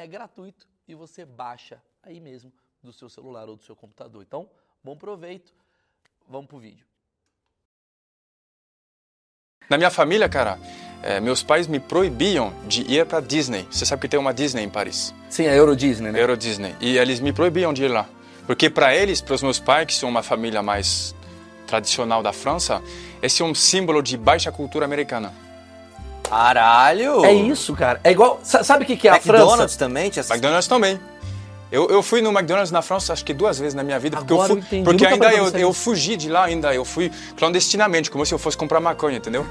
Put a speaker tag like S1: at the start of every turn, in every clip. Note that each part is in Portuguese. S1: é gratuito e você baixa aí mesmo do seu celular ou do seu computador. Então, bom proveito. Vamos pro vídeo.
S2: Na minha família, cara, é, meus pais me proibiam de ir para Disney. Você sabe que tem uma Disney em Paris?
S1: Sim, a Euro Disney, né?
S2: Euro Disney. E eles me proibiam de ir lá, porque para eles, para os meus pais, que são uma família mais tradicional da França, esse é um símbolo de baixa cultura americana.
S3: Caralho!
S1: É isso, cara. É igual. sa- Sabe o que, que é a
S3: McDonald's
S1: França?
S3: também tinha essas...
S2: McDonald's também. Eu, eu fui no McDonald's na França acho que duas vezes na minha vida, porque,
S1: Agora
S2: eu,
S1: eu entendi.
S2: fui, porque
S1: Nunca
S2: ainda
S1: parei pra
S2: eu,
S1: pensar
S2: eu
S1: nisso.
S2: fugi de lá, ainda eu fui clandestinamente, como se eu fosse comprar maconha, entendeu?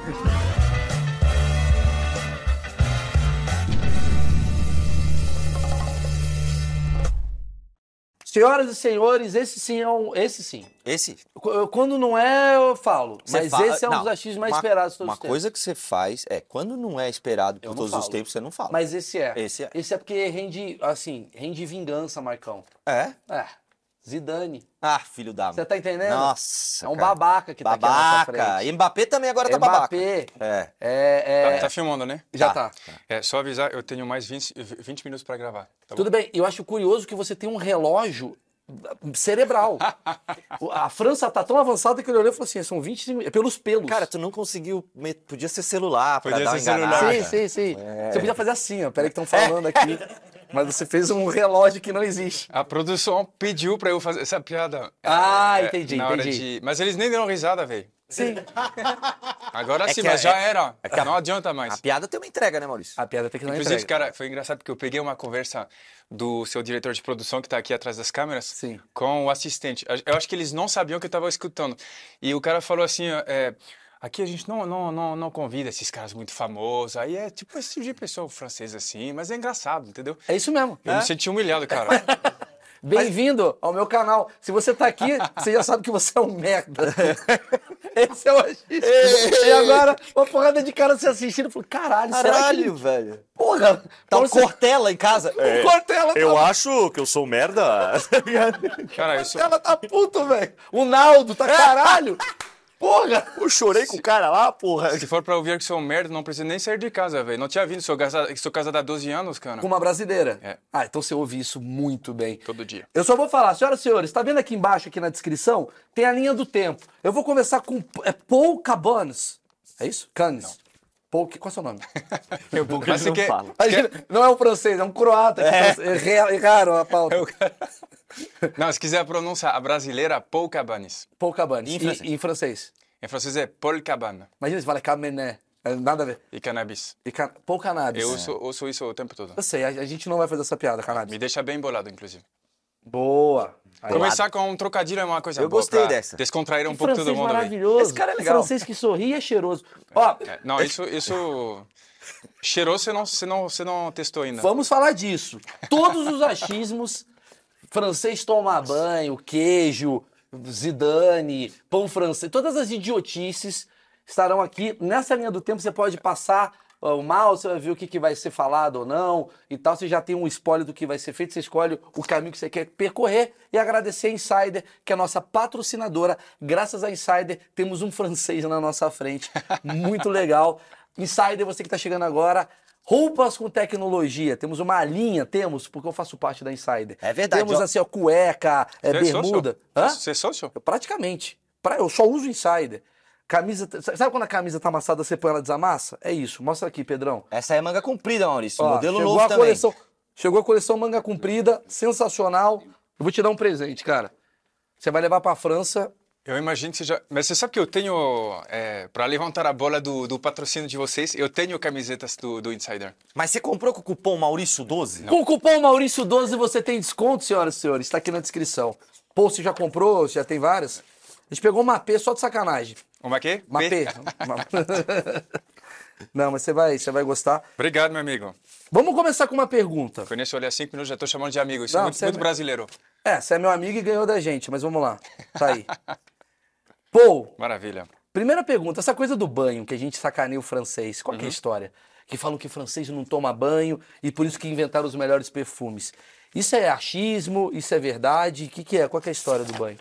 S1: Senhoras e senhores, esse sim é um. Esse sim.
S3: Esse?
S1: Qu- eu- Quando não é, eu falo.
S3: Você
S1: mas
S3: fala-
S1: esse é um
S3: não,
S1: dos achismos mais
S3: uma-
S1: esperados de todos
S3: Uma
S1: os tempos.
S3: coisa que você faz é, quando não é esperado
S1: Eu
S3: por
S1: não
S3: todos os
S1: falo.
S3: tempos, você não fala.
S1: Mas esse é.
S3: Esse é.
S1: Esse é porque rende, assim, rende vingança, Marcão.
S3: É?
S1: É. Zidane.
S3: Ah, filho da...
S1: Você tá entendendo?
S3: Nossa,
S1: É um
S3: cara.
S1: babaca que tá aqui à nossa
S3: Babaca.
S1: frente.
S3: E Mbappé também agora tá babaca.
S1: Mbappé.
S3: É.
S1: É, é-
S2: Tá, tá filmando, né?
S1: Já tá.
S3: Tá.
S2: É, só avisar, eu tenho mais 20, 20 minutos para gravar. tá bom?
S1: Tudo bem, eu acho curioso que você tem um relógio cerebral. O- a França tá tão avançada que ele olhou e falou assim: são 25. É pelos pelos.
S3: Cara, tu não conseguiu... me- Podia ser celular pra
S2: Podia
S3: dar
S2: ser
S3: uma enganada.
S2: celular.
S1: sim, sim, sim.
S2: É.
S1: Você podia fazer assim, ó. Peraí, que estão falando aqui. Mas você fez um relógio que não existe.
S2: A produção pediu para eu fazer essa piada.
S1: Ah,
S2: É,
S1: entendi,
S2: na hora
S1: entendi.
S2: de- Mas eles nem deram risada, velho.
S1: Sim.
S2: Agora
S3: É
S2: sim,
S3: que
S2: mas
S3: a-
S2: já
S3: é-
S2: era.
S3: é que a-
S2: Não adianta mais.
S3: A piada tem uma entrega, né, Maurício?
S1: A piada tem que não
S2: Inclusive,
S1: entrega.
S2: cara, foi engraçado porque eu peguei uma conversa do seu diretor de produção que tá aqui atrás das câmeras
S1: Sim.
S2: com o assistente. A- Eu acho que eles não sabiam que eu tava escutando. E o cara falou assim, ó, é, aqui a gente não, não, não, não convida esses caras muito famosos. Aí é tipo esse tipo de pessoa francês assim, mas é engraçado, entendeu?
S1: É isso mesmo.
S2: Eu me senti humilhado, cara.
S1: Bem-vindo ao meu canal. Se você tá aqui, você já sabe que você é um merda. Esse é o agista. E agora, uma porrada de cara se assistindo. Falou, caralho, será que...
S3: Caralho, velho.
S1: Porra!
S3: Tá
S1: como
S3: um
S1: você-
S3: Cortella em casa.
S1: O Cortella tá
S3: acho que É. eu sou um merda. Tá
S2: Cara, eu sou...
S1: Ela tá puto, velho. O Naldo tá caralho. Porra.
S3: Eu chorei com o cara lá, porra.
S2: Se for pra ouvir que sou um merda, não precisa nem sair de casa, velho. Não tinha vindo, sou casado, sou casado há 12 anos, cara.
S1: Com uma brasileira.
S2: É.
S1: Ah, então você ouve isso muito bem.
S2: Todo dia.
S1: Eu só vou falar, senhoras e senhores, tá vendo aqui embaixo, aqui na descrição, tem a linha do tempo. Eu vou conversar com é, Paul Cabanes. É isso? Canes. Paul, que- qual é o seu nome?
S2: Eu
S1: um
S2: vou
S3: Mas você quer-
S1: Imagina, não é um francês, é um croata. que tá- É, re- é raro a pauta.
S2: Não, se quiser pronunciar a brasileira, Paul Cabanes.
S1: Paul Cabanes.
S3: Em
S1: E-
S3: francês.
S1: e em francês.
S2: Em francês é Paul Cabane.
S1: Imagina, você fala Camené. É, Nada a ver.
S2: E cannabis.
S1: E can... Paul Cannabis.
S2: Eu ouço, ouço isso o tempo todo.
S1: Eu sei, a, a gente não vai fazer essa piada, É. Cannabis.
S2: Me deixa bem bolado, inclusive.
S1: Boa. Aí,
S2: Começar com um trocadilho é uma coisa
S3: Eu
S2: boa.
S3: gostei
S2: pra
S3: dessa.
S2: Descontrair um
S1: Que
S2: pouco
S1: francês
S2: todo mundo. velho.
S1: maravilhoso.
S3: Esse cara é legal.
S1: Francês que sorri é cheiroso. Ó,
S2: É, Não, isso. isso... Cheiroso você não, você, não, você não testou ainda.
S1: vamos falar disso. Todos os achismos, francês tomar banho, queijo, Zidane, pão francês, todas as idiotices estarão aqui. Nessa linha do tempo você pode passar ó, o mal, você vai ver o que, que vai ser falado ou não e tal. Você já tem um spoiler do que vai ser feito, você escolhe o caminho que você quer percorrer e agradecer a Insider, que é a nossa patrocinadora. Graças a Insider, temos um francês na nossa frente. Muito legal. Insider, você que está chegando agora, Roupas com tecnologia. Temos uma linha, temos, porque eu faço parte da Insider.
S3: É verdade,
S1: Temos
S3: ó.
S1: assim, ó, cueca, é,
S2: Você é sócio?
S1: bermuda. Hã?
S2: Você é sócio?
S1: Eu, praticamente. Pra, eu só uso Insider. Camisa. Sabe quando a camisa tá amassada, você põe ela desamassa? É isso. Mostra aqui, Pedrão.
S3: Essa é manga comprida, Maurício.
S1: Ó,
S3: Modelo
S1: chegou
S3: novo
S1: a
S3: também.
S1: coleção. Chegou a coleção manga comprida, sensacional. Eu vou te dar um presente, cara. Você vai levar pra França.
S2: Eu imagino que seja. Mas você sabe que eu tenho. É, para levantar a bola do, do patrocínio de vocês, eu tenho camisetas do, do Insider.
S3: Mas você comprou com o cupom Maurício12?
S1: Com o cupom Maurício12 você tem desconto, senhoras e senhores. Está aqui na descrição. Pô, você já comprou? Você já tem várias? A gente pegou uma P só de sacanagem.
S2: Uma quê?
S1: Uma P. Não, mas você vai, você vai gostar.
S2: Obrigado, meu amigo.
S1: Vamos começar com uma pergunta.
S2: Conheço ele há cinco minutos, já estou chamando de amigo. Isso
S1: Não,
S2: é muito,
S1: você é
S2: muito
S1: meu-
S2: brasileiro.
S1: É, você é meu amigo e ganhou da gente, mas vamos lá. Tá aí. Paul,
S2: Maravilha.
S1: Primeira pergunta, essa coisa do banho, que a gente sacaneia o francês, qual que é a história? Que falam que francês não toma banho e por isso que inventaram os melhores perfumes. Isso é achismo? Isso é verdade? O que, que é? Qual que é a história do banho?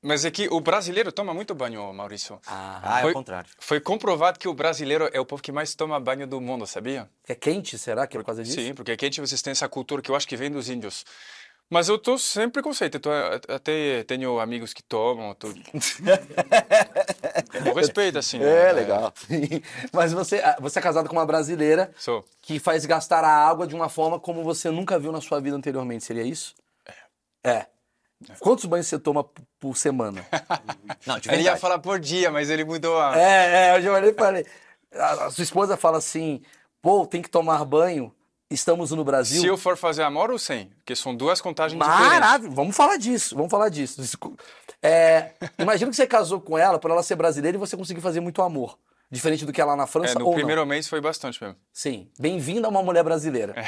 S2: Mas é que o brasileiro toma muito banho, Maurício.
S3: Ah, é o contrário.
S2: Foi comprovado que o brasileiro é o povo que mais toma banho do mundo, sabia?
S1: É quente, será que é por causa disso?
S2: Sim, porque quente vocês têm essa cultura que eu acho que vem dos índios. Mas eu tô sem preconceito. Tô, até tenho amigos que tomam. Tô... Com respeito,
S1: É,
S2: assim. né?
S1: Mas você, ah, você é casado com uma brasileira
S2: Sou.
S1: que faz gastar a água de uma forma como você nunca viu na sua vida anteriormente, seria isso? É. Quantos banhos você toma p- por semana?
S3: Não, de
S2: Ele ia
S3: verdade.
S2: falar por dia, mas ele mudou a.
S1: É, é, eu já olhei e falei. A, a sua esposa fala assim: pô, tem que tomar banho, estamos no Brasil.
S2: Se eu for fazer amor ou sem? Porque são duas contagens diferentes.
S1: É, Maravilha, vamos falar disso, vamos falar disso. Descul- É, imagino que você casou com ela por ela ser brasileira e você conseguiu fazer muito amor. Diferente do que é lá na
S2: É,
S1: França
S2: no
S1: ou
S2: primeiro
S1: não.
S2: mês foi bastante mesmo.
S1: Sim, bem-vindo a uma mulher brasileira.
S2: É.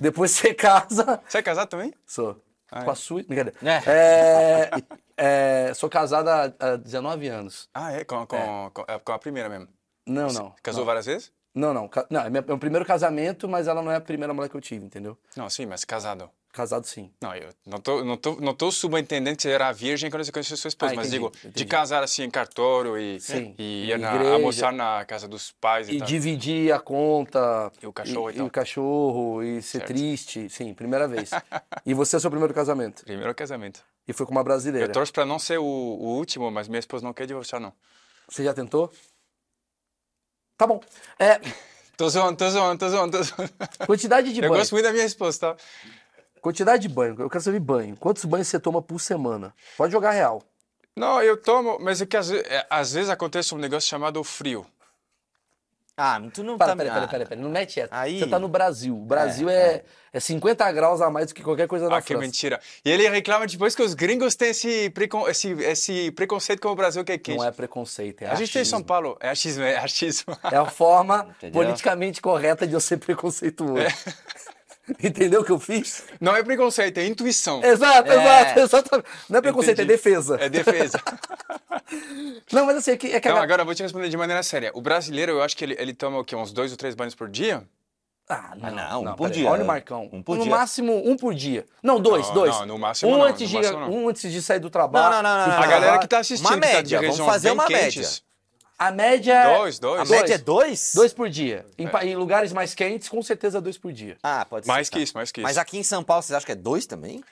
S1: Depois você casa.
S2: Você é casado também?
S1: Sou.
S2: Ah,
S1: com
S2: é.
S1: a sua. Brincadeira. É, é, sou casada há há 19 anos.
S2: Ah, é? Com, com, com- é, com a primeira mesmo.
S1: Não, não.
S2: Casou várias vezes?
S1: Não, não. ca- Não, é meu é meu primeiro casamento, mas ela não é a primeira mulher que eu tive, entendeu?
S2: Não, sim, mas casado.
S1: Casado sim.
S2: Não, eu não tô, não tô, não tô subentendendo que você era virgem quando você conheceu sua esposa,
S1: Ah,
S2: mas
S1: entendi,
S2: digo, de
S1: entendi.
S2: casar assim em cartório e,
S1: Sim,
S2: e
S1: em
S2: ir na-
S1: igreja.
S2: almoçar na casa dos pais e,
S1: E
S2: tal.
S1: dividir a conta.
S2: E o cachorro e tal.
S1: o cachorro, e ser
S2: Certo.
S1: triste. Sim, primeira vez. e você é o seu primeiro casamento.
S2: Primeiro casamento.
S1: E foi com uma
S2: Eu
S1: brasileira.
S2: torço pra não ser o, o último, mas minha esposa não quer divorciar, não.
S1: Você já tentou? Tá bom. É,
S2: Tô zoando, tô zoando, tô zoando, tô zoando.
S1: quantidade de
S2: Eu
S1: banho.
S2: gosto muito da minha esposa, tá?
S1: Quantidade de banho. Eu quero saber banho. Quantos banhos você toma por semana? Pode jogar real.
S2: Não, eu tomo, mas é que às, ve- é, às vezes acontece um negócio chamado frio.
S3: Ah, tu não
S1: Para,
S3: tá...
S1: pera,
S3: ah,
S1: pera, pera, pera. Não mete essa.
S3: Aí-
S1: Você tá no Brasil. O Brasil é, é, 50 graus a mais do que qualquer coisa na
S2: Ah, que
S1: França.
S2: mentira. E ele reclama depois que os gringos têm esse, precon, esse, esse preconceito com o Brasil que é quente.
S1: Não é preconceito, é
S2: A gente tem em São
S1: achismo.
S2: Paulo. É achismo, é achismo.
S1: É a forma
S3: Entendeu?
S1: politicamente correta de eu ser preconceituoso. Entendeu o que eu fiz?
S2: Não é preconceito, é intuição.
S1: Exato,
S3: É.
S1: exato, exatamente. Não é preconceito,
S2: Entendi.
S1: é defesa.
S2: É defesa.
S1: Não, mas assim, é que, é que a
S2: Então,
S1: ga-
S2: agora eu vou te responder de maneira séria. O brasileiro, eu acho que ele, ele toma o quê? Uns dois ou três banhos por dia?
S1: Ah, não,
S3: Ah, não, um por
S1: peraí,
S3: dia.
S1: Olha o Marcão.
S3: Um por
S1: no
S3: dia.
S1: máximo, um por dia. Não, dois,
S2: Não,
S1: dois.
S2: não, no máximo
S1: um
S2: não,
S1: antes
S2: no
S1: de,
S2: máximo não.
S1: Um antes de sair do trabalho.
S3: Não,
S1: do
S3: não, não, não,
S2: A
S3: não.
S1: trabalho.
S2: galera que tá assistindo,
S3: Ah,
S2: que
S3: uma
S2: tá de
S3: média, vamos
S2: regiões
S3: fazer
S2: bem
S3: uma
S2: quentes.
S1: A média é...
S2: Dois, dois.
S3: A
S2: Dois.
S3: média é dois?
S1: Dois por dia. Em, pa- em lugares mais quentes, com certeza dois por dia.
S3: Ah, pode ser.
S2: Mais que
S3: tá.
S2: isso, mais que isso.
S3: Mas aqui em São Paulo, vocês acham que é dois também?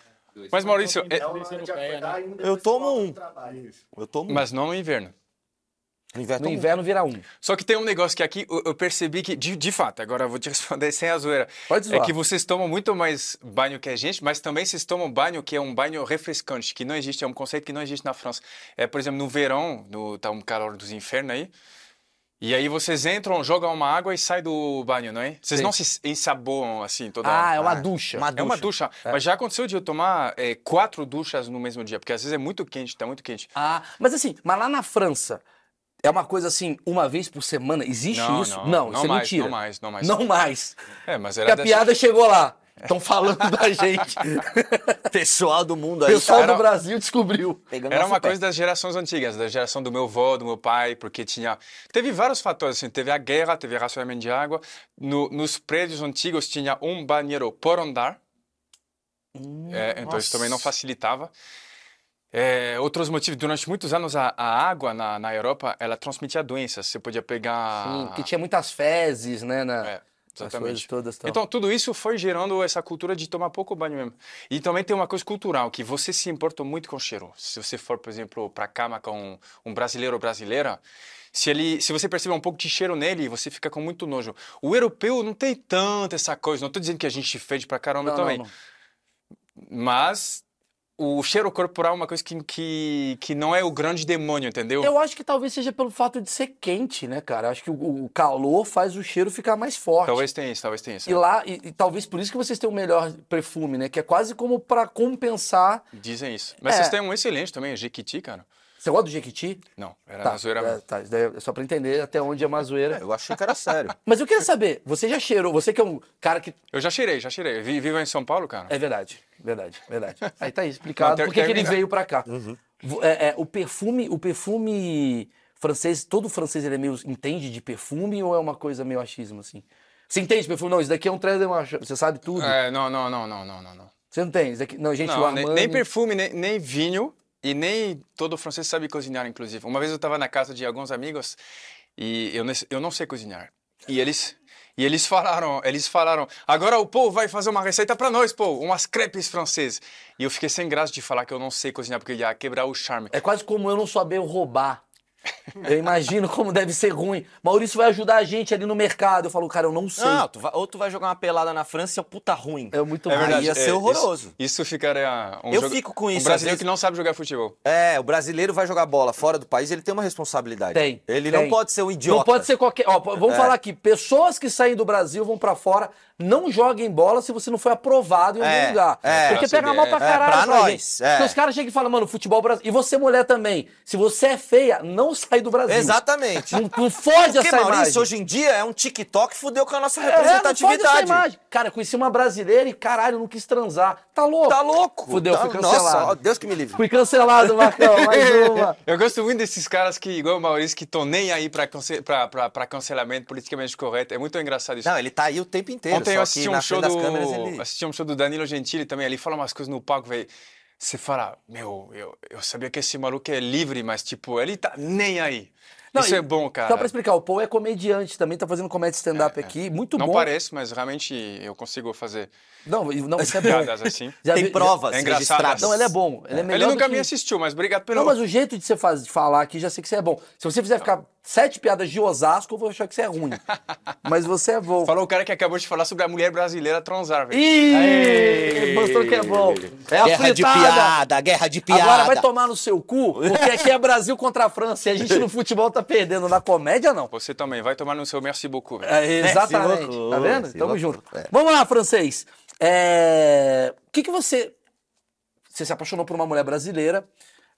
S2: Mas, Maurício, é-
S3: Eu tomo um. Eu tomo um.
S2: é, mas não no inverno.
S3: No
S2: É,
S3: inverno,
S1: No
S3: eu tomo um.
S1: inverno vira um.
S2: Só que tem um negócio que aqui eu, eu percebi que, de, de fato, agora eu vou te responder sem a zoeira.
S1: Pode
S2: É
S1: zoar.
S2: que vocês tomam muito mais banho que a gente, mas também vocês tomam banho que é um banho refrescante, que não existe, é um conceito que não existe na França. É, por exemplo, no verão, no, tá um calor dos infernos aí, e aí vocês entram, jogam uma água e saem do banho, não é? Vocês
S1: Sim.
S2: não se ensaboam assim toda
S1: Ah,
S2: hora.
S1: é uma ducha.
S3: Uma
S2: É uma
S3: ducha.
S2: ducha. Mas já aconteceu de eu tomar é, quatro duchas no mesmo dia, porque às vezes é muito quente, tá muito quente.
S1: Ah, mas assim, mas lá na França, é uma coisa assim, uma vez por semana? Existe
S2: Não,
S1: isso?
S2: não, não
S1: isso é
S2: mais,
S1: mentira.
S2: não mais, não mais.
S1: Não mais.
S2: É, mas
S1: Porque
S2: era
S1: a
S2: dessa-
S1: piada chegou lá. Estão falando da gente.
S3: Pessoal do mundo
S1: O
S3: aí
S1: pessoal
S3: tá
S1: do Brasil descobriu.
S3: pegando
S2: Era
S3: nosso
S2: uma
S3: pé.
S2: coisa das gerações antigas, da geração do meu avô, do meu pai, porque tinha. Teve vários fatores, assim, teve a guerra, teve racionamento de água. No- nos prédios antigos tinha um banheiro por andar,
S1: Hum,
S2: é, então isso também não
S3: nossa.
S2: facilitava. É, outros motivos, durante muitos anos a, a água na, na Europa ela transmitia doenças, você podia pegar.
S1: Sim, porque tinha muitas fezes, né? Na,
S2: Ah. É,
S1: nas coisas
S2: exatamente.
S1: todas. Tal.
S2: Então, tudo isso foi gerando essa cultura de tomar pouco banho mesmo. E também tem uma coisa cultural, que você se importa muito com cheiro. Se você for, por exemplo, para cama com um brasileiro ou brasileira, se, ele, se você perceber um pouco de cheiro nele, você fica com muito nojo. O europeu não tem tanta essa coisa. Não estou dizendo que a gente fede pra caramba
S1: Não, não,
S2: também.
S1: não.
S2: Mas o cheiro corporal é uma coisa que, que, que não é o grande demônio, entendeu?
S1: Eu acho que talvez seja pelo fato de ser quente, né, cara? Acho que o, o calor faz o cheiro ficar mais forte.
S2: Talvez tenha isso, talvez tenha isso.
S1: E lá, e, e talvez por isso que vocês têm o melhor perfume, né? Que é quase como pra compensar.
S2: Dizem isso. Mas
S1: É.
S2: vocês têm um excelente também, Jequiti, cara.
S1: Você gosta do Jequiti?
S2: Não, era
S1: Tá,
S2: na zoeira
S1: é,
S2: mesmo.
S1: tá, isso daí é só pra entender até onde é uma zoeira.
S4: Eu achei que era sério.
S1: Mas eu queria saber, você já cheirou, você que é um cara que.
S2: Eu já cheirei, já cheirei. Eu vi- Vivo em São Paulo, cara.
S1: É verdade, verdade, verdade. Aí tá aí explicado
S2: Não, ter-
S1: por que que ele
S2: termina.
S1: veio pra cá. Vo- é, é, o perfume, o perfume francês, todo francês ele é meio entende de perfume ou é uma coisa meio achismo assim? Você entende de perfume? Não, isso daqui é um trás de uma, você sabe tudo.
S2: É, não, não, não, não, não, não, não.
S1: Você não tem, isso daqui, não, gente, o
S2: Não, nem,
S1: Armani.
S2: nem perfume, nem, nem vinho, e nem todo francês sabe cozinhar, inclusive. Uma vez eu estava na casa de alguns amigos e eu, nes- eu não sei cozinhar. E eles, e eles falaram, eles falaram, agora o Paul vai fazer uma receita para nós, Paul, umas crepes francesas. E eu fiquei sem graça de falar que eu não sei cozinhar, porque ia quebrar o charme.
S1: É quase como eu não saber roubar. Eu imagino como deve ser ruim. Maurício vai ajudar a gente ali no mercado. Eu falo, cara, eu não sei.
S3: Não, tu vai- ou tu vai jogar uma pelada na França e é um puta ruim.
S1: É muito
S3: É
S1: ruim.
S3: verdade. ia ser horroroso.
S2: Isso, isso ficaria um
S3: Eu
S2: jogo-
S3: fico com
S2: Um
S3: isso, às
S2: brasileiro
S3: vezes.
S2: que não sabe jogar futebol.
S3: É,
S4: É, o brasileiro vai jogar bola fora do país, ele tem uma responsabilidade.
S1: Tem.
S4: Ele
S1: tem.
S4: não pode ser um idiota.
S1: Não pode ser qualquer. Ó, p- vamos
S4: É.
S1: falar aqui: pessoas que saem do Brasil vão pra fora, não joguem bola se você não foi aprovado em algum
S4: É,
S1: lugar.
S4: é.
S1: Porque pega mal pra
S2: É,
S1: caralho,
S4: pra nós,
S1: gente.
S4: é.
S1: Porque os caras chegam e falam, mano, futebol brasileiro. E você, mulher também. Se você é feia, não sai do Brasil.
S4: Exatamente.
S1: Não, não foge
S4: Porque
S1: essa
S4: Maurício,
S1: imagem.
S4: hoje em dia, é um TikTok fudeu com a nossa
S1: É, não
S4: representatividade.
S1: foge essa imagem. Cara, conheci uma brasileira e caralho, não quis transar. Tá louco?
S4: Tá louco.
S1: Fudeu,
S4: tá,
S1: fui cancelado.
S4: Nossa, ó, Deus que me livre.
S1: Fui cancelado, Marcão. Mais
S4: É.
S1: uma.
S2: Eu gosto muito desses caras que, igual o Maurício, que estão nem aí para cancelamento politicamente correto. É muito engraçado isso.
S4: Não, ele tá aí o tempo inteiro. só
S2: Ontem eu
S4: que
S2: assisti um
S4: na
S2: show
S4: frente
S2: do
S4: das câmeras ele...
S2: assisti um show do Danilo Gentili também, ele fala umas coisas no palco, velho. Você fala, meu, eu, eu sabia que esse maluco é livre, mas tipo, ele tá nem aí.
S1: Não,
S2: Isso
S1: e-
S2: é bom, cara. É,
S1: Só pra explicar, o Paul é comediante também, tá fazendo comédia stand-up aqui. Muito
S2: não
S1: bom.
S2: parece, mas realmente eu consigo fazer
S1: Não, e- não, isso é bom.
S2: piadas assim.
S1: Já
S4: Tem
S1: vi- já-
S4: provas
S2: É engraçado.
S4: registradas.
S1: Não, ele é bom. Ele é melhor
S2: Ele
S1: do
S2: nunca
S1: que-
S2: me assistiu, mas obrigado pelo.
S1: Não, mas o jeito de você faz- de falar aqui, já sei que você é bom. Se você fizer ficar sete piadas de Osasco, eu vou achar que você é ruim. mas você é bom.
S2: Falou o cara que acabou de falar sobre a mulher brasileira transar, velho.
S1: Ih, mostrou que é bom. É a
S3: guerra de
S1: fritada.
S3: piada, guerra de piada.
S1: Agora vai tomar no seu cu, porque aqui é Brasil contra a França e a gente no futebol tá perdendo, na comédia não.
S2: Você também, vai tomar no seu merci beaucoup, velho.
S1: É, exatamente.
S4: loucura,
S1: tá vendo?
S4: esse
S1: Tamo
S4: loucura.
S1: junto.
S4: É.
S1: Vamos lá, francês. É, O que que você... Você se apaixonou por uma mulher brasileira,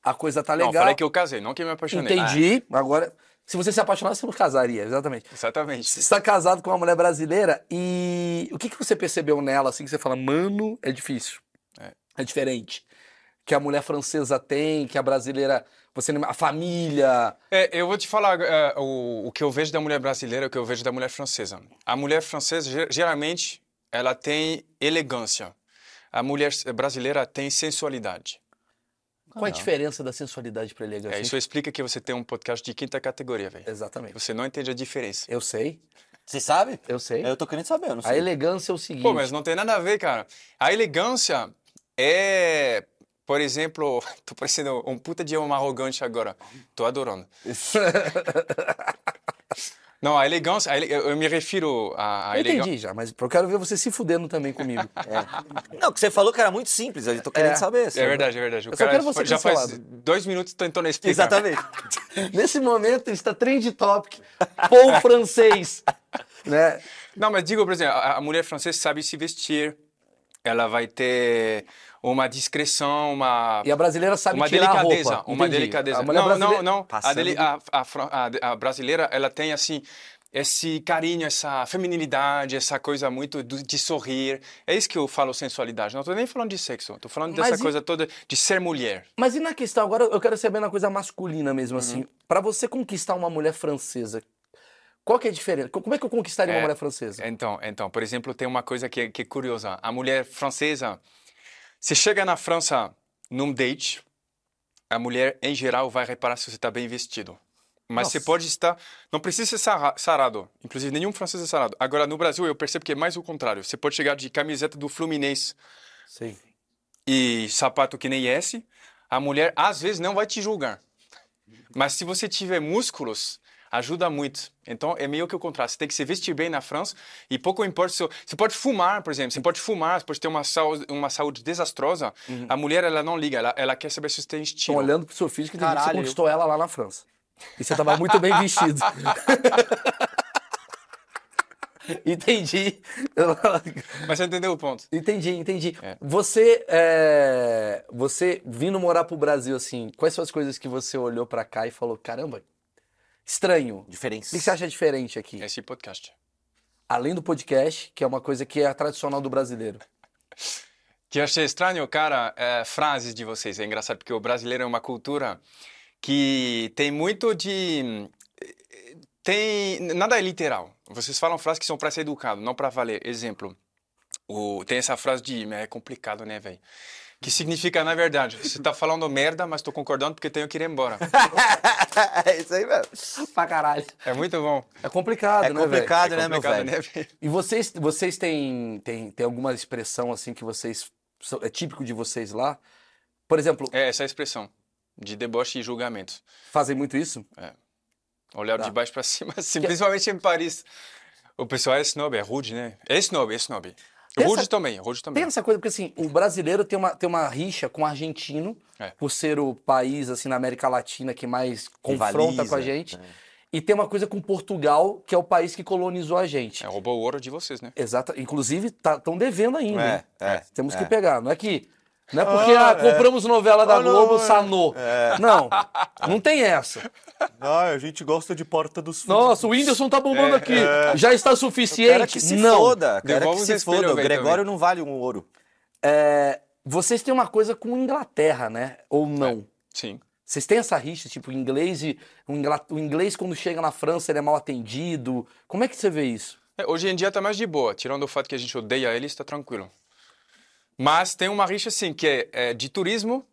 S1: a coisa tá legal.
S2: Não, falei que eu casei, não que eu me apaixonei.
S1: Entendi. Agora, se você se apaixonasse, você não casaria, exatamente.
S2: Ah, exatamente.
S1: Você está casado com uma mulher brasileira e o que, que você percebeu nela, assim, que você fala, mano, é difícil.
S2: É.
S1: É diferente. Que a mulher francesa tem, que a brasileira, você não- a família.
S2: É, eu vou te falar eh, o, o que eu vejo da mulher brasileira, é o que eu vejo da mulher francesa. A mulher francesa, ge- geralmente, ela tem elegância. A mulher s- brasileira tem sensualidade.
S1: Qual é a diferença da sensualidade para elegância?
S2: É, isso explica que você tem um podcast de quinta categoria, velho.
S1: Exatamente.
S2: Você não entende a diferença.
S1: Eu sei,
S3: Você sabe?
S1: eu sei.
S3: Eu tô querendo saber, eu não sei.
S1: A elegância é o seguinte.
S2: Pô, mas não tem nada a ver, cara. A elegância é, por exemplo, tô parecendo um puta de homem arrogante agora. Tô adorando. Não, a elegância, a ele- eu eu me refiro à, à
S1: eu
S2: elegância.
S1: entendi já, mas eu quero ver você se fudendo também comigo.
S4: Não, que você falou que era muito simples, eu tô querendo
S1: É,
S4: saber.
S2: É verdade, é verdade. O
S1: Eu só
S2: cara
S1: quero você
S2: já faz
S1: cancelado.
S2: dois minutos tentando explicar.
S4: Exatamente.
S1: Nesse momento está trend topic, Paul francês, né?
S2: Não, mas digo, por exemplo, a, a mulher francesa sabe se vestir, ela vai ter uma discrição, uma.
S1: E a brasileira sabe
S2: Uma
S1: tirar a
S2: delicadeza,
S1: roupa.
S2: uma
S1: Entendi.
S2: delicadeza.
S1: A mulher
S2: não,
S1: brasileira... Tá
S2: não, não. A,
S4: Passando
S2: deli-
S4: de-
S2: a, a fran- a- a brasileira, ela tem assim esse carinho, essa feminilidade, essa coisa muito do- de sorrir. É isso que eu falo sensualidade. Não tô nem falando de sexo, tô falando
S1: Mas
S2: dessa
S1: e-
S2: coisa toda de ser mulher.
S1: Mas e na questão, agora eu quero saber na coisa masculina mesmo,
S2: Uhum.
S1: assim. Pra você conquistar uma mulher francesa, qual que é a diferença? Co- Como é que eu conquistaria uma
S2: É,
S1: mulher francesa?
S2: Então, então, por exemplo, tem uma coisa que, é- que é curiosa. A mulher francesa, se chega na França num date, a mulher, em geral, vai reparar se você está bem vestido. Mas você pode estar... Não precisa ser sarra- sarado. Inclusive, nenhum francês é sarado. Agora, no Brasil, eu percebo que é mais o contrário. Você pode chegar de camiseta do Fluminense
S1: Sim.
S2: e sapato que nem esse, a mulher, às vezes, não vai te julgar. Mas se você tiver músculos, ajuda muito. Então é meio que o contraste. Você tem que se vestir bem na França e pouco importa se você pode fumar, por exemplo. Você pode fumar, você pode ter uma saúde, uma saúde desastrosa. A mulher ela não liga, ela, ela quer saber se você tem
S1: Estão
S2: estilo.
S1: olhando pro seu filho que tem que você
S3: Caralho.
S1: conquistou ela lá na França. E você tava muito bem vestido. Entendi.
S2: Mas você entendeu o ponto?
S1: Entendi, entendi.
S2: É.
S1: Você, é, você vindo morar pro Brasil, assim, quais são as coisas que você olhou pra cá e falou, caramba, estranho. O
S3: Diferença.
S1: que você acha diferente aqui?
S2: Esse podcast.
S1: Além do podcast, que é uma coisa que é tradicional do brasileiro.
S2: Que eu achei estranho, cara, é, frases de vocês. É engraçado porque o brasileiro é uma cultura que tem muito de. Tem. Nada é literal. Vocês falam frases que são para ser educado, não para valer. Exemplo, o- tem essa frase de. É complicado, né, velho? Que significa, na verdade, você tá falando merda, mas tô concordando porque tenho que ir embora.
S3: é isso aí mesmo.
S1: Pra caralho.
S2: É muito bom.
S1: É complicado,
S3: É
S1: né, velho?
S3: complicado,
S2: É
S3: né, meu
S2: complicado,
S3: velho?
S2: né, velho?
S1: E vocês, vocês têm, têm, têm alguma expressão, assim, que vocês... são- É típico de vocês lá? Por exemplo,
S2: É essa expressão de deboche e julgamento.
S1: fazem muito isso?
S2: Olhar
S1: Tá.
S2: de baixo para cima, assim, principalmente em Paris. O pessoal é snob, é rude, né? É snob, é snob.
S1: Pensa-
S2: Rude também, rude também.
S1: Tem essa coisa, porque assim, o brasileiro tem uma, tem uma rixa com o argentino,
S2: É.
S1: por ser o país, assim, na América Latina que mais confronta com a
S3: Rivaliza,
S1: gente. E tem uma coisa com Portugal, que é o país que colonizou a gente.
S2: É, roubou o ouro de vocês, né?
S1: Exato. Inclusive, estão devendo ainda. hein?
S3: É, é,
S1: Temos que
S3: é.
S1: pegar. Não é que. Não é porque ah, compramos novela da
S4: Ah, não,
S1: Globo,
S4: é.
S1: sanou. Não, não tem essa.
S4: Ah, a gente gosta de porta dos fundos.
S1: Nossa, o Whindersson tá
S2: É,
S1: bombando aqui. Já está suficiente?
S3: Cara que se
S1: não.
S3: foda, cara
S2: Devolve
S3: que
S2: os
S3: se
S2: espelhos,
S3: foda. O
S2: velho,
S3: Gregório não vale um ouro.
S1: É, vocês têm uma coisa com Inglaterra, né? Ou não?
S2: Sim.
S1: Vocês têm essa rixa, tipo, o inglês, e- o ingla- o inglês quando chega na França ele é mal atendido. Como é que você vê isso?
S2: É, hoje em dia tá mais de boa, tirando o fato que a gente odeia eles, tá tranquilo. Mas tem uma rixa, assim, que é, é, de turismo,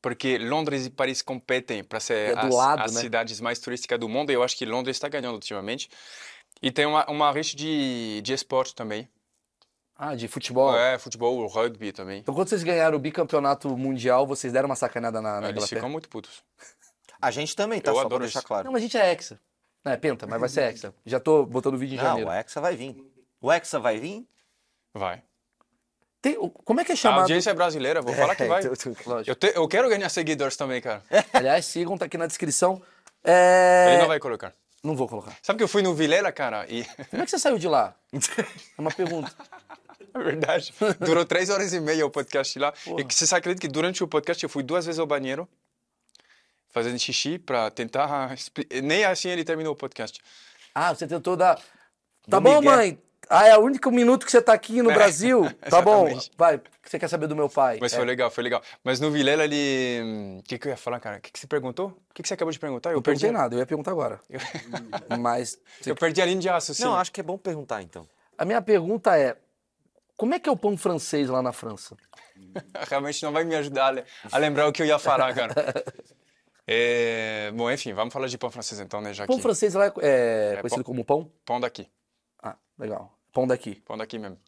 S2: porque Londres e Paris competem para ser
S1: É do
S2: as,
S1: lado,
S2: as
S1: né?
S2: cidades mais turísticas do mundo, e eu acho que Londres está ganhando ultimamente. E tem uma, uma rixa de, de esporte também.
S1: Ah, de futebol.
S2: É, futebol, rugby também.
S1: Então quando vocês ganharam o bicampeonato mundial, vocês deram uma sacanada na, na
S2: Eles
S1: Inglaterra?
S2: ficam muito putos.
S3: A gente também, tá?
S2: Eu
S3: só
S2: adoro
S3: pra deixar
S2: isso.
S3: claro.
S1: Não, mas a gente é hexa. Não, é penta, mas vai ser hexa. Já tô botando o vídeo em
S3: Não,
S1: janeiro.
S3: o
S2: é.
S3: Hexa vai vir. O Hexa vai vir?
S2: Vai.
S1: Tem- o- como é que é
S2: A
S1: chamado? então-
S2: audiência é brasileira, vou falar que vai.
S1: Lógico.
S2: Eu, te- eu quero ganhar seguidores também, cara.
S1: É. Aliás, sigam, tá aqui na descrição. É,
S2: Ele não vai colocar.
S1: não vou colocar.
S2: Sabe que eu fui no Vilela, cara, e...
S1: Como é que você saiu de lá? É uma pergunta.
S2: É verdade. Durou três horas e meia o podcast lá. E que vocês acreditam que durante o podcast eu fui duas vezes ao banheiro fazendo xixi pra tentar... expli- Nem assim ele terminou o podcast.
S1: Ah, você tentou dar. Tá
S3: Do
S1: bom,
S3: Miguel.
S1: mãe? Ah, é o único minuto que você tá aqui no Brasil? Tá bom,
S2: É. exatamente.
S1: vai. O que você quer saber do meu pai?
S2: Mas
S1: É.
S2: foi legal, foi legal. Mas no Vilela ele... hum, O que, que eu ia falar, cara? O que, que você perguntou? O que, que você acabou de perguntar? Eu
S1: Não perdi
S2: perdi,
S1: nada, eu ia perguntar agora. Mas. você-
S2: eu perdi a linha de raciocínio.
S3: Não, acho que é bom perguntar, então.
S1: A minha pergunta é: como é que é o pão francês lá na França?
S2: Realmente não vai me ajudar a le- a lembrar o que eu ia falar, cara. É, Bom, enfim, vamos falar de pão francês então, né? Já
S1: Pão
S2: que
S1: francês lá é, é
S2: É
S1: conhecido como pão?
S2: pão daqui,
S1: Ah, legal. Pão daqui.
S2: pão daqui mesmo.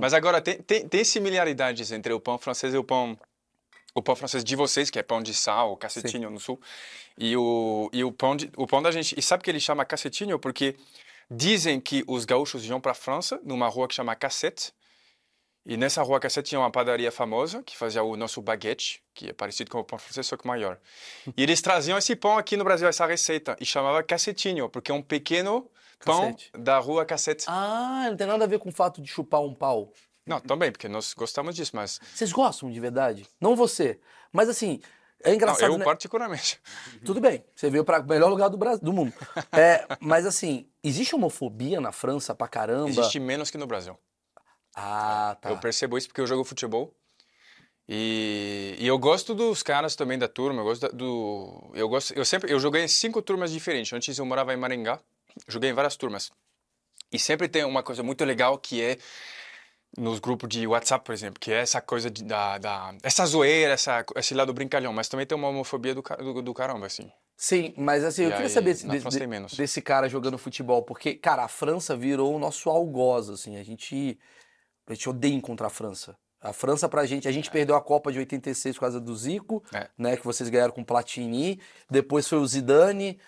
S2: Mas agora tem, tem, tem similaridades entre o pão francês e o pão o pão francês de vocês, que é pão de sal, cacetinho no sul, e o e o pão de, o pão da gente. E sabe que ele chama cacetinho porque dizem que os gaúchos iam para a França numa rua que chama Cassette. E nessa rua Cassette tinha uma padaria famosa que fazia o nosso baguete, que é parecido com o pão francês, só que maior. E eles traziam esse pão aqui no Brasil, essa receita, e chamava cacetinho, porque é um pequeno pão
S1: Cassete.
S2: da rua Cassette.
S1: Ah, não tem nada a ver com o fato de chupar um pau.
S2: Não, também, porque nós gostamos disso, mas
S1: Vocês gostam de verdade? Não você. Mas assim, é
S2: não,
S1: engraçado.
S2: eu
S1: né?
S2: particularmente.
S1: Tudo bem, você veio para o melhor lugar do, Brasil, do mundo. É, mas assim, existe homofobia na França pra caramba?
S2: Existe menos que no Brasil.
S1: Ah, tá.
S2: Eu percebo isso porque eu jogo futebol. E, e eu gosto dos caras também da turma, eu gosto da- do eu gosto, eu sempre eu joguei em cinco turmas diferentes. Antes eu morava em Maringá, joguei em várias turmas. E sempre tem uma coisa muito legal que é nos grupos de WhatsApp, por exemplo, que é essa coisa de- da, da essa zoeira, essa esse lado brincalhão, mas também tem uma homofobia do, ca- do, do caramba assim.
S1: Sim, mas assim, eu
S2: E
S1: queria
S2: aí,
S1: saber desse,
S2: na
S1: de-
S2: França
S1: de-
S2: tem menos.
S1: desse cara jogando futebol, porque, cara, a França virou o nosso algoz, assim, a gente, a gente odeia encontrar a França. A França pra gente, a gente perdeu a Copa de 86 por causa do Zico,
S2: É.
S1: né, que vocês ganharam com o Platini, depois foi o Zidane,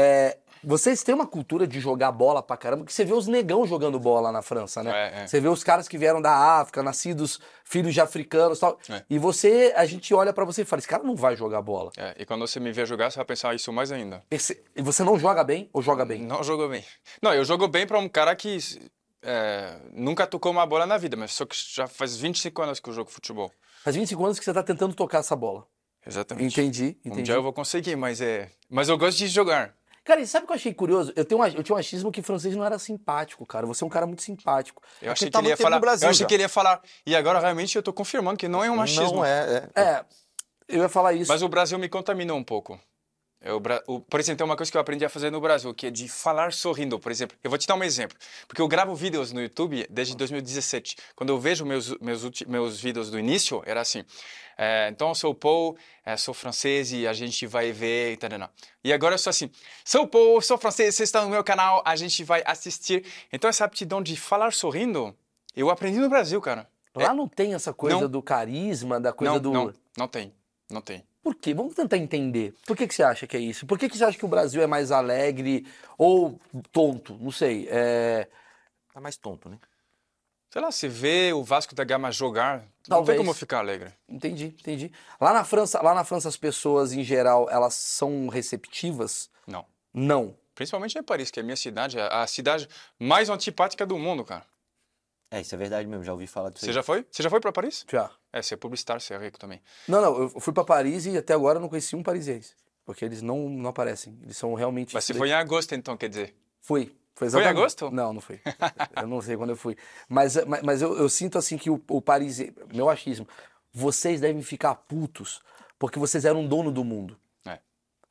S1: é, Vocês têm uma cultura de jogar bola pra caramba, que você vê os negão jogando bola na França, né?
S2: É, é.
S1: Você vê os caras que vieram da África, nascidos, filhos de africanos e tal.
S2: É.
S1: E você, a gente olha pra você e fala, esse cara não vai jogar bola.
S2: É, e quando você me vê jogar, você vai pensar "Ah, isso mais ainda.
S1: Perce- E você não joga bem ou joga bem?
S2: Não jogou bem. Não, eu jogo bem para um cara que é, nunca tocou uma bola na vida, mas só que já faz 25 anos que eu jogo futebol.
S1: Faz 25 anos que você tá tentando tocar essa bola.
S2: Exatamente.
S1: Entendi,
S2: Um
S1: entendi.
S2: dia eu vou conseguir, mas é. Mas eu gosto de jogar.
S1: Cara, e sabe o que eu achei curioso? Eu, tenho um ach- eu tinha um achismo que francês não era simpático, cara. Você é um cara muito simpático.
S2: Eu achei que
S3: tá
S2: ele ia
S3: muito tempo no
S2: falar.
S3: Brasil
S2: eu achei
S3: já.
S2: que ele ia falar. E agora realmente eu tô confirmando que não é um machismo.
S3: Não é, é.
S1: É, eu ia falar isso.
S2: Mas o Brasil me contaminou um pouco. Eu, Bra- o- por exemplo, tem uma coisa que eu aprendi a fazer no Brasil, que é de falar sorrindo, por exemplo. Eu vou te dar um exemplo. Porque eu gravo vídeos no YouTube desde 2017. Quando eu vejo meus, meus, ulti- meus vídeos do início, era assim. eh, então, sou Paul, eh, sou francês e a gente vai ver... E, tarana. e agora eu sou assim. Sou Paul, sou francês, vocês estão no meu canal, a gente vai assistir. Então, essa aptidão de falar sorrindo, eu aprendi no Brasil, cara.
S1: Lá não tem essa coisa
S2: é Não.
S1: do carisma, da coisa
S2: não,
S1: do.
S2: não, não tem. Não tem.
S1: Por quê? Vamos tentar entender. Por que, que você acha que é isso? Por que, que você acha que o Brasil é mais alegre ou tonto? Não sei. É...
S3: Tá mais tonto, né?
S2: Sei lá, se vê o Vasco da Gama jogar, não tem
S1: Talvez.
S2: como ficar alegre.
S1: Entendi, entendi. Lá na França, lá na França as pessoas em geral elas são receptivas?
S2: Não.
S1: Não.
S2: Principalmente em Paris, que é a minha cidade, é a cidade mais antipática do mundo, cara.
S3: É, isso é verdade mesmo, já ouvi falar disso.
S2: Você
S3: aí.
S2: já foi? Você já foi para Paris?
S1: Já.
S2: É, você é publicitário, você é rico também.
S1: Não, não. Eu fui pra Paris e até agora eu não conheci um parisiense, porque eles não, não aparecem. Eles são realmente.
S2: Mas você foi em agosto, então, quer dizer.
S1: Foi. Foi
S2: Foi em
S1: exatamente.
S2: agosto?
S1: Não, não foi. Eu não sei quando eu fui. Mas, mas, mas eu, eu sinto assim que o, o Paris. Meu achismo. Vocês devem ficar putos porque vocês eram dono do mundo.
S2: É.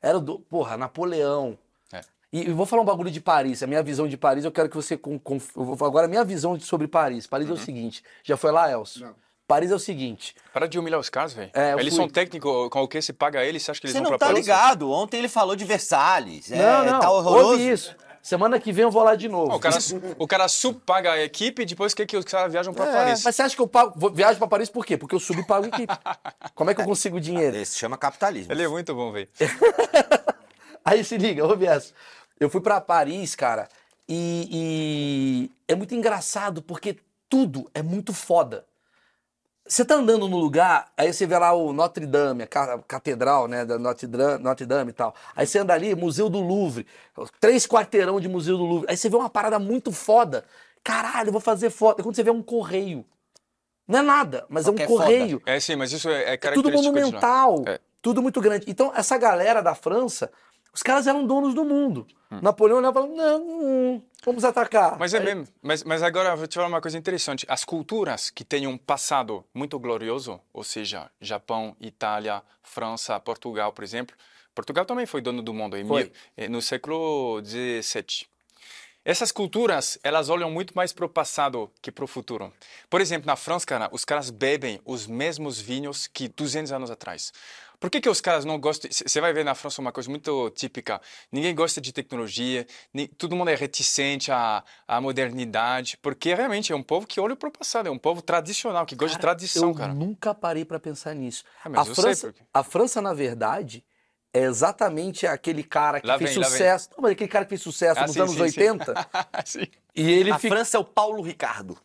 S1: Era o do... Porra, Napoleão.
S2: É.
S1: E eu vou falar um bagulho de Paris. A minha visão de Paris, eu quero que você. con- con- eu vou- Agora, a minha visão de- sobre Paris. Paris
S2: Uhum.
S1: é o seguinte. Já foi lá, Elcio?
S5: Não.
S1: Paris é o seguinte.
S2: Para de humilhar os caras, velho.
S1: É, eu
S2: eles
S1: fui.
S2: são técnicos, com o que você paga eles, você acha que eles
S3: Você
S2: vão
S3: não
S2: pra
S3: tá
S2: Paris?
S3: ligado. Ontem ele falou de Versalhes. É,
S1: não, não.
S3: tá horroroso.
S1: ouve isso. Semana que vem eu vou lá de novo.
S2: Não, o cara, o cara subpaga a equipe e depois quer que os caras viajam
S1: É,
S2: para Paris.
S1: Mas você acha que eu pago, vou- viajo pra Paris por quê? Porque eu subi e pago equipe. Como é que eu consigo dinheiro?
S3: Esse chama capitalismo.
S2: Ele é muito bom, velho.
S1: Aí se liga, ouve essa. Eu fui pra Paris, cara, e, e é muito engraçado porque tudo é muito foda. Você tá andando no lugar, aí você vê lá o Notre Dame, a ca- a catedral, né, da Notre Dra- Notre Dame e tal. Aí você anda ali, Museu do Louvre, três quarteirão de Museu do Louvre. Aí você vê uma parada muito foda. Caralho, eu vou fazer foto. Aí quando você vê um correio. Não é nada, mas é um
S3: Só que é foda.
S1: correio.
S2: É sim, mas isso é, é
S1: É tudo
S2: característico de lá.
S1: monumental,
S2: É.
S1: tudo muito grande. Então, essa galera da França, os caras eram donos do mundo. Napoleão olhava e falava, não, hum, vamos atacar.
S2: Hum. Mas é
S1: Aí-
S2: mesmo. Mas, mas agora eu vou te falar uma coisa interessante. As culturas que têm um passado muito glorioso, ou seja, Japão, Itália, França, Portugal, por exemplo. Portugal também foi dono do mundo em
S1: Foi.
S2: mil- eh, no século XVII. Essas culturas, elas olham muito mais para o passado que para o futuro. Por exemplo, na França, cara, os caras bebem os mesmos vinhos que 200 anos atrás. Por que, que os caras não gostam? Você vai ver na França uma coisa muito típica. Ninguém gosta de tecnologia, ni- todo mundo é reticente à, à modernidade, porque realmente é um povo que olha para o passado, é um povo tradicional, que gosta de tradição,
S1: eu
S2: cara.
S1: nunca parei pra pensar nisso.
S2: Ah,
S1: a,
S2: mas eu sei
S1: França,
S2: por quê.
S1: a França, na verdade, é exatamente aquele cara que
S2: Lá
S1: fez
S2: vem, lá vem.
S1: sucesso. Não, mas aquele cara que fez sucesso
S2: Ah,
S1: nos
S2: sim,
S1: anos
S2: sim, sim.
S1: 80
S2: Sim.
S1: e ele
S3: A
S1: fica.
S3: França é o Paulo Ricardo.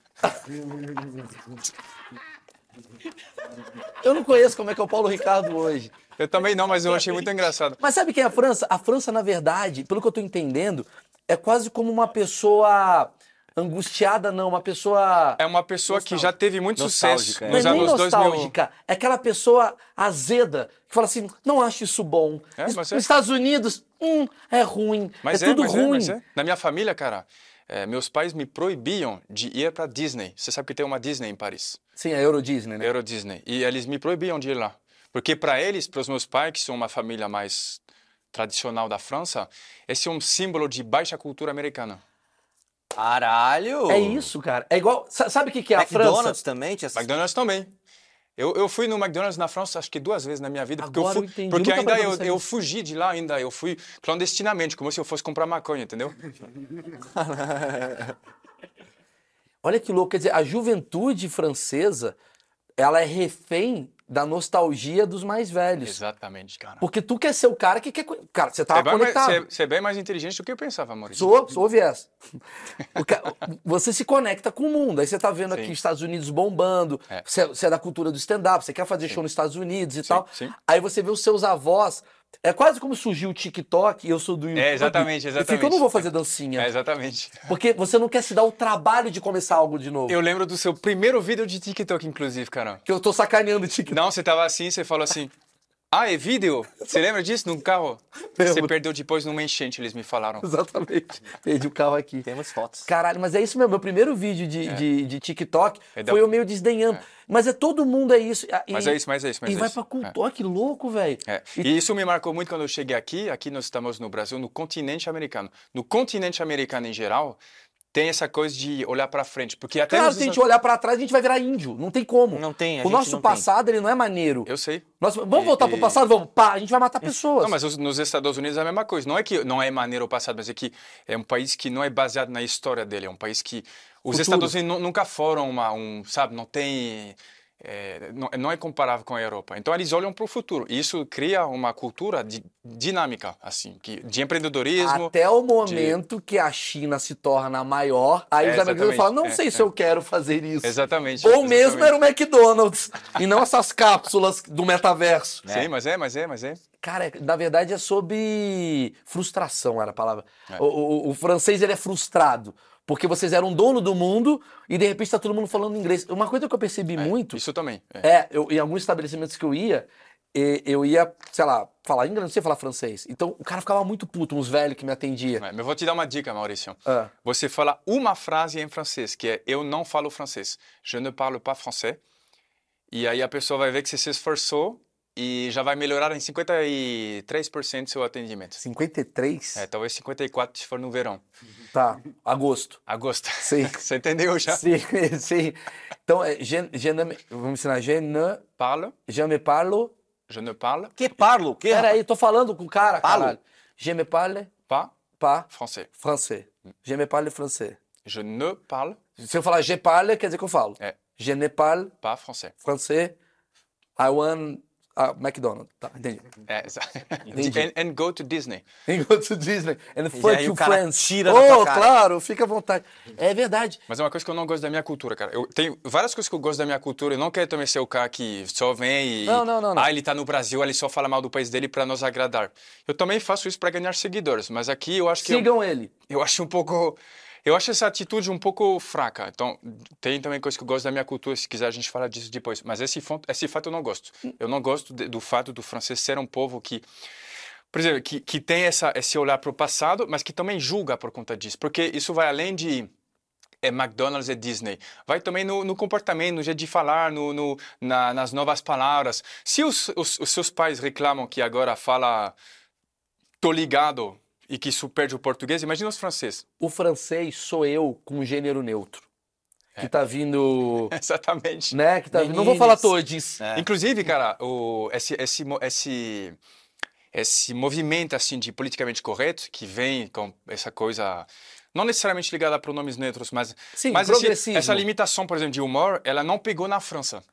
S1: Eu não conheço como é que é o Paulo Ricardo hoje.
S2: Eu também não, mas eu achei muito engraçado.
S1: Mas sabe quem é a França? A França, na verdade, pelo que eu tô entendendo, é quase como uma pessoa angustiada, não, uma pessoa.
S2: É uma pessoa que já teve muito sucesso
S3: Nostálgica, é.
S1: Não é
S2: nos
S1: nem
S2: anos 2000.
S1: nostálgica, é aquela pessoa azeda que fala assim: não acho isso bom.
S2: É,
S1: Isso- Nos
S2: mas é.
S1: Estados Unidos, hum, é ruim.
S2: Mas
S1: é, tudo
S2: mas
S1: ruim.
S2: mas Na minha família, cara, eh, meus pais me proibiam de ir para Disney. Você sabe que tem uma Disney em Paris,
S1: Sim, a Euro Disney, né?
S2: Euro Disney, e eles me proibiam de ir lá, porque para eles, para os meus pais, que são uma família mais tradicional da França, esse é um símbolo de baixa cultura americana.
S3: Caralho!
S1: É isso, cara. É igual. sa- Sabe o que, que é a
S3: McDonald's
S1: França?
S3: também tinha essas...
S2: McDonald's também. Eu, eu fui no McDonald's na França acho que duas vezes na minha vida, porque,
S1: Agora eu
S2: eu, fui,
S1: entendi.
S2: porque
S1: Nunca
S2: ainda
S1: parei pra
S2: eu,
S1: pensar
S2: eu
S1: nisso.
S2: fugi de lá ainda, eu fui clandestinamente, como se eu fosse comprar maconha, entendeu?
S1: Olha que louco. Quer dizer, a juventude francesa, ela é refém da nostalgia dos mais velhos.
S2: Exatamente, cara.
S1: Porque tu quer ser o cara que quer. co- Cara, você
S2: Você é
S1: tava
S2: bem mais-
S1: conectado.
S2: você- Você é bem mais inteligente do que eu pensava, Maurício.
S1: Sou, sou viés. O ca- Você se conecta com o mundo. Aí você tá vendo aqui
S2: Sim.
S1: os Estados Unidos bombando.
S2: É.
S1: Você, você é da cultura do stand-up, você quer fazer show nos Estados Unidos e
S2: Sim,
S1: tal.
S2: sim.
S1: Aí você vê os seus avós. É quase como surgiu o TikTok e eu sou do YouTube.
S2: É, exatamente,
S1: Eu fico, eu
S2: exatamente.
S1: não vou fazer dancinha.
S2: É, exatamente.
S1: Porque você não quer se dar o trabalho de começar algo de novo.
S2: Eu lembro do seu primeiro vídeo de TikTok, inclusive, cara.
S1: Que eu tô sacaneando o TikTok.
S2: Não, você tava assim, você falou assim. Ah, é vídeo? Você lembra disso? Num carro? Você
S1: Lembro.
S2: perdeu depois numa enchente, eles me falaram.
S1: Exatamente. Perdi o carro aqui.
S3: Temos fotos.
S1: Caralho, mas é isso mesmo. Meu primeiro vídeo de, de, de TikTok
S2: É da-
S1: foi eu meio desdenhando. Mas é todo mundo, é isso. E-
S2: Mas é isso, mas é isso, mas
S1: e
S2: é
S1: vai
S2: isso.
S1: pra cultura. Olha que louco, velho.
S2: É. E isso me marcou muito quando eu cheguei aqui. Aqui nós estamos no Brasil, no continente americano. No continente americano em geral, tem essa coisa de olhar pra frente. Porque até
S1: Claro,
S2: nos
S1: se a gente
S2: Estados-
S1: olhar pra trás, a gente vai virar índio. Não tem como.
S3: Não tem, a
S1: O
S3: gente
S1: nosso
S3: não tem.
S1: passado, ele não é maneiro.
S2: Eu sei.
S1: Nós- Vamos voltar pro
S2: e-
S1: passado? Vamos. Pá, a gente vai matar pessoas.
S2: Não, mas os- nos Estados Unidos é a mesma coisa. Não é que não é maneiro o passado, mas é que é um país que não é baseado na história dele. É um país que os
S1: Futuro.
S2: Estados Unidos nu- nunca foram uma, um, sabe, não tem, é, não, não é comparável com a Europa. Então eles olham para o futuro. E isso cria uma cultura di- dinâmica, assim, que, de empreendedorismo.
S1: Até o momento que a China se torna maior, aí
S2: É,
S1: os americanos
S2: exatamente.
S1: falam, não
S2: É,
S1: sei
S2: é.
S1: se eu quero fazer isso.
S2: Exatamente.
S1: Ou mesmo
S2: exatamente.
S1: era o McDonald's, e não essas cápsulas do metaverso.
S2: Sim, mas é, mas é, mas é.
S1: Cara, na verdade é sobre frustração, era a palavra.
S2: É.
S1: O, o- o francês ele é frustrado, porque vocês eram dono do mundo e de repente tá todo mundo falando inglês. Uma coisa que eu percebi muito
S2: Isso também. É.
S1: é, eu, em alguns estabelecimentos que eu ia, e- eu ia, sei lá, falar inglês, não sei falar francês. Então o cara ficava muito puto, uns velhos que me atendia.
S2: É, mas Eu vou te dar uma dica, Maurício.
S1: Ah.
S2: Você fala uma frase em francês, que é eu não falo francês. Je ne parle pas français. E aí a pessoa vai ver que você se esforçou e já vai melhorar em e 53% seu atendimento.
S1: 53?
S2: É, talvez 54 se for no verão.
S1: Tá, agosto.
S2: Agosto.
S1: Sim.
S2: Você entendeu já?
S1: Sim, sim. Então, é, je, je ne, me- vamos ensinar, je ne,
S2: Parle,
S1: je me parle.
S2: je ne parle
S3: Que parlo? Que
S1: Peraí, tô falando com o cara,
S3: Falo.
S1: caralho. Je me parle
S2: pas
S1: pas
S2: français.
S1: français. Je me parle français.
S2: Je ne parle
S1: Se eu falar je parle, quer dizer que eu falo.
S2: É.
S1: Je ne parle
S2: pas français.
S1: français. I want a McDonald's. Tá, entendi.
S2: É, exa-
S1: Entendi.
S2: and, and go to Disney.
S1: Enquanto to Disney. And fuck
S3: aí o
S1: you,
S3: cara
S1: friends.
S3: tira na
S1: oh,
S3: tua cara.
S1: claro, fica à vontade. É verdade.
S2: Mas é uma coisa que eu não gosto da minha cultura, cara. Eu tenho várias coisas que eu gosto da minha cultura. Eu não quero também ser o cara que só vem e.
S1: Não, não, não, não.
S2: Ah, ele tá no Brasil, ele só fala mal do país dele pra nos agradar. Eu também faço isso pra ganhar seguidores, mas aqui eu acho que. é Eu,
S1: Sigam ele.
S2: eu acho um pouco. Eu acho essa atitude um pouco fraca. Então, tem também coisa que eu gosto da minha cultura, se quiser a gente fala disso depois. Mas esse, fon- esse fato eu não gosto. Eu não gosto de- do fato do francês ser um povo que por exemplo, que, que tem essa, esse olhar para o passado, mas que também julga por conta disso, porque isso vai além de é, McDonald's e Disney, vai também no, no comportamento, no jeito de falar, no, no- na- nas novas palavras. Se os, os- os seus pais reclamam que agora fala tô ligado e que isso perde o português, imagina os franceses.
S1: O francês sou eu com um gênero neutro. Que
S2: É.
S1: tá vindo.
S2: Exatamente.
S1: Né? Que tá vindo. Não vou
S3: Meninos.
S1: falar todes.
S3: É.
S2: Inclusive, cara, o, esse, esse, mo- esse, esse movimento assim de politicamente correto que vem com essa coisa não necessariamente ligada a pronomes neutros, mas
S1: Sim,
S2: mas esse-
S1: progressismo.
S2: essa limitação, por exemplo, de humor, ela não pegou na França.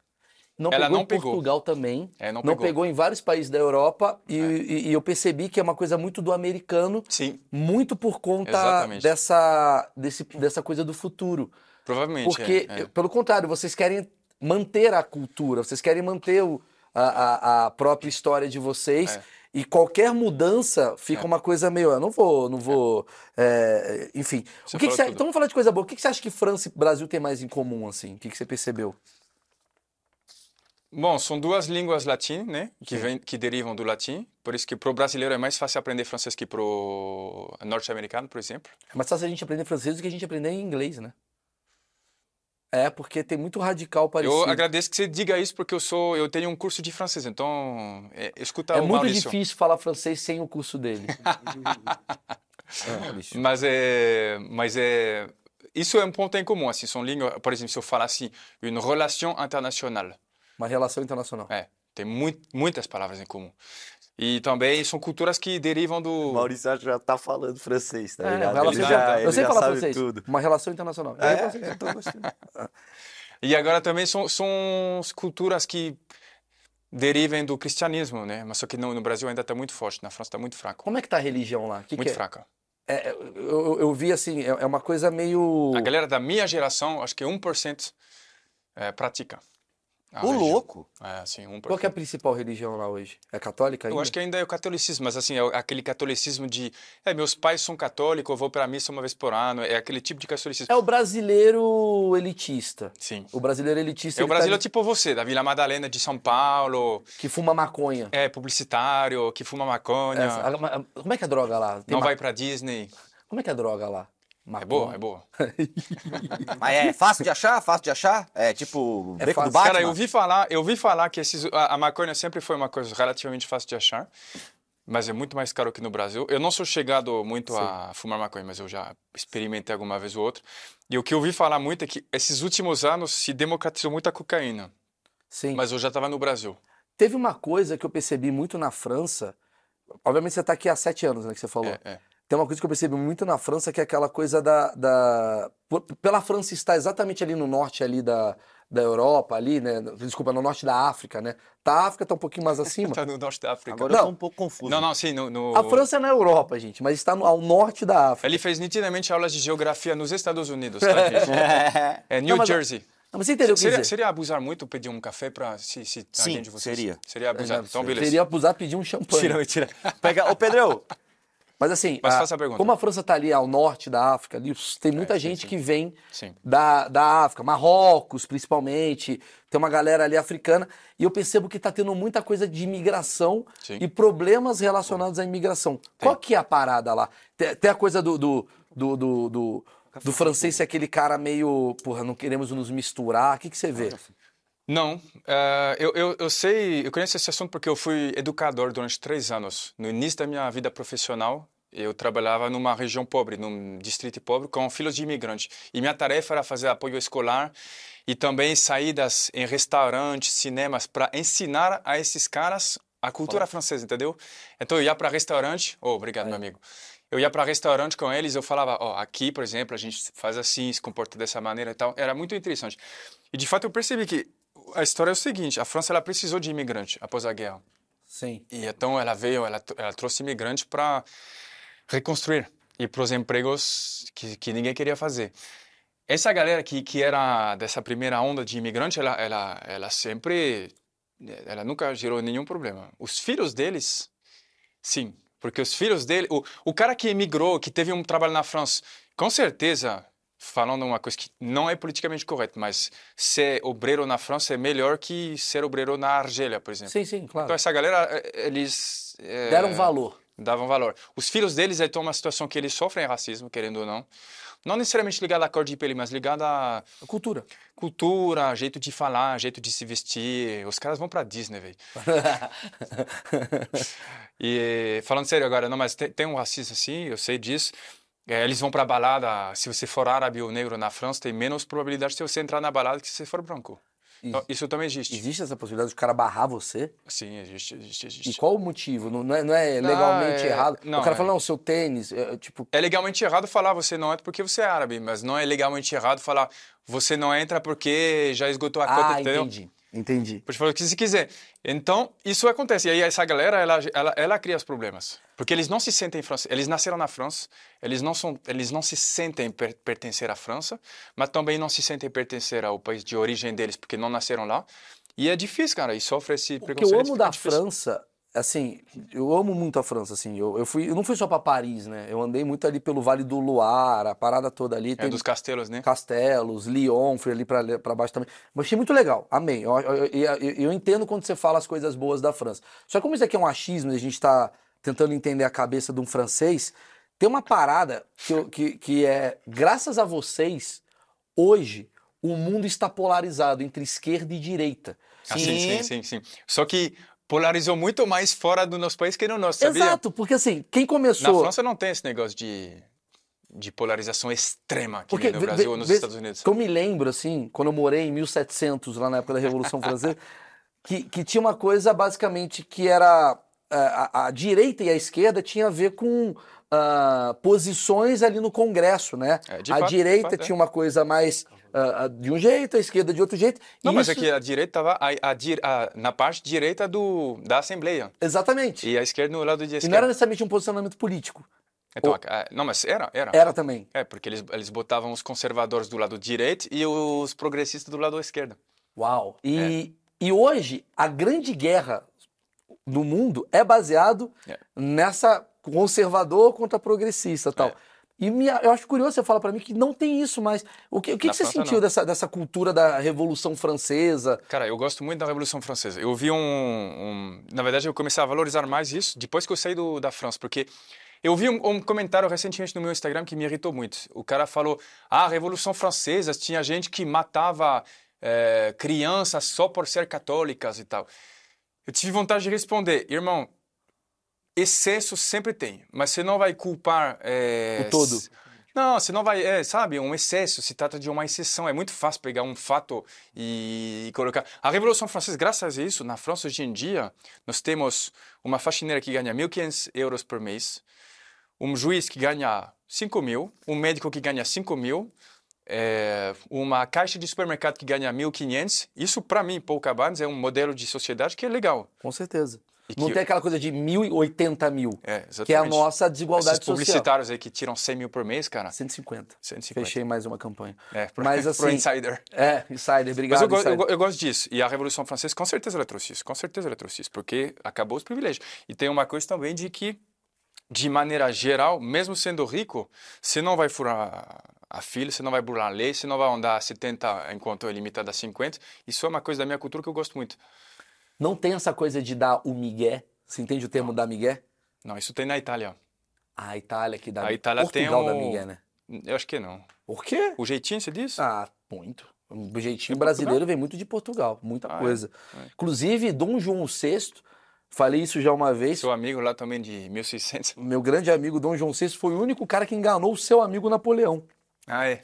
S1: Não
S2: Ela
S1: pegou
S2: não
S1: em
S2: pegou.
S1: Portugal também.
S2: É, não
S1: Não
S2: pegou. É.
S1: pegou em vários países da Europa e, e- e eu percebi que é uma coisa muito do americano,
S2: Sim,
S1: muito por conta
S2: Exatamente.
S1: dessa, desse, dessa coisa do futuro.
S2: provavelmente.
S1: Porque,
S2: é, é.
S1: eu- pelo contrário, vocês querem manter a cultura, vocês querem manter o- a, a- a própria história de vocês.
S2: É.
S1: E qualquer mudança fica
S2: É.
S1: uma coisa meio. Eu não vou, não vou. é, enfim.
S2: Você
S1: o que que
S2: falou
S1: você-
S2: tudo.
S1: então vamos falar de coisa boa. O que, que você acha que França e Brasil têm mais em comum, assim? O que, que você percebeu?
S2: Bom, são duas línguas latinas, né? Que, vem, que derivam do latim. Por isso que para o brasileiro é mais fácil aprender francês que para o norte-americano, por exemplo.
S1: Mas só se É a gente aprender francês do que a gente aprender em inglês, né? É, porque tem muito radical parecido.
S2: Eu agradeço que você diga isso porque eu sou, eu tenho um curso de francês, então é, escuta
S1: é
S2: o
S1: muito
S2: Maurício.
S1: difícil falar francês sem o curso dele.
S2: Mas é, mas é, isso é um ponto em comum, assim, são línguas, por exemplo, se eu falar assim, une relation internationale,
S1: Uma relação internacional.
S2: é, tem mui- muitas palavras em comum. E também são culturas que derivam do...
S3: O Maurício acho que já tá falando francês, tá
S1: É,
S3: ligado?
S1: relação
S3: Ele
S2: internacional.
S3: já,
S1: eu
S3: ele
S1: sei
S3: já
S1: falar
S3: sabe
S1: francês.
S3: tudo. É.
S1: Uma relação internacional. Eu assim, "Então, sei francês.
S3: eu tô gostando.
S2: E agora também são, são culturas que derivem do cristianismo, né? Mas só que no, no Brasil ainda está muito forte, na França está muito fraco.
S1: Como é que tá a religião lá? Que
S2: muito
S1: que é?
S2: fraca.
S1: É, eu, eu- eu vi assim, é, é uma coisa meio.
S2: A galera da minha geração, acho que 1% é, pratica. a
S3: Ô,
S2: religião.
S3: louco.
S2: É, assim, 1%.
S1: Qual que é a principal religião lá hoje? É católica ainda?
S2: Eu acho que ainda é o catolicismo, mas assim, é o- aquele catolicismo de, é, meus pais são católicos, eu vou para a missa uma vez por ano, é aquele tipo de catolicismo.
S1: É o brasileiro elitista.
S2: Sim.
S1: O brasileiro elitista
S2: É o
S1: ele tá
S2: brasileiro
S1: ali-
S2: tipo você, da Vila Madalena de São Paulo,
S1: que fuma maconha.
S2: é publicitário, que fuma maconha,
S1: Essa- a- ma- como é que é a droga lá? Tem
S2: não
S1: ma-
S2: vai para Disney.
S1: Como é que é a droga lá?
S2: É
S1: Maconha.
S2: boa, é boa.
S3: Mas é fácil de achar? Fácil de achar? É tipo
S1: É
S3: beco
S1: fácil.
S3: do Batman?
S2: Cara, eu ouvi falar, eu ouvi falar que esses, a, a maconha sempre foi uma coisa relativamente fácil de achar, mas é muito mais caro que no Brasil. Eu não sou chegado muito a fumar maconha, mas eu já experimentei alguma vez ou outra. E o que eu ouvi falar muito é que esses últimos anos se democratizou muito a cocaína,
S1: Sim.
S2: mas eu já estava no Brasil.
S1: Teve uma coisa que eu percebi muito na França. Obviamente você tá aqui há sete anos, né, que você falou.
S2: É, é.
S1: Tem uma coisa que eu percebi muito na França, que é aquela coisa da. da- por- pela França estar exatamente ali no norte ali da, da Europa, ali, né? Desculpa, no norte da África, né? Tá, a África tá um pouquinho mais acima.
S2: Tá no norte da África.
S3: Agora
S1: Não.
S3: eu tô um pouco confuso.
S2: Não, não, sim, no, no-
S1: A França é na Europa, gente, mas está no- ao norte da África.
S2: Ele fez nitidamente aulas de geografia nos Estados Unidos, tá, gente? É New
S1: Não, mas-
S2: Jersey.
S1: Não, mas você entendeu o que eu quis
S2: Seria,
S1: dizer?
S2: seria abusar muito pedir um café para se, se
S3: Sim,
S2: alguém de vocês?
S3: seria.
S2: Seria
S1: Tá
S2: abusar. Então, beleza.
S1: Seria abusar pedir um champanhe.
S3: Mentira, mentira. Pega... Ô, Pedro,
S1: Mas assim,
S2: Mas
S1: a-
S2: faça a pergunta.
S1: como a França está ali ao norte da África, ali, os- tem muita
S2: É, sim,
S1: gente
S2: sim.
S1: que vem
S2: Sim.
S1: da, da África, Marrocos principalmente, tem uma galera ali africana, e eu percebo que está tendo muita coisa de imigração
S2: Sim.
S1: e problemas relacionados à imigração. Qual que é a parada lá? Tem, tem a coisa do... do, do, do- do- do francês ser aquele cara meio, porra, não queremos nos misturar. O que, que você vê?
S2: Não, eh, eu, eu, eu sei, eu conheço esse assunto porque eu fui educador durante três anos. No início da minha vida profissional, eu trabalhava numa região pobre, num distrito pobre, com filhos de imigrantes. E minha tarefa era fazer apoio escolar e também saídas em restaurantes, cinemas, para ensinar a esses caras a cultura francesa, entendeu? Então eu ia para restaurante, oh, obrigado, meu amigo. Eu ia para restaurante com eles, eu falava, ó, aqui, por exemplo, a gente faz assim, se comporta dessa maneira e tal. Era muito interessante. E de fato eu percebi que a história é o seguinte: a França ela precisou de imigrante após a guerra.
S1: Sim.
S2: E então ela veio, ela, tro- ela trouxe imigrantes para reconstruir e para os empregos que, que ninguém queria fazer. Essa galera que, que era dessa primeira onda de imigrante, ela, ela, ela sempre. Ela nunca gerou nenhum problema. Os filhos deles, sim. Porque os filhos dele. O, o cara que emigrou, que teve um trabalho na França, com certeza, falando uma coisa que não é politicamente correta, mas ser obreiro na França é melhor que ser obreiro na Argélia, por exemplo.
S1: Sim, sim, claro.
S2: Então essa galera, eh, eles... eh,
S1: Deram um valor.
S2: Davam valor. Os filhos deles estão numa situação que eles sofrem racismo, querendo ou não. Não necessariamente ligado à cor de pele, mas ligado à
S1: É Cultura.
S2: cultura, jeito de falar, jeito de se vestir. Os caras vão pra Disney, velho. E falando sério agora, não, mas tem, tem um racismo assim, eu sei disso. É, eles vão pra balada, se você for árabe ou negro na França, tem menos probabilidade de você entrar na balada que se você for branco. Então, isso também existe.
S1: Existe essa possibilidade de o cara barrar você?
S2: Sim, existe, existe,
S1: E
S2: existe.
S1: qual o motivo? Não, não é, não é legalmente
S2: é-
S1: errado?
S2: não,
S1: o cara
S2: é.
S1: fala, não, seu tênis, é, tipo,
S2: É legalmente errado falar você não entra porque você é árabe, mas não é legalmente errado falar você não entra porque já esgotou a cota, é
S1: ah,
S2: entendeu?
S1: entendi, entendi.
S2: Pode falar o que você quiser. Então, isso acontece. E aí, essa galera, ela, ela, ela cria os problemas. Porque eles não se sentem franceses. Eles nasceram na França, eles não, são, eles não se sentem per- pertencer à França, mas também não se sentem pertencer ao país de origem deles, porque não nasceram lá. E é difícil, cara. E sofre esse
S1: O que eu
S2: preconceito.
S1: amo
S2: fica
S1: da
S2: difícil. É
S1: França, assim, eu amo muito a França, assim, eu, eu fui, eu não fui só pra Paris, né? Eu andei muito ali pelo Vale do Loire, a parada toda ali,
S2: É
S1: tem
S2: dos castelos, né?
S1: castelos, Lyon, fui ali pra, pra baixo também. Mas achei muito legal, amei. Eu, eu, eu- eu- eu entendo quando você fala as coisas boas da França. Só que como isso aqui é um achismo, e a gente tá tentando entender a cabeça de um francês, tem uma parada que, eu- que, que é, graças a vocês, hoje o mundo está polarizado entre esquerda e direita.
S2: Ah, sim, sim, sim, sim. Só que polarizou muito mais fora do nosso país que no nosso, sabia?
S1: Exato, porque assim, quem
S2: Na
S1: começou...
S2: França não tem esse negócio de, de polarização extrema que
S1: Porque
S2: nem no
S1: vê-
S2: Brasil
S1: vê-
S2: ou nos
S1: vê-
S2: Estados Unidos.
S1: Que eu me lembro, assim, quando eu morei em 1700, lá na época da Revolução Francesa, que, que tinha uma coisa basicamente que era é, a, a- a direita e a esquerda tinha a ver com ah, posições ali no Congresso, né?
S2: É, de
S1: a
S2: fato, de
S1: direita
S2: fato, é.
S1: tinha uma coisa mais ah, ah, de um jeito, a esquerda de outro jeito.
S2: Não,
S1: e
S2: mas é
S1: isso-
S2: aqui a direita estava a, a dir- a- na parte direita do, da Assembleia
S1: Exatamente. E,
S2: e a esquerda no lado de
S1: não era
S2: esquerda.
S1: necessariamente um posicionamento político.
S2: Então, a- a- não, mas era, era.
S1: Era também.
S2: É, porque eles, eles botavam os conservadores do lado direito e os progressistas do lado esquerdo.
S1: Uau! E, e hoje, a grande guerra do mundo é baseado
S2: É.
S1: nessa conservador contra progressista e tal.
S2: É.
S1: E me- eu acho curioso você falar pra mim que não tem isso mais. O que, o que
S2: Na
S1: que você
S2: França,
S1: sentiu
S2: não.
S1: dessa, dessa cultura da Revolução Francesa?
S2: Cara, eu gosto muito da Revolução Francesa. Eu vi um, um- Na verdade, eu comecei a valorizar mais isso depois que eu saí do- da França, porque eu vi um, um comentário recentemente no meu Instagram que me irritou muito. O cara falou: ah, a Revolução Francesa tinha gente que matava eh, crianças só por ser católicas e tal. Eu tive vontade de responder: irmão, excesso sempre tem, mas você não vai culpar. eh,
S1: O todo.
S2: s- Não, você não vai, eh, sabe, um excesso, se trata de uma exceção. É muito fácil pegar um fato e colocar. A Revolução Francesa, graças a isso, na França hoje em dia, nós temos uma faxineira que ganha 1.500 euros por mês, um juiz que ganha 5 mil, um médico que ganha 5 mil, eh, uma caixa de supermercado que ganha 1.500. Isso, para mim, Paul Cabanes, é um modelo de sociedade que é legal.
S1: Com certeza.
S2: E
S1: Não
S2: que-
S1: tem aquela coisa de mil e oitenta mil,
S2: É,
S1: que é a
S2: exatamente.
S1: nossa
S2: Esses
S1: desigualdade social.
S2: publicitários aí que tiram 100 mil por mês, cara.
S1: 150.
S2: 150.
S1: Fechei mais uma campanha.
S2: É, pro,
S1: Mas
S2: pro
S1: assim,
S2: insider.
S1: é, Insider,
S2: Mas
S1: obrigado,
S2: eu, go- eu
S1: Insider.
S2: go- eu gosto disso. E a Revolução Francesa, com certeza, ela trouxe isso. Com certeza, ela trouxe isso. Porque acabou os privilégios. E tem uma coisa também de que, de maneira geral, mesmo sendo rico, você não vai furar a fila, você não vai burlar a lei, você não vai andar a 70 enquanto é limitado a 50. Isso é uma coisa da minha cultura que eu gosto muito.
S1: Não tem essa coisa de dar o migué. Você entende o termo dar migué?
S2: Não, isso tem na Itália.
S1: A Itália que dá
S2: A Itália tem
S1: Portugal dá
S2: um-
S1: migué, né?
S2: Eu acho que não.
S1: Por quê?
S2: O jeitinho, você diz?
S1: Ah, muito. O jeitinho
S2: É
S1: brasileiro vem muito de Portugal, muita
S2: Ah, é?
S1: coisa.
S2: É.
S1: Inclusive, Dom João VI, falei isso já uma vez,
S2: Seu amigo lá também de 1600.
S1: meu grande amigo Dom João VI foi o único cara que enganou o seu amigo Napoleão.
S2: Ah, é.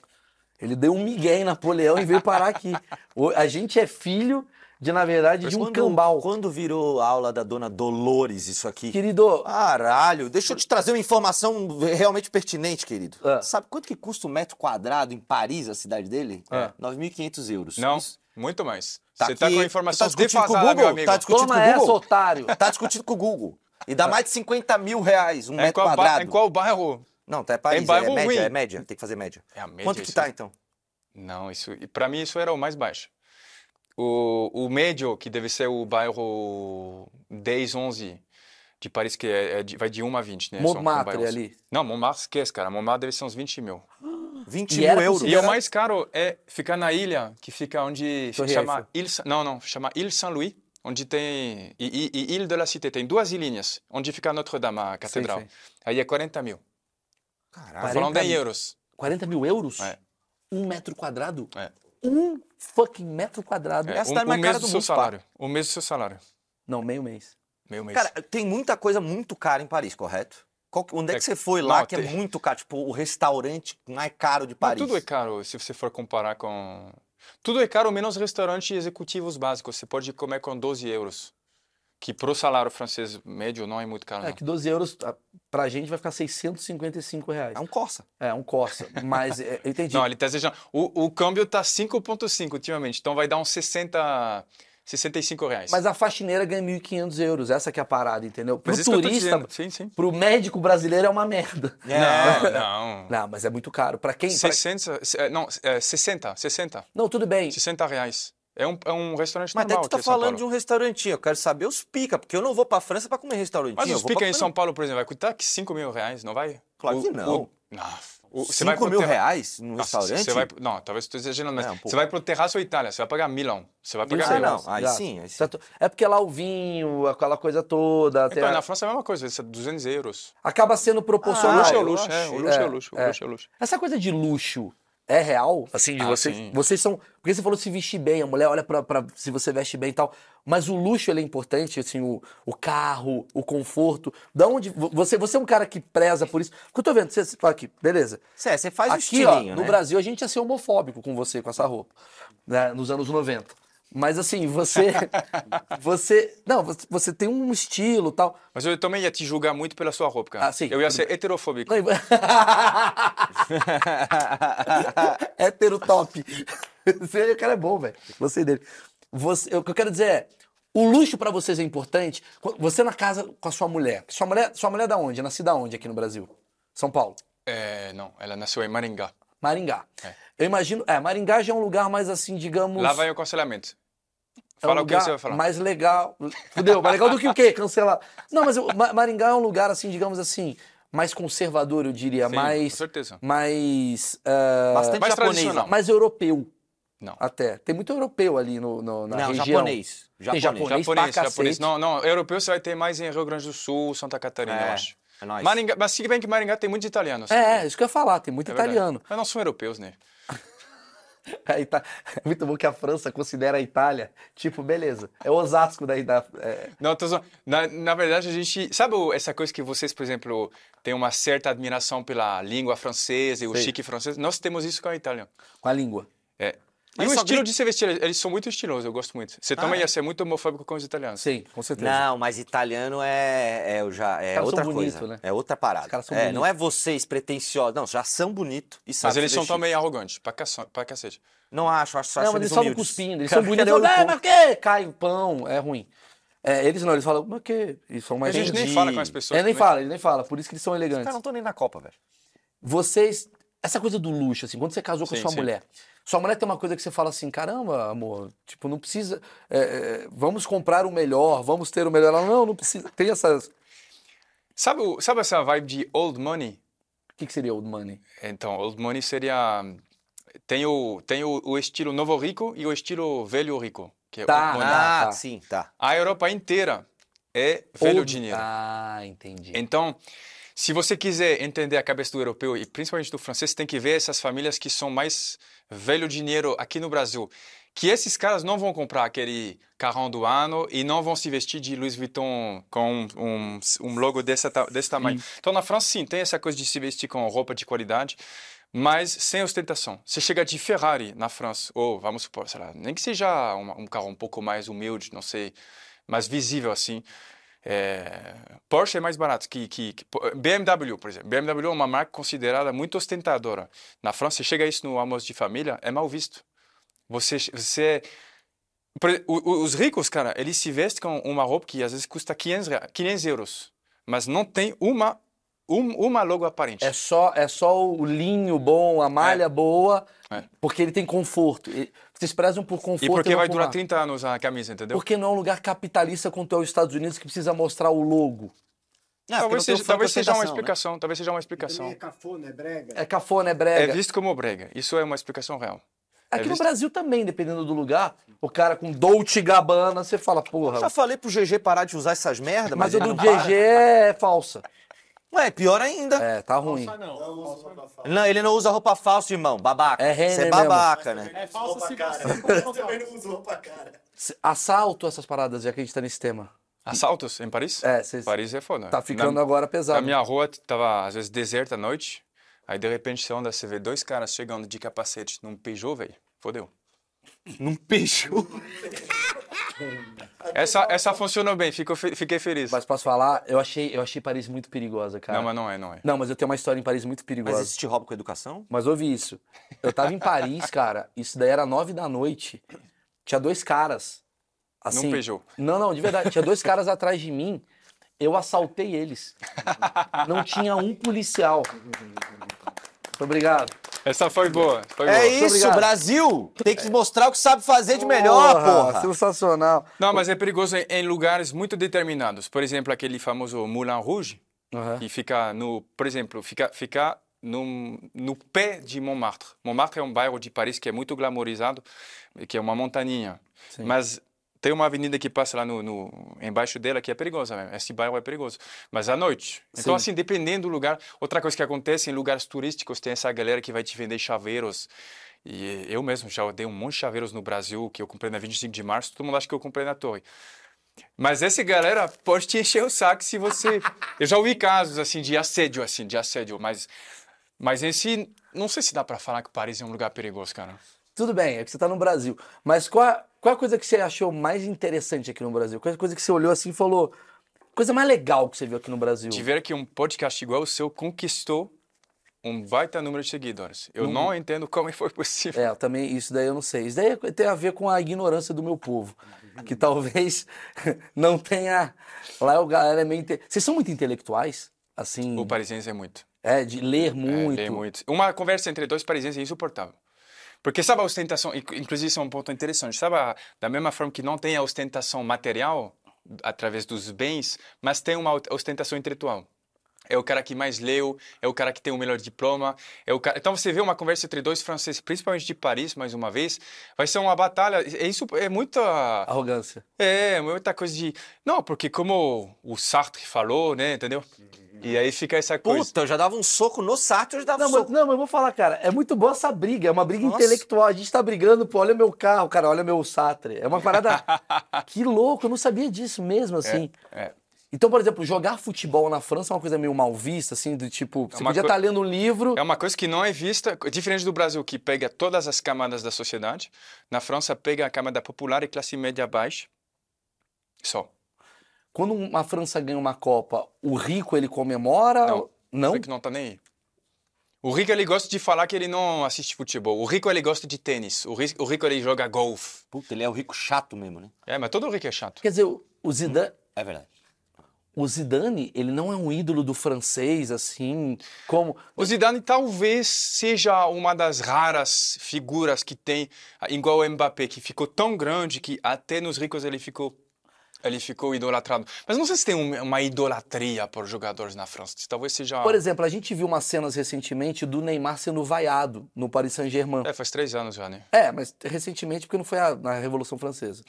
S1: Ele deu um migué em Napoleão e veio parar aqui. O- A gente é filho de, na verdade, de um
S3: Quando-
S1: cambal.
S3: Quando virou aula da dona Dolores isso aqui?
S1: Querido, ah,
S3: Caralho, deixa eu te trazer uma informação realmente pertinente, querido.
S1: Ah.
S3: Sabe quanto que custa um metro quadrado em Paris, a cidade dele? É,
S1: Ah.
S3: 9.500 euros.
S2: É. Não,
S3: Isso-
S2: muito mais.
S3: Tá
S2: você está
S3: aqui-
S2: com informações
S3: tá discutindo com o
S2: defasadas, meu
S3: Google?
S2: amigo.
S3: Tá discutindo
S1: toma
S2: é,
S3: com o
S1: essa,
S3: Google?
S1: otário.
S2: um
S3: Tá discutindo com o Google. E dá mais de 50 mil reais um
S2: É em,
S3: metro
S2: qual ba-
S3: quadrado.
S2: em qual bairro?
S3: Não, tá, é Paris,
S2: Em bairro
S3: é, média,
S2: ruim.
S3: é média, tem que fazer média.
S2: É a média
S3: Quanto que
S2: isso
S3: tá,
S2: aí?
S3: então?
S2: Não, isso. e Pra mim, isso era o mais baixo. O, o médio, que deve ser o bairro 10, 11 de Paris, que é, é de- vai de 1 a 20, né? São- são
S1: Montmartre
S2: bairros.
S1: ali.
S2: Não, Montmartre esquece, cara. Montmartre deve ser uns 20 mil.
S3: 20
S1: E
S3: mil
S1: era
S3: euros.
S2: E o mais caro é ficar na ilha, que fica onde
S1: Torre
S2: chama Ilha, não, não, chama Ilha Saint-Louis, onde tem e, e, e Ilha de la Cité, tem duas ilhinhas, onde fica Notre Dame, a catedral.
S1: sim.
S2: Aí é 40 mil.
S3: Caralho.
S2: Falando
S1: 40
S2: em
S1: mil.
S2: euros.
S1: 40 mil euros?
S2: É.
S1: Um metro quadrado?
S2: É.
S1: Um fucking metro quadrado.
S2: É,
S3: a cidade
S2: o,
S3: mais
S2: o
S3: cara
S2: mês
S3: do
S2: do seu
S3: mundo, pá.
S2: salário. O mês do seu salário.
S1: Não, meio mês.
S2: Meio mês.
S3: Cara, tem muita coisa muito cara em Paris, correto? Qual que- onde é que
S2: É,
S3: você foi lá
S2: não,
S3: que é
S2: tem-
S3: muito caro? Tipo, o restaurante mais caro de
S2: Mas
S3: Paris.
S2: tudo é caro se você for comparar com. Tudo é caro, menos restaurantes executivos básicos. Você pode comer com 12 euros. Que pro salário francês médio não é muito caro.
S1: É
S2: não.
S1: que 12 euros ah, pra gente vai ficar 655 reais.
S3: É um Corsa.
S1: É, um Corsa. Mas é, eu entendi.
S2: Não, ele tá desejando. O, o câmbio tá 5,5 ultimamente, então vai dar uns 60, 65 reais.
S1: Mas a faxineira ganha 1.500 euros. Essa que é a parada, entendeu? Pro
S2: Mas isso que eu tô
S1: turista,
S2: dizendo. Sim, sim.
S1: pro médico brasileiro é uma merda.
S3: É.
S2: Não, não.
S1: Não, mas é muito caro. Pra quem. pra-
S2: 60, é, não, é, 60, 60,
S1: Não, tudo bem.
S2: 60 reais. É um, é um restaurante
S3: Mas até
S2: normal
S3: que tu tá
S2: aqui em São
S3: falando
S2: Paulo.
S3: de um restaurantinho. Eu quero saber os pica, porque eu não vou pra França pra comer restaurantinho.
S2: Mas
S3: eu
S2: os
S3: um vou pra
S2: pica em
S3: comer-
S2: São Paulo, por exemplo, vai custar que 5 mil reais, não vai?
S3: Claro que
S2: O-
S3: não.
S2: o- não. O- você vai
S3: 5
S2: pro
S3: mil
S2: terra-
S3: reais num
S2: Nossa, você-
S3: restaurante?
S2: Você vai, pro- não, talvez eu estou exagerando, mas
S3: É, um pouco.
S2: você vai pro Terraço Itália, você vai pagar Milão. Você vai
S1: Mil
S2: pagar
S3: Ah,
S2: Milão.
S3: não.
S1: reais,
S3: Aí
S1: exato.
S3: sim, aí sim.
S1: Exato. É porque lá o vinho, aquela coisa toda. tem
S2: Então,
S1: a-
S2: na França é a mesma coisa, isso é 200 euros.
S1: Acaba sendo
S2: O
S1: proporcional.
S3: Ah,
S2: luxo é o
S3: eu
S2: luxo, é, o
S3: achei.
S2: luxo
S1: É,
S2: é o luxo, o
S1: é.
S2: luxo é o luxo.
S1: Essa coisa de luxo é real? Assim, de
S2: Ah,
S1: vocês.
S2: sim.
S1: Vocês são. Porque você falou se vestir bem, a mulher olha pra, pra se você veste bem e tal. Mas o luxo, ele é importante, assim, o, o carro, o conforto. Da onde. vo- Você, você é um cara que preza por isso. Porque eu tô vendo, você, você fala aqui, beleza.
S3: Cê- Você faz o
S1: aqui, ó,
S3: estilinho,
S1: no
S3: né?
S1: Brasil, a gente ia ser homofóbico com você, com essa roupa. né, nos anos 90. Mas assim, você. você. Não, você- você tem um estilo tal.
S2: Mas eu também ia te julgar muito pela sua roupa, cara.
S1: Ah, sim,
S2: Eu ia
S1: tudo
S2: ser heterofóbico.
S1: Não, e- Hétero top. Você, o cara é bom, velho. Gostei dele. Você, o que eu quero dizer é, o luxo pra vocês é importante. Qu- Você na casa com a sua mulher. Sua mulher, sua mulher é da onde? É Nascida onde aqui no Brasil? São Paulo.
S2: É, não, ela nasceu em Maringá.
S1: Maringá.
S2: É.
S1: Eu imagino. É, Maringá já é um lugar mais assim, digamos.
S2: Lá vai o cancelamento.
S1: É um
S2: Fala o que
S1: lugar
S2: você vai falar.
S1: mais legal. Fudeu, mais legal do que o quê? Cancelar. Não, mas eu- Ma- Maringá é um lugar, assim, digamos assim, mais conservador, eu diria.
S2: Sim,
S1: mais.
S2: Com certeza.
S1: mais. ah,
S3: Bastante
S2: é, mais
S3: japonês.
S2: tradicional.
S1: mais europeu.
S2: Não.
S1: Até. Tem muito europeu ali no, no- na
S3: Não,
S1: região.
S3: japonês.
S1: Tem
S3: Japonês.
S1: japonês. pra
S2: Japonês, japonês.
S1: cacete.
S2: Não, não, europeu você vai ter mais em Rio Grande do Sul, Santa Catarina, eu
S3: É,
S2: acho.
S3: é nóis.
S2: Maringá, mas se bem que Maringá tem muitos italianos.
S1: É, é, isso que eu ia falar, tem muito
S2: verdade.
S1: italiano.
S2: Mas não são europeus, né?
S1: A Ita- É muito bom que a França considera a Itália, tipo, beleza, é Osasco da. da é...
S2: Não, tô zoando. na, na verdade, a gente. Sabe o- essa coisa que vocês, por exemplo, têm uma certa admiração pela língua francesa e o
S1: Sei.
S2: chique francês? Nós temos isso com a Itália.
S1: com a língua.
S2: É.
S3: Mas
S2: e o
S3: só
S2: estilo
S3: gri-
S2: de se vestir, eles são muito estilosos, eu gosto muito. Você
S1: Ah, é?
S2: também ia ser muito homofóbico com os italianos.
S1: Sim, com certeza.
S3: Não, mas italiano é, é, o já, é
S1: caras são
S3: outra
S1: bonito,
S3: coisa.
S1: né?
S3: É outra parada.
S1: Os caras são
S3: é, não é vocês pretenciosos. Não, já são bonitos e sabem
S2: Mas
S3: se
S2: eles são
S3: vestir.
S2: também arrogantes, pra, caça- pra cacete.
S3: Não acho, acho, acho
S1: Não, mas eles falam
S3: humildes.
S1: cuspindo, eles
S3: Cara,
S1: são
S3: cadê
S1: bonitos. Falam,
S3: o
S1: é,
S3: ponto?
S1: mas que? Cai pão, é ruim. É, eles não, eles falam, mas que? Eles são
S2: A
S1: mais.
S2: gente nem
S1: gentis.
S2: fala assim, com as pessoas.
S1: É, nem
S2: também.
S1: fala, ele nem fala, por isso que eles são
S3: Os
S1: elegantes.
S3: caras não estão nem na Copa, velho.
S1: vocês. Essa coisa do luxo, assim, quando você casou com a
S2: Sim,
S1: sua
S2: sim.
S1: mulher, sua mulher tem uma coisa que você fala assim: caramba, amor, tipo, não precisa. é, é, vamos comprar o melhor, vamos ter o melhor. Ela, não, não precisa. Tem essas. O
S2: Sabe, o- sabe essa vibe de old money?
S1: que, que seria old money?
S2: Então, old money seria. Tem o, tem o, o estilo novo rico e o estilo velho rico. Que é
S1: Tá,
S2: old money.
S3: Ah,
S1: tá.
S3: sim, tá.
S2: A Europa inteira é velho
S1: Old-
S2: dinheiro.
S1: Ah, entendi.
S2: Então, se você quiser entender a cabeça do europeu e principalmente do francês, tem que ver essas famílias que são mais velho dinheiro aqui no Brasil. Que esses caras não vão comprar aquele carrão do ano e não vão se vestir de Louis Vuitton com um, um logo dessa, ta- desse tamanho. Então, na França, sim, tem essa coisa de se vestir com roupa de qualidade, mas sem ostentação. Você chega de Ferrari na França, ou vamos supor, sei lá, nem que seja um, um carro um pouco mais humilde, não sei, mais visível assim. É, Porsche é mais barato que, que, que po- BMW, por exemplo. BMW é uma marca considerada muito ostentadora. Na França, chega isso no almoço de família, é mal visto. Você, você por ex- o- o- os ricos, cara, eles se vestem com uma roupa que às vezes custa 500, rea- 500 euros, mas não tem uma um- uma logo aparente.
S1: É só, é só o linho bom, a malha boa,
S2: É.
S1: porque ele tem conforto. E- Vocês prezam por conforto.
S2: e porque
S1: não
S2: vai
S1: por
S2: durar
S1: marca.
S2: 30 anos a camisa, entendeu?
S1: Porque não é um lugar capitalista quanto é os Estados Unidos que precisa mostrar o logo. é
S2: talvez
S3: Ah, porque não tem
S2: seja,
S3: o
S2: talvez
S3: fã
S2: seja uma
S3: ostentação, né?
S2: explicação, talvez seja uma
S5: Também é
S2: explicação.
S5: cafona, é brega.
S1: É cafona, é
S2: É
S1: brega.
S2: visto como brega. Isso é uma explicação real. É
S1: Aqui no
S2: visto-
S1: Brasil também, dependendo do lugar, o cara com Dolce Gabbana, você fala, porra.
S3: Já falei pro GG parar de usar essas merdas,
S1: Mas
S3: mas,
S1: o
S3: ele
S1: do
S3: não para.
S1: GG é falsa.
S3: Ué, pior ainda.
S1: É, tá ruim.
S3: Não, ele não usa roupa falsa, irmão. Babaca.
S1: É
S3: Você
S1: Renner
S3: é
S1: mesmo.
S3: babaca, né?
S5: É falsa se você também não usou pra cara.
S1: S- Assalto essas paradas, já que a gente tá nesse tema.
S2: Assaltos em Paris?
S1: É, vocês.
S2: Paris é foda.
S1: Tá ficando
S2: Na-
S1: agora
S2: A
S1: pesado.
S2: minha rua tava, às vezes, deserta à noite. Aí, de repente, você anda, você vê dois caras chegando de capacete num Peugeot, velho. Fodeu.
S3: Num Peugeot.
S2: Essa, essa funcionou bem, fico fe- fiquei feliz.
S1: Mas posso falar, eu achei, eu achei Paris muito perigosa,
S3: tá.
S1: cara.
S2: Não, mas não é, não é.
S1: Não, mas eu tenho uma história em Paris muito perigosa.
S3: Mas existe roubo com educação?
S1: Mas ouvi isso. Eu tava em Paris, cara. Isso daí era nove da noite. Tinha dois caras. Assim,
S2: Num Peugeot.
S1: Não, não, de verdade. Tinha dois caras atrás de mim. Eu assaltei eles. Não tinha um policial. Muito obrigado.
S2: Essa foi boa, foi
S3: É
S2: boa.
S3: isso,
S1: obrigado.
S3: Brasil! Tem que mostrar o que sabe fazer de melhor, porra!
S1: Sensacional.
S2: Não, mas é perigoso em, em lugares muito determinados. Por exemplo, aquele famoso Moulin Rouge,
S1: Aham.
S2: que fica no... Por exemplo, fica, fica no, no pé de Montmartre. Montmartre é um bairro de Paris que é muito glamorizado, que é uma montaninha.
S1: Sim.
S2: Mas tem uma avenida que passa lá no, no- embaixo dela que é perigosa mesmo. Esse bairro é perigoso. Mas à noite. Então,
S1: Sim.
S2: assim, dependendo do lugar. Outra coisa que acontece em lugares turísticos, tem essa galera que vai te vender chaveiros. E eu mesmo já dei um monte de chaveiros no Brasil, que eu comprei na 25 de março, todo mundo acha que eu comprei na torre. Mas essa galera pode te encher o saco se você. Eu já ouvi casos assim de assédio, assim, de assédio, mas. Mas esse. Não sei se dá pra falar que Paris é um lugar perigoso, cara.
S1: Tudo bem, é que você tá no Brasil. Mas qual, Qual é a coisa que você achou mais interessante aqui no Brasil? Qual é a coisa que você olhou assim e falou. Coisa mais legal que você viu aqui no Brasil?
S2: Tiver que um podcast igual o seu conquistou um baita número de seguidores. Eu não entendo como foi possível.
S1: É, eu também, isso daí eu não sei. Isso daí tem a ver com a ignorância do meu povo. Que talvez não tenha. Lá o galera é meio. inte- Vocês são muito intelectuais? Assim.
S2: O parisiense é muito.
S1: É, de ler
S2: É,
S1: muito.
S2: lê muito. Uma conversa entre dois parisienses é insuportável. Porque sabe a ostentação, inc- inclusive isso é um ponto interessante, sabe a- da mesma forma que não tem a ostentação material através dos bens, mas tem uma ot- ostentação intelectual. É o cara que mais leu, é o cara que tem o melhor diploma, é o cara... Então você vê uma conversa entre dois franceses, principalmente de Paris, mais uma vez, vai ser uma batalha, é isso é muita
S1: Arrogância.
S2: é, muita coisa de. Não, porque como o Sartre falou, né? Entendeu? E aí fica essa coisa.
S3: Puta, eu já dava um soco no Sartre, eu já dava
S1: Não,
S3: um
S1: mas,
S3: soco.
S1: não, mas eu vou falar, cara, é muito boa essa briga, é uma briga
S3: Nossa.
S1: intelectual. A gente tá brigando, pô, olha meu carro, cara, olha meu Satre. É uma parada. que louco, eu não sabia disso mesmo, assim.
S2: é.
S1: Então, por exemplo, jogar futebol na França é uma coisa meio mal vista, assim, do tipo, você
S2: É uma
S1: podia
S2: co-
S1: estar lendo um livro.
S2: É uma coisa que não é vista, diferente do Brasil, que pega todas as camadas da sociedade. Na França, pega a camada popular e classe média baixa. Só.
S1: Quando uma França ganha uma Copa, o rico ele comemora?
S2: Não.
S1: Não?
S2: Você que não tá nem aí. O rico, ele gosta de falar que ele não assiste futebol. O rico, ele gosta de tênis. O rico, o rico ele joga golfe.
S3: Puta, ele é o rico chato mesmo, né?
S2: É, mas todo rico é chato.
S1: Quer dizer, o o Zidane,
S3: É verdade.
S1: o Zidane, ele não é um ídolo do francês, assim, como.
S2: O Zidane talvez seja uma das raras figuras que tem, ah, igual o Mbappé, que ficou tão grande que até nos ricos ele ficou, ele ficou idolatrado. Mas não sei se tem um- uma idolatria por jogadores na França. Talvez seja.
S1: Por exemplo, a gente viu umas cenas recentemente do Neymar sendo vaiado no Paris Saint-Germain.
S2: É, faz três anos já, né?
S1: É, mas recentemente, porque não foi a- na Revolução Francesa.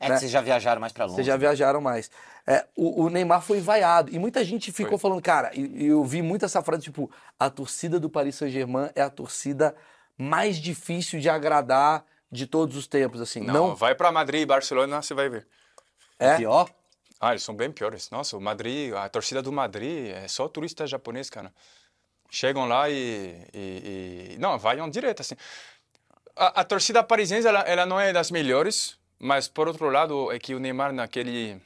S3: É que vocês já viajaram mais pra longe.
S1: Vocês já viajaram mais. É, o, o Neymar foi vaiado. E muita gente ficou
S2: Foi.
S1: falando, cara, e, e eu vi muito essa frase, tipo, a torcida do Paris Saint-Germain é a torcida mais difícil de agradar de todos os tempos, assim.
S2: Não,
S1: Não,
S2: vai pra Madrid e Barcelona, você vai ver.
S1: é?
S3: Pior?
S2: Ah, eles são bem piores. Nossa, o Madrid, a torcida do Madrid é só turista japonês, cara. Chegam lá e, e- e- não, vaiam direto assim. A, a torcida parisiense, ela, ela não é das melhores, mas por outro lado é que o Neymar naquele,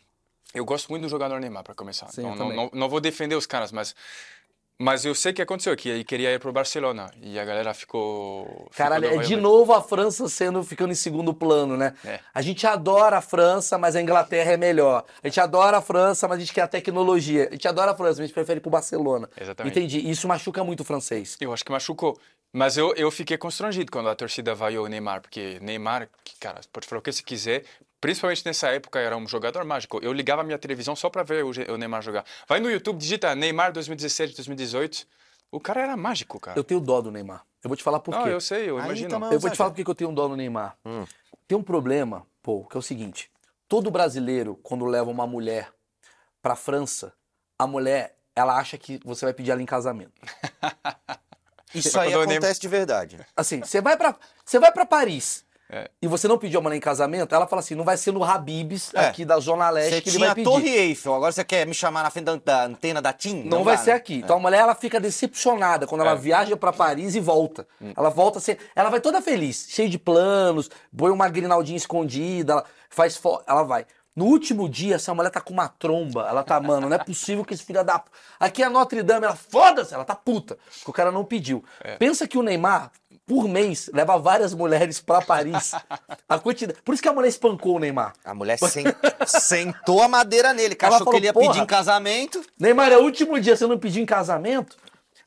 S2: eu gosto muito do jogador Neymar para começar. Então,
S1: Sim,
S2: não,
S1: eu
S2: não,
S1: também.
S2: não, não vou defender os caras, mas mas eu sei o que aconteceu, que ele queria ir pro Barcelona e a galera ficou. ficou
S1: Caralho, é
S2: doida.
S1: de novo a França sendo ficando em segundo plano, né?
S2: É.
S1: A gente adora a França, mas a Inglaterra é melhor. A gente adora a França, mas a gente quer a tecnologia. A gente adora a França, mas a gente prefere ir pro Barcelona.
S2: Exatamente.
S1: Entendi. E isso machuca muito o francês.
S2: Eu acho que machucou. Mas eu, eu fiquei constrangido quando a torcida vaiou o Neymar, porque Neymar, que, cara, pode falar o que você quiser, principalmente nessa época era um jogador mágico. Eu ligava a minha televisão só pra ver o, Ge- o Neymar jogar. Vai no YouTube, digita Neymar 2017, 2018. O cara era mágico, cara.
S1: Eu tenho dó do Neymar. Eu vou te falar por
S2: Não,
S1: quê. tá
S2: eu sei, eu
S3: Aí
S2: imagino.
S3: também-
S1: Eu vou te falar porque que eu tenho um dó no Neymar.
S3: Hum.
S1: Tem um problema, pô, que é o seguinte: todo brasileiro, quando leva uma mulher pra França, a mulher, ela acha que você vai pedir ela em casamento.
S3: Isso aí
S2: Quando eu nem-
S3: acontece de verdade.
S1: Assim, você vai pra você vai para Paris.
S2: É.
S1: E você não pediu a mulher em casamento, ela fala assim: não vai ser no Habibs,
S3: É.
S1: aqui da Zona Leste,
S3: Você
S1: que ele
S3: tinha
S1: vai
S3: a
S1: pedir.
S3: Torre Eiffel, agora você quer me chamar na frente da, da antena da TIM?
S1: Não, vai
S3: dá,
S1: ser
S3: né?
S1: aqui. Então a mulher ela fica decepcionada quando ela
S2: É.
S1: viaja pra Paris e volta. Ela volta assim, ela vai toda feliz, cheia de planos, põe uma grinaldinha escondida, ela faz fo... ela vai. No último dia essa mulher tá com uma tromba, ela tá, mano, não é possível que esse filho da p- Aqui é Notre Dame, ela foda-se, ela tá puta, porque o cara não pediu. Pensa que o Neymar por mês leva várias mulheres pra Paris. A quantidade, por isso que a mulher espancou o Neymar.
S3: A mulher sen- sentou a madeira nele, que
S1: Ela
S3: achou
S1: falou,
S3: que ele ia
S1: "Porra."
S3: pedir em casamento.
S1: Neymar, é o último dia, você não pediu em casamento?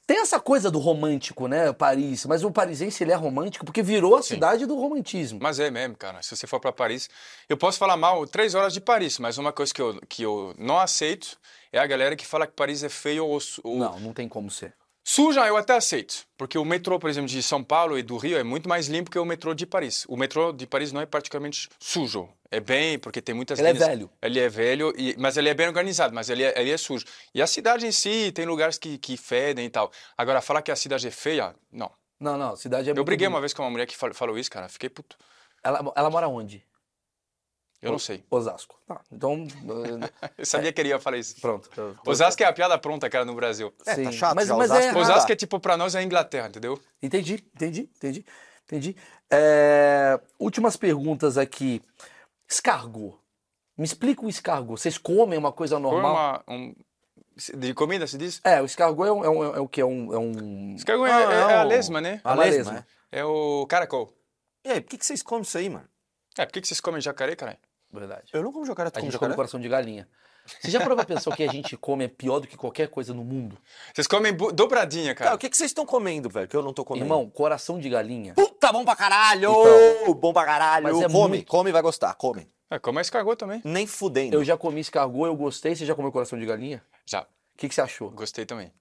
S1: Tem essa coisa do romântico, né, Paris? Mas o parisense, ele é romântico porque virou a cidade do romantismo.
S2: Mas é mesmo, cara. Se você for para Paris, eu posso falar mal três horas de Paris, mas uma coisa que eu, que eu não aceito é a galera que fala que Paris é feio ou, su- ou
S1: Não, não tem como ser.
S2: Suja eu até aceito, porque o metrô, por exemplo, de São Paulo e do Rio é muito mais limpo que o metrô de Paris. O metrô de Paris não é praticamente sujo. É bem, porque tem muitas
S1: Ele é
S2: linhas-
S1: velho.
S2: Ele é velho, e- mas ele é bem organizado, mas ele é, ele é sujo. E a cidade em si tem lugares que, que fedem e tal. Agora, falar que a cidade é feia, não.
S1: Não, não, cidade é
S2: Eu
S1: muito
S2: briguei uma
S1: bonita.
S2: vez com uma mulher que fal- falou isso, cara. Fiquei puto.
S1: Ela, ela mora onde?
S2: Eu não sei.
S1: Osasco. Tá, então... eh,
S2: Eu sabia que ele ia falar isso.
S1: pronto.
S2: Osasco é a piada pronta, cara, no Brasil.
S3: É, tá
S1: Sim,
S3: chato
S1: mas-
S3: já,
S1: mas é-
S3: Osasco,
S1: Ah.
S2: Osasco é tipo, pra nós é a Inglaterra, entendeu?
S1: Entendi, entendi, entendi, entendi. É, últimas perguntas aqui. Escargot. Me explica o escargot. Vocês comem uma coisa
S2: Foi
S1: normal?
S2: uma, um- de comida, se diz?
S1: É, o escargot é, um, é, um- é o que? É um. É um...
S2: Escargot é,
S3: Ah,
S2: é- é a
S3: o-
S2: lesma, né?
S1: A
S3: Uma
S1: lesma.
S3: lesma,
S2: É o caracol.
S3: E aí, por que, que vocês comem isso aí, mano?
S2: É, por que, que vocês comem jacaré, caralho?
S1: Verdade.
S3: Eu não como jacaré, tu
S1: A
S3: come
S1: gente come
S3: jacaré?
S1: coração de galinha. Você já parou pra pensar o que a gente come é pior do que qualquer coisa no mundo?
S2: Vocês comem bu- dobradinha, cara.
S3: Cara, o que, que vocês estão comendo, velho? Que eu não tô comendo.
S1: Irmão, coração de galinha.
S3: Puta, bom pra caralho! bom pra
S1: Mas
S3: caralho!
S1: é
S3: come,
S1: muito.
S3: come, vai gostar, come.
S2: É, come escargot também.
S3: Nem fudendo.
S1: Eu já comi escargot, eu gostei. Você já comeu coração de galinha?
S2: Já,
S1: O que, que você achou?
S2: gostei também.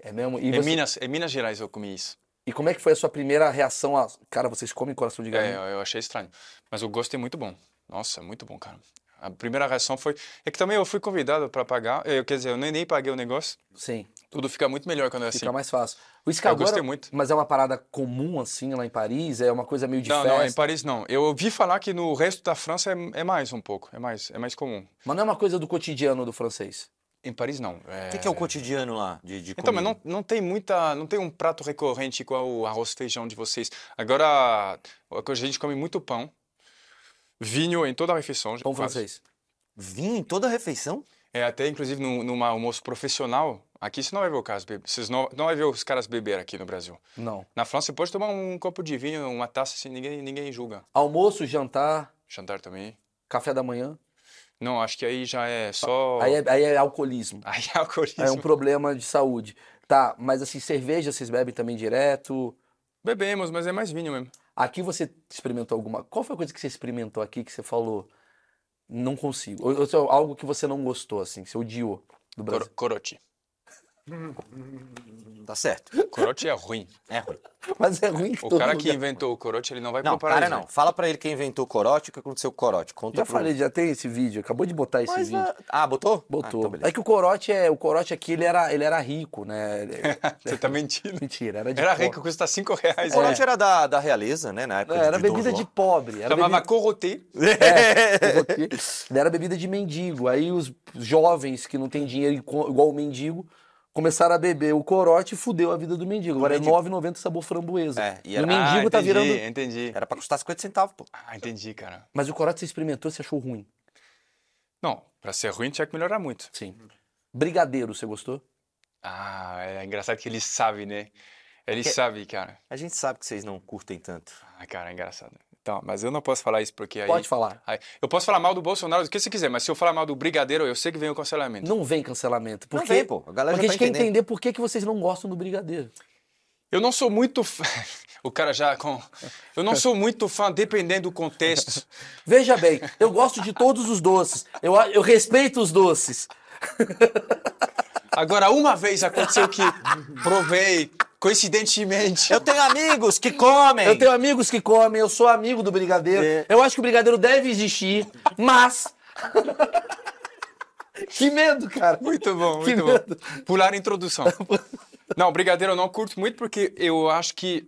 S1: É mesmo? E,
S2: Em
S1: você-
S2: Minas, em Minas Gerais eu comi isso.
S1: e como é que foi a sua primeira reação a. Cara, vocês comem coração de
S2: É,
S1: galinha?
S2: eu eu achei estranho. Mas o gosto é muito bom. Nossa, muito bom, cara. A primeira reação foi. É que também eu fui convidado para pagar. Eu, quer dizer, eu nem, nem paguei o negócio.
S1: Sim,
S2: Tudo fica muito melhor quando é
S1: fica
S2: assim.
S1: mais fácil. O escargot.
S2: gostei
S1: era-
S2: muito.
S1: Mas é uma parada comum assim lá em Paris? É uma coisa meio de
S2: Não,
S1: festa?
S2: não, em Paris não. Eu ouvi falar que no resto da França é, é mais um pouco. É mais, é mais comum.
S1: Mas não é uma coisa do cotidiano do francês.
S2: Em Paris não.
S3: O que, que é o cotidiano lá de, de
S2: Então, mas
S3: comida?
S2: não, não tem muita, não tem um prato recorrente igual o arroz e feijão de vocês. Agora, é a gente come muito pão, vinho em toda a refeição.
S1: Pão
S2: quase.
S1: francês.
S3: Vinho em toda a refeição?
S2: É, até inclusive num, numa almoço profissional, aqui você não vai ver o caras be- vocês não, não vai ver os caras beber aqui no Brasil.
S1: Não.
S2: Na França você pode tomar um copo de vinho, uma taça assim, ninguém, ninguém julga.
S1: Almoço, jantar,
S2: Jantar também.
S1: café da manhã.
S2: Não, acho que aí já é só
S1: Aí, é, aí é alcoolismo.
S2: aí é alcoolismo.
S1: É um problema de saúde. Tá, mas assim, cerveja vocês bebem também direto.
S2: Bebemos, mas é mais vinho mesmo.
S1: Aqui você experimentou alguma. Qual foi a coisa que você experimentou aqui que você falou? Não consigo. Ou, ou seja, algo que você não gostou, assim, que você odiou do Brasil.
S2: Cor corote.
S3: Tá certo.
S2: Corote é ruim.
S3: É ruim.
S1: Mas é ruim que
S2: O
S1: todo
S2: cara que
S1: lugar-
S2: inventou o corote, ele não vai
S3: Não,
S2: pro
S3: para
S2: paraíso.
S3: não. Fala pra ele quem inventou o corote, o que aconteceu com o corote. Conta
S1: Já
S3: pro-
S1: falei, já tem esse vídeo. Acabou de botar esse
S3: Mas,
S1: vídeo.
S3: ah, Ah, botou?
S1: Botou.
S3: Ah, então
S1: é
S3: beleza.
S1: que o corote é, o corote aqui ele era, ele era rico, né? Ele-
S2: Você tá mentindo.
S1: Mentira, era de É.
S2: Era
S1: pobre.
S2: rico, custa 5 reais. é.
S3: O corote era da, da realeza, né? Na época
S1: Não, É, era
S3: de Dom
S1: bebida
S3: João.
S1: de pobre, era
S2: Chamava corotê.
S1: bebida, era bebida de mendigo. Aí os jovens que não têm dinheiro igu- igual o mendigo começaram a beber o corote e fudeu a vida do mendigo. Agora é
S3: mendigo.
S1: 9,90 sabor framboesa.
S3: É, e
S1: E o
S3: era-
S1: mendigo
S2: ah,
S1: tá
S2: entendi,
S1: virando
S2: entendi.
S3: Era pra custar 50 centavos, pô.
S2: Ah, entendi, cara.
S1: Mas o corote você experimentou, você achou ruim.
S2: Não, pra ser ruim tinha que melhorar muito.
S1: Sim. Brigadeiro, você gostou?
S2: Ah, é engraçado que ele sabe, né? Ele sabe, cara.
S3: A gente sabe que vocês não curtem tanto.
S2: Ah, cara, é engraçado. Então, mas eu não posso falar isso porque aí.
S1: Pode falar.
S2: aí- eu posso falar mal do Bolsonaro do que você quiser, mas se eu falar mal do Brigadeiro, eu sei que vem o cancelamento.
S1: Não vem cancelamento.
S3: Não
S1: Porque,
S3: vem, pô. A galera
S1: porque a
S3: já
S1: gente
S3: tá
S1: quer
S3: entendendo.
S1: entender por que, que vocês não gostam do brigadeiro.
S2: Eu não sou muito. fã- o cara já com. Eu não sou muito fã, dependendo do contexto.
S1: Veja bem, eu gosto de todos os doces. Eu, a- eu respeito os doces.
S2: Agora, uma vez aconteceu que provei, coincidentemente.
S3: Eu tenho amigos que comem!
S1: Eu tenho amigos que comem, eu sou amigo do brigadeiro.
S3: É.
S1: Eu acho que o brigadeiro deve existir, mas. que medo, cara.
S2: Muito bom,
S1: Que
S2: muito
S1: medo.
S2: bom. Pular a introdução. Não, brigadeiro eu não curto muito porque eu acho que.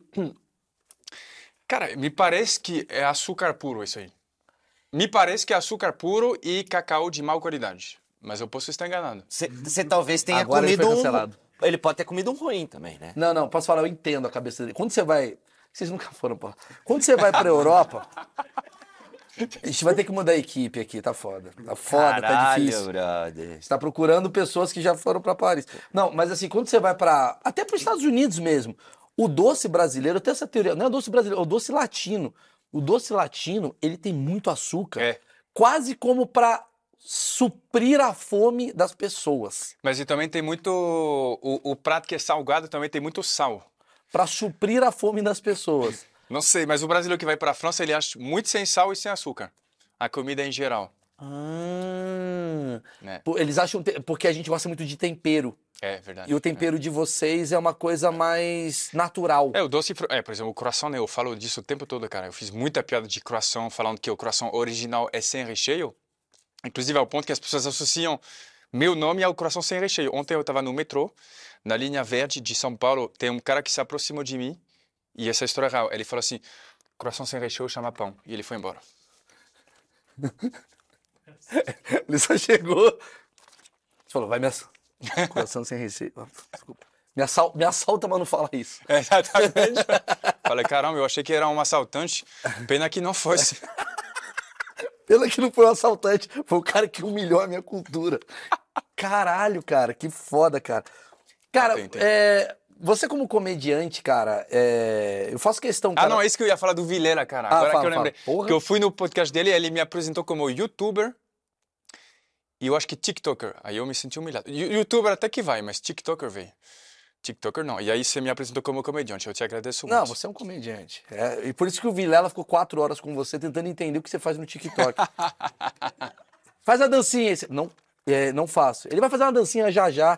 S2: Cara, me parece que é açúcar puro isso aí. Me parece que é açúcar puro e cacau de má qualidade. Mas eu posso estar enganado.
S3: Você talvez tenha
S1: Agora ele
S3: comido
S1: foi cancelado.
S3: um... Ele pode ter comido um ruim também, né?
S1: Não, não, posso falar, eu entendo a cabeça dele. Quando você vai. Vocês nunca foram, pô. Quando você vai pra Europa. A gente vai ter que mudar a equipe aqui, tá foda. Tá foda, tá
S3: Caralho,
S1: difícil.
S3: brother.
S1: Você tá procurando pessoas que já foram para Paris. Não, mas assim, quando você vai para até para os Estados Unidos mesmo, o doce brasileiro, eu tenho essa teoria, não é o doce brasileiro, é o doce latino. O doce latino, ele tem muito açúcar,
S2: É.
S1: quase como para suprir a fome das pessoas,
S2: Mas e também tem muito. O, o prato que é salgado também tem muito sal.
S1: para suprir a fome das pessoas.
S2: Não sei, mas o brasileiro que vai para a França, ele acha muito sem sal e sem açúcar. A comida em geral.
S1: Ah,
S2: Né?
S1: Pô, eles acham te- porque a gente gosta muito de tempero
S2: É verdade.
S1: e o tempero de vocês é uma coisa mais natural.
S2: É, o doce. fro- É, por exemplo, o croissant, né? Eu falo disso o tempo todo, cara. Eu fiz muita piada de croissant, falando que o croissant original é sem recheio. Inclusive, ao ponto que as pessoas associam meu nome ao croissant sem recheio. Ontem eu estava no metrô, na linha verde de São Paulo. Tem um cara que se aproximou de mim, e essa história é real. Ele falou assim: croissant sem recheio chama pão. E ele foi embora.
S1: Ele só chegou. Ele falou, vai me assaltar. Coração sem receio. Desculpa. Me, assal... me assalta, mas não fala isso.
S2: Exatamente. Falei, caramba, eu achei que era um assaltante. Pena que não fosse.
S1: Pena que não foi um assaltante, foi o cara que humilhou a minha cultura. Caralho, cara, que foda, cara. Cara,
S2: Entendo, entendo.
S1: é, você como comediante, cara, é, eu faço questão,
S2: Ah,
S1: cara.
S2: não, é isso que eu ia falar do Vilela, cara.
S1: Ah,
S2: Agora
S1: fala,
S2: que eu lembrei.
S1: fala. Porra.
S2: Que eu fui no podcast dele, ele me apresentou como youtuber e eu acho que tiktoker. Aí eu me senti humilhado. Yo- Youtuber até que vai, mas tiktoker, velho. Tiktoker não. E aí você me apresentou como comediante. Eu te agradeço
S1: Não,
S2: muito.
S1: você é um comediante. É, e por isso que o Vilela ficou quatro horas com você tentando entender o que você faz no TikTok. faz a dancinha. aí você- Não, é, não faço. Ele vai fazer uma dancinha já já.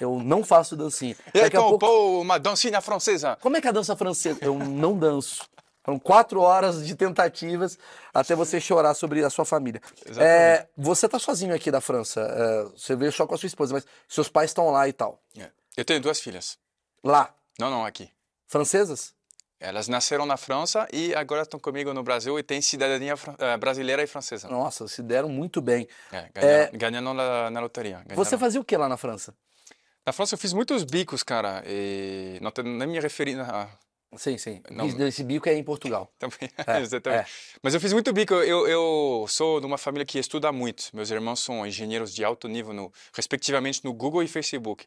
S1: Eu não faço dancinha.
S2: E aí,
S1: Daqui a pouco,
S2: pô, uma dancinha francesa.
S1: como é que é a dança francesa? Eu não danço. Foram quatro horas de tentativas até você chorar sobre a sua família.
S2: Exatamente.
S1: É, você tá sozinho aqui da França. é, você veio só com a sua esposa, mas seus pais estão lá e tal.
S2: É. Eu tenho duas filhas.
S1: Lá.
S2: Não, não, aqui.
S1: Francesas?
S2: Elas nasceram na França e agora estão comigo no Brasil e têm cidadania fran- eh, brasileira e francesa.
S1: Nossa, se deram muito bem.
S2: É,
S1: É.
S2: ganharam, ganharam na, na loteria.
S1: Você
S2: ganharam.
S1: fazia o que lá na França?
S2: Na França eu fiz muitos bicos, cara. E não tô nem me referindo a...
S1: Sim, sim.
S2: Não.
S1: Isso- Esse bico é em Portugal.
S2: Também,
S1: É,
S2: exatamente. Mas eu fiz muito bico. Eu, eu sou de uma família que estuda muito. Meus irmãos são engenheiros de alto nível, no, respectivamente no Google e Facebook.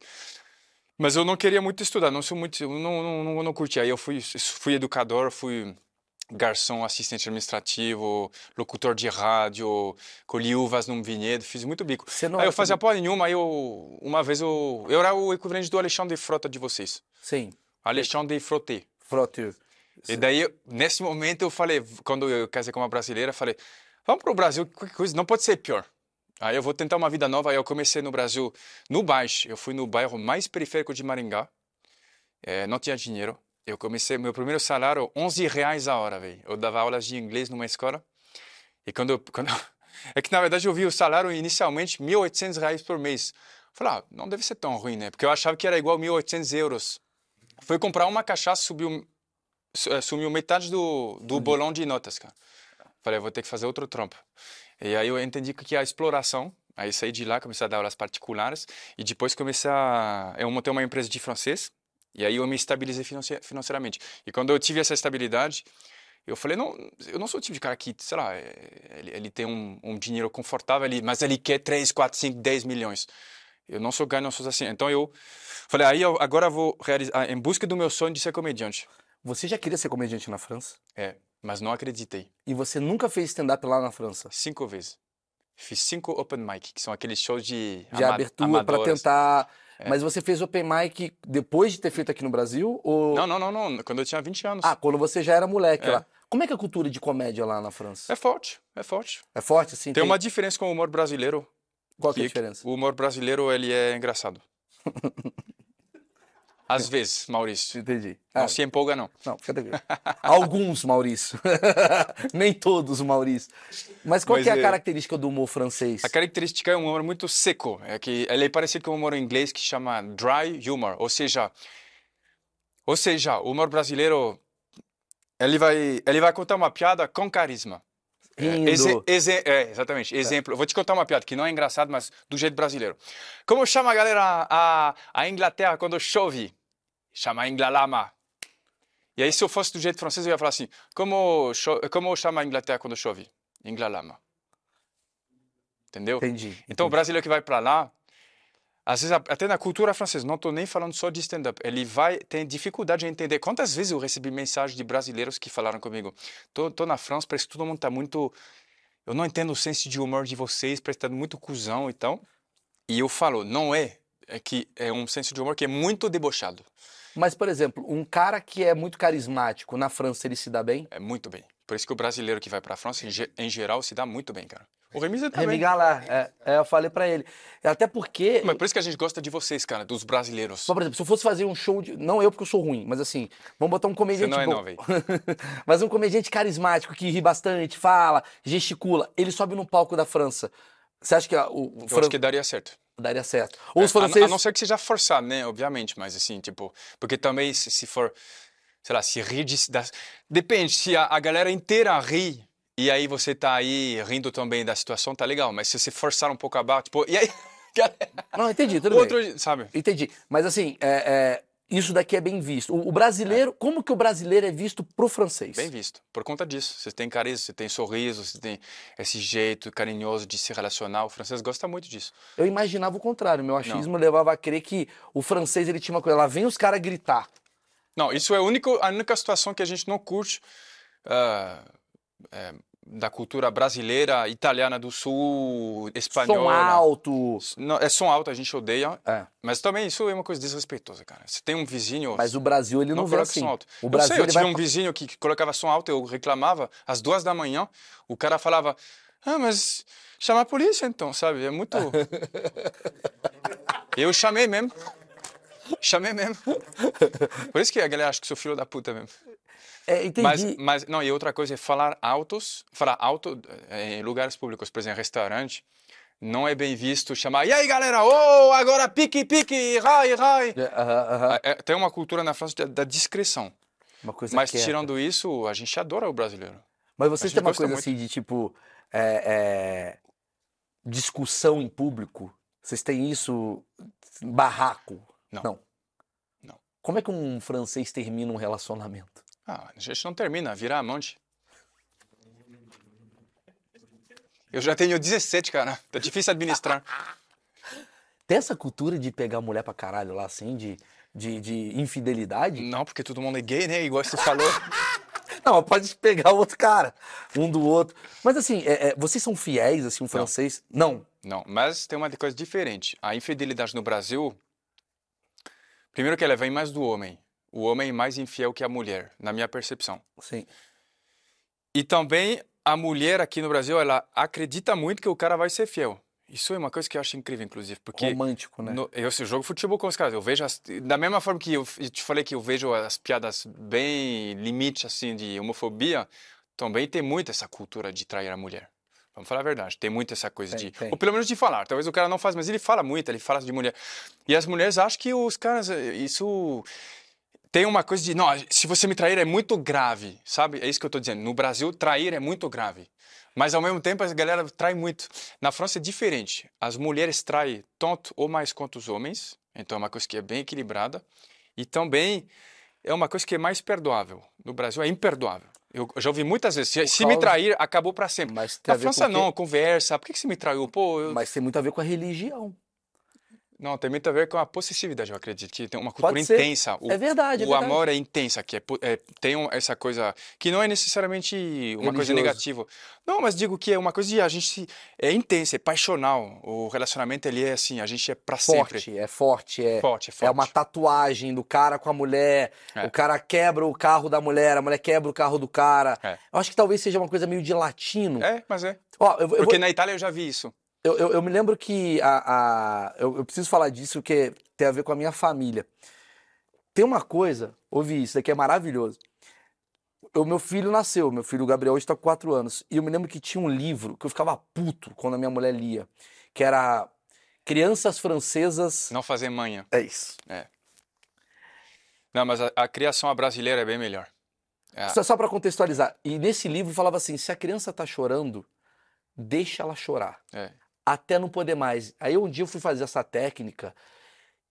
S2: Mas eu não queria muito estudar, não sou muito, eu não, não, não, não curti. Aí eu fui, fui educador, fui garçom, assistente administrativo, locutor de rádio, colhi uvas num vinhedo, fiz muito bico.
S1: Você não
S2: aí eu
S1: era
S2: fazia
S1: também-
S2: porra nenhuma, aí eu, uma vez eu, eu era o equivalente do Alexandre Frota de vocês.
S1: Sim,
S2: Alexandre Frotté.
S1: frotter.
S2: E daí, eu- nesse momento, eu falei, quando eu casei com uma brasileira, eu falei, vamos pro Brasil, qualquer coisa, não pode ser pior. Aí eu vou tentar uma vida nova. Aí eu comecei no Brasil, no Baixo, eu fui no bairro mais periférico de Maringá, Eh, não tinha dinheiro. Eu comecei, meu primeiro salário, 11 reais a hora, velho. Eu dava aulas de inglês numa escola. E quando, eu- quando é que na verdade eu vi o salário inicialmente 1.800 reais por mês. Eu Falei, ah, não deve ser tão ruim, né? Porque eu achava que era igual 1.800 euros. Foi comprar uma cachaça, subiu su- eh, sumiu metade do, do bolão de notas, cara. Falei, vou ter que fazer outro trampo. E aí eu entendi que a exploração, aí saí de lá, comecei a dar aulas particulares e depois comecei a... Eu montei uma empresa de francês e aí eu me estabilizei financi- financeiramente. E quando eu tive essa estabilidade, eu falei, não, eu não sou o tipo de cara que, sei lá, eh, ele, ele tem um, um dinheiro confortável, ele, mas ele quer 3, 4, 5, 10 milhões. Eu não sou ganhoso assim. Então eu falei, aí eu agora vou realizar, em busca do meu sonho de ser comediante.
S1: Você já queria ser comediante na França?
S2: É, mas não acreditei.
S1: E você nunca fez stand-up lá na França?
S2: Cinco vezes. Fiz cinco open mic, que são aqueles shows de,
S1: De
S2: ama-
S1: abertura pra
S2: amadores. É.
S1: tentar. Mas você fez open mic depois de ter feito aqui no Brasil? Ou...
S2: Não, não, não, não. Quando eu tinha 20 anos.
S1: Ah, quando você já era moleque
S2: É.
S1: lá. Como é que é a cultura de comédia lá na França?
S2: É forte, é forte.
S1: É forte, assim?
S2: Tem uma diferença com o humor brasileiro.
S1: Qual que é a
S2: que
S1: diferença?
S2: O humor brasileiro, ele é engraçado. Às vezes, Maurício.
S1: Entendi.
S2: Não
S1: Ah,
S2: se empolga, não.
S1: não, fica tranquilo. Alguns, Maurício. Nem todos, Maurício. Mas qual
S2: Mas
S1: que é a
S2: é-
S1: característica do humor francês?
S2: A característica é um humor muito seco. É que ele é parecido com o humor inglês que chama dry humor, ou seja, ou seja, o humor brasileiro ele vai ele vai contar uma piada com carisma. É,
S1: Rindo.
S2: exe- exe- é, exatamente. Exemplo, vou te contar uma piada que não é engraçado, mas do jeito brasileiro. Como chama a galera a, a Inglaterra quando chove? Chama Inglalama. E aí, se eu fosse do jeito francês, eu ia falar assim: como, cho- como chama a Inglaterra quando chove? Inglalama. Entendeu?
S1: Entendi.
S2: Então, o brasileiro que vai para lá, às vezes, a- até na cultura francesa, não estou nem falando só de stand-up, ele vai ter dificuldade em entender. Quantas vezes eu recebi mensagem de brasileiros que falaram comigo: tô, tô na França, parece que todo mundo está muito. Eu não entendo o senso de humor de vocês, parece que tá muito cuzão e tal. E eu falo: não é. É que é um senso de humor que é muito debochado.
S1: Mas, por exemplo, um cara que é muito carismático, na França ele se dá bem?
S2: É muito bem. Por isso que o brasileiro que vai para a França, em, ge- em geral, se dá muito bem, cara. O Remisa também.
S1: Remy Galar, é, é, eu falei pra ele. Até porque,
S2: Mas por isso que a gente gosta de vocês, cara, dos brasileiros.
S1: só por exemplo, se eu fosse fazer um show de. Não eu, porque eu sou ruim, mas assim, vamos botar um
S2: Você
S1: comediante.
S2: não é,
S1: bom.
S2: não, velho.
S1: mas um comediante carismático que ri bastante, fala, gesticula. Ele sobe no palco da França. Você acha que ah, o, o
S2: Eu acho
S1: Fran...
S2: que daria certo.
S1: daria certo? Ou
S2: É,
S1: os
S2: a n-
S1: franceses.
S2: A não ser que seja forçado, né? Obviamente, mas assim, tipo. Porque também, se, se for. Sei lá, se rir de. Da, depende, se a, a galera inteira ri. E aí você tá aí rindo também da situação, tá legal. Mas se você forçar um pouco a barra, tipo, e aí, galera,
S1: Não, entendi, tudo
S2: outro,
S1: bem.
S2: sabe?
S1: Entendi. Mas assim, é, é, isso daqui é bem visto. O, o brasileiro, como que o brasileiro é visto pro francês?
S2: Bem visto, por conta disso. Você tem carisma, você tem sorriso, você tem esse jeito carinhoso de se relacionar. O francês gosta muito disso.
S1: Eu imaginava o contrário, meu achismo levava a crer que o francês ele tinha uma coisa, lá vem os caras gritar.
S2: Não, isso é o único, a única situação que a gente não curte ah, é, da cultura brasileira, italiana do sul, espanhola.
S1: Som alto.
S2: Não, é som alto, a gente odeia.
S1: É.
S2: Mas também isso é uma coisa desrespeitosa, cara. Você tem um vizinho.
S1: Mas o Brasil ele não, vê
S2: coloca
S1: assim.
S2: som alto.
S1: O
S2: eu
S1: Brasil
S2: sei, eu
S1: ele
S2: tive
S1: vai
S2: um vizinho que que colocava som alto, eu reclamava, às duas da manhã, o cara falava, ah, mas chama a polícia então, sabe? É muito... eu chamei mesmo. Chamei mesmo. Por isso que a galera acha que sou filho da puta mesmo.
S1: É, entendi.
S2: Mas, mas, não, e outra coisa é falar altos, falar alto eh, em lugares públicos, por exemplo, restaurante, não é bem visto chamar, e aí galera, ô, agora pique, pique, rai, rai.
S1: É, aham, aham.
S2: É, tem uma cultura na França da, da discrição.
S1: Uma coisa
S2: Mas
S1: quieta.
S2: tirando isso, a gente adora o brasileiro.
S1: Mas
S2: a
S1: vocês
S2: gente
S1: têm uma
S2: gosta
S1: coisa
S2: muito.
S1: assim de tipo. é, é, discussão em público? Vocês têm isso? Barraco?
S2: Não. Não.
S1: Como é que um francês termina um relacionamento?
S2: Ah, a gente não termina, vira amante. Eu já tenho 17, cara. Tá difícil administrar.
S1: Tem essa cultura de pegar mulher pra caralho lá, assim, de, de, de infidelidade?
S2: Não, porque todo mundo é gay, né? Igual você falou.
S1: Não, mas pode pegar o outro cara, um do outro. Mas assim, é, é, vocês são fiéis, assim, um francês? Não.
S2: Não, mas tem uma coisa diferente. A infidelidade no Brasil, primeiro que ela vem mais do homem. O homem é mais infiel que a mulher, na minha percepção.
S1: Sim.
S2: E também a mulher aqui no Brasil, ela acredita muito que o cara vai ser fiel. Isso é uma coisa que eu acho incrível, inclusive, porque
S1: Romântico, né?
S2: no- eu se jogo futebol com os caras, eu vejo as- da mesma forma que eu, f- te falei que eu vejo as piadas bem limite assim de homofobia, também tem muito essa cultura de trair a mulher. Vamos falar a verdade, tem muito essa coisa
S1: Tem,
S2: de,
S1: tem.
S2: ou pelo menos de falar. Talvez o cara não faz, mas ele fala muito, ele fala de mulher. E as mulheres acham que os caras eh, isso tem uma coisa de, não, se você me trair é muito grave, sabe? É isso que eu tô dizendo. No Brasil, trair é muito grave. Mas ao mesmo tempo, a galera trai muito. Na França é diferente. As mulheres traem tanto ou mais quanto os homens. Então é uma coisa que é bem equilibrada. E também é uma coisa que é mais perdoável. No Brasil é imperdoável. Eu já ouvi muitas vezes. Se, se me
S1: causa-
S2: trair, acabou para sempre.
S1: Mas tem a
S2: Na
S1: ver com
S2: França
S1: o quê?
S2: não, conversa. Por que, que você me traiu? Pô, eu...
S1: Mas tem muito a ver com a religião.
S2: Não, tem muito a ver com a possessividade, eu acredito. que Tem uma cultura
S1: ser.
S2: intensa. O,
S1: é verdade, é
S2: o
S1: verdade.
S2: amor é intensa, que é, po- é- tem um- essa coisa que não é necessariamente uma
S1: Religioso.
S2: coisa negativa. Não, mas digo que é uma coisa de a gente se- é intensa, é paixonal. O relacionamento ele é assim, a gente é pra sempre.
S1: Forte, é forte, é...
S2: Forte, é
S1: É
S2: forte.
S1: uma tatuagem do cara com a mulher.
S2: É.
S1: O cara quebra o carro da mulher, a mulher quebra o carro do cara.
S2: É.
S1: Eu acho que talvez seja uma coisa meio de latino.
S2: É, mas é.
S1: Ó, eu, eu vou-
S2: Porque na Itália eu já vi isso.
S1: eu- eu- eu me lembro que a, a- eu, eu preciso falar disso porque tem a ver com a minha família. Tem uma coisa, ouvi isso, daqui é maravilhoso. O meu filho nasceu, meu filho Gabriel hoje está com 4 anos. E eu me lembro que tinha um livro que eu ficava puto quando a minha mulher lia, que era Crianças Francesas.
S2: Não fazer manha.
S1: É isso.
S2: Não, mas a, a criação à brasileira é bem melhor. Ah.
S1: Só, só para contextualizar. E nesse livro falava assim: se a criança tá chorando, deixa ela chorar.
S2: É.
S1: Até não poder mais. Aí um dia eu fui fazer essa técnica.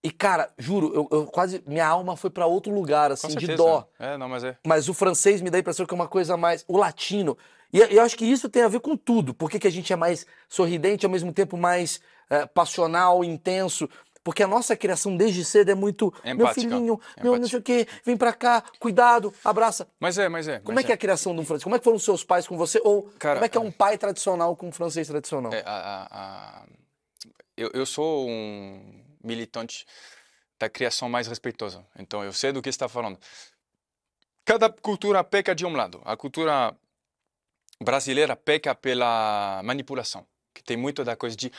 S1: E, cara, juro, eu, eu quase. Minha alma foi para outro lugar,
S2: Com
S1: assim, de
S2: certeza.
S1: dó.
S2: É, não, mas é.
S1: Mas o francês me dá a impressão que é uma coisa mais. O latino. E eu- eu acho que isso tem a ver com tudo. Por que, que a gente é mais sorridente, ao mesmo tempo mais eh, passional, intenso? Porque a nossa criação desde cedo é muito. Meu
S2: Empática.
S1: filhinho, meu não
S2: Empática.
S1: sei o quê, vem pra cá, cuidado, abraça.
S2: Mas é, mas é.
S1: Como
S2: mas
S1: é que é a criação de um francês? Como é que foram os seus pais com você? Ou
S2: Cara,
S1: como é que é
S2: é.
S1: um pai tradicional com um francês tradicional?
S2: É, a- a- a- Eu, eu sou um militante da criação mais respeitosa, então eu sei do que está falando. Cada cultura peca de um lado. A cultura brasileira peca pela manipulação, que tem muito da coisa de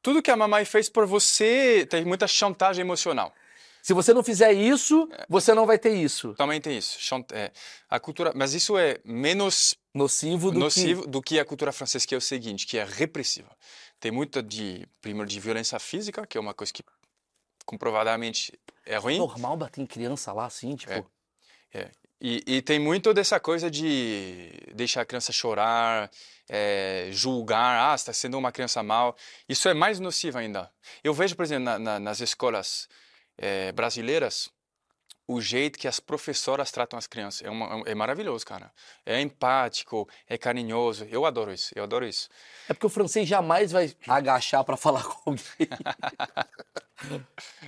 S2: tudo que a mamãe fez por você tem muita chantagem emocional.
S1: Se você não fizer isso, você não vai ter isso.
S2: Também tem isso. chan- é, a cultura, mas isso é menos
S1: Nocivo do
S2: nocivo do que a cultura francesa, que é o seguinte, que é repressiva. Tem muita de, primeiro, de violência física, que é uma coisa que comprovadamente é
S1: que...
S2: ruim,
S1: Normal bater em criança lá, assim, tipo...
S2: É. e, e tem muito dessa coisa de deixar a criança chorar, eh, julgar, ah, está sendo uma criança mal. Isso é mais nocivo ainda. Eu vejo, por exemplo, na- na- nas escolas eh, é, brasileiras, o jeito que as professoras tratam as crianças. É, uma- é maravilhoso, cara. É empático, é carinhoso. Eu adoro isso, eu adoro isso.
S1: É porque o francês jamais vai agachar pra falar com alguém. Hum.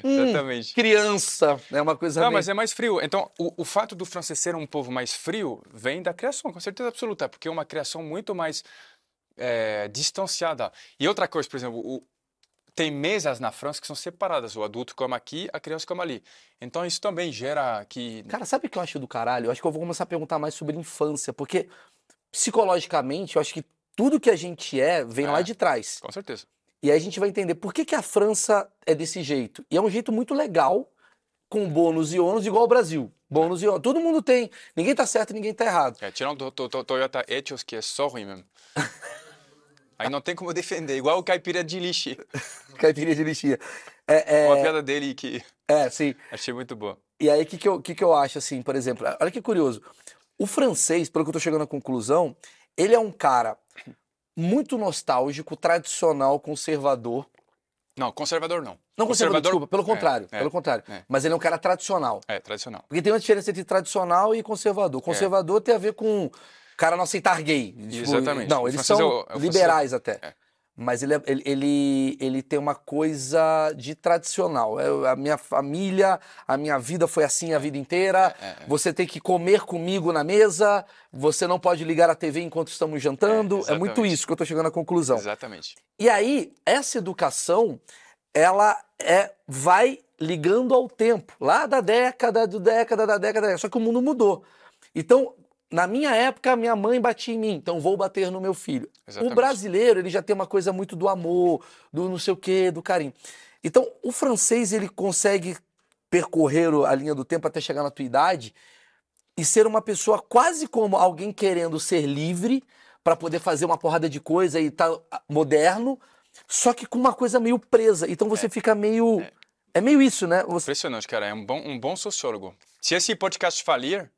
S2: Exatamente.
S1: Criança. É uma coisa.
S2: Não,
S1: meio-
S2: mas é mais frio. Então, o, o fato do francês ser um povo mais frio vem da criação, com certeza absoluta, porque é uma criação muito mais eh, distanciada. E outra coisa, por exemplo, o- tem mesas na França que são separadas. O adulto come aqui, a criança come ali. Então, isso também gera que...
S1: Cara, sabe o que eu acho do caralho? Eu acho que eu vou começar a perguntar mais sobre infância, porque psicologicamente eu acho que tudo que a gente é vem lá
S2: É.
S1: de trás.
S2: Com certeza.
S1: E aí a gente vai entender por que, que a França é desse jeito. E é um jeito muito legal, com bônus e ônus, igual o Brasil. Bônus e ônus. Todo mundo tem. Ninguém tá certo, ninguém tá errado.
S2: É, tirando o to- to- Toyota Etios, que é só ruim mesmo. Aí não tem como defender. Igual o caipira de lixo.
S1: Caipirinha de lixinha. É, é,
S2: Uma piada dele que
S1: é, sim.
S2: achei muito boa.
S1: E aí, o que, que, eu, que, que eu acho, assim, por exemplo? Olha que curioso. O francês, pelo que eu tô chegando à conclusão, ele é um cara muito nostálgico, tradicional, conservador.
S2: Não, conservador não.
S1: Não conservador, desculpa, pelo
S2: É,
S1: contrário.
S2: é,
S1: pelo contrário.
S2: é.
S1: Mas ele é um cara tradicional.
S2: É, tradicional.
S1: Porque tem uma diferença entre tradicional e
S2: É.
S1: conservador. Conservador tem a ver com o cara não aceitar gay. Tipo,
S2: Exatamente.
S1: Não,
S2: O
S1: eles
S2: francês
S1: são
S2: é o- é o francês.
S1: liberais até.
S2: É.
S1: Mas ele, é- ele, ele, ele tem uma coisa de tradicional. Eu- a minha família, a minha vida foi assim a vida inteira.
S2: É, é, é.
S1: Você tem que comer comigo na mesa. Você não pode ligar a TV enquanto estamos jantando. É, muito
S2: exatamente.
S1: isso que eu tô chegando à conclusão.
S2: Exatamente.
S1: E aí, essa educação, ela é vai ligando ao tempo, lá da década, do década, da década, só que o mundo mudou. Então, na minha época, minha mãe batia em mim, então vou bater no meu filho.
S2: Exatamente.
S1: O brasileiro, ele já tem uma coisa muito do amor, do não sei o quê, do carinho. Então, o francês, ele consegue percorrer o- a linha do tempo até chegar na tua idade e ser uma pessoa quase como alguém querendo ser livre para poder fazer uma porrada de coisa e tá ah, moderno, só que com uma coisa meio presa. Então você fica meio. É. meio isso, né? Você-
S2: Impressionante, cara. É um bom, um bom sociólogo. Se esse podcast falir,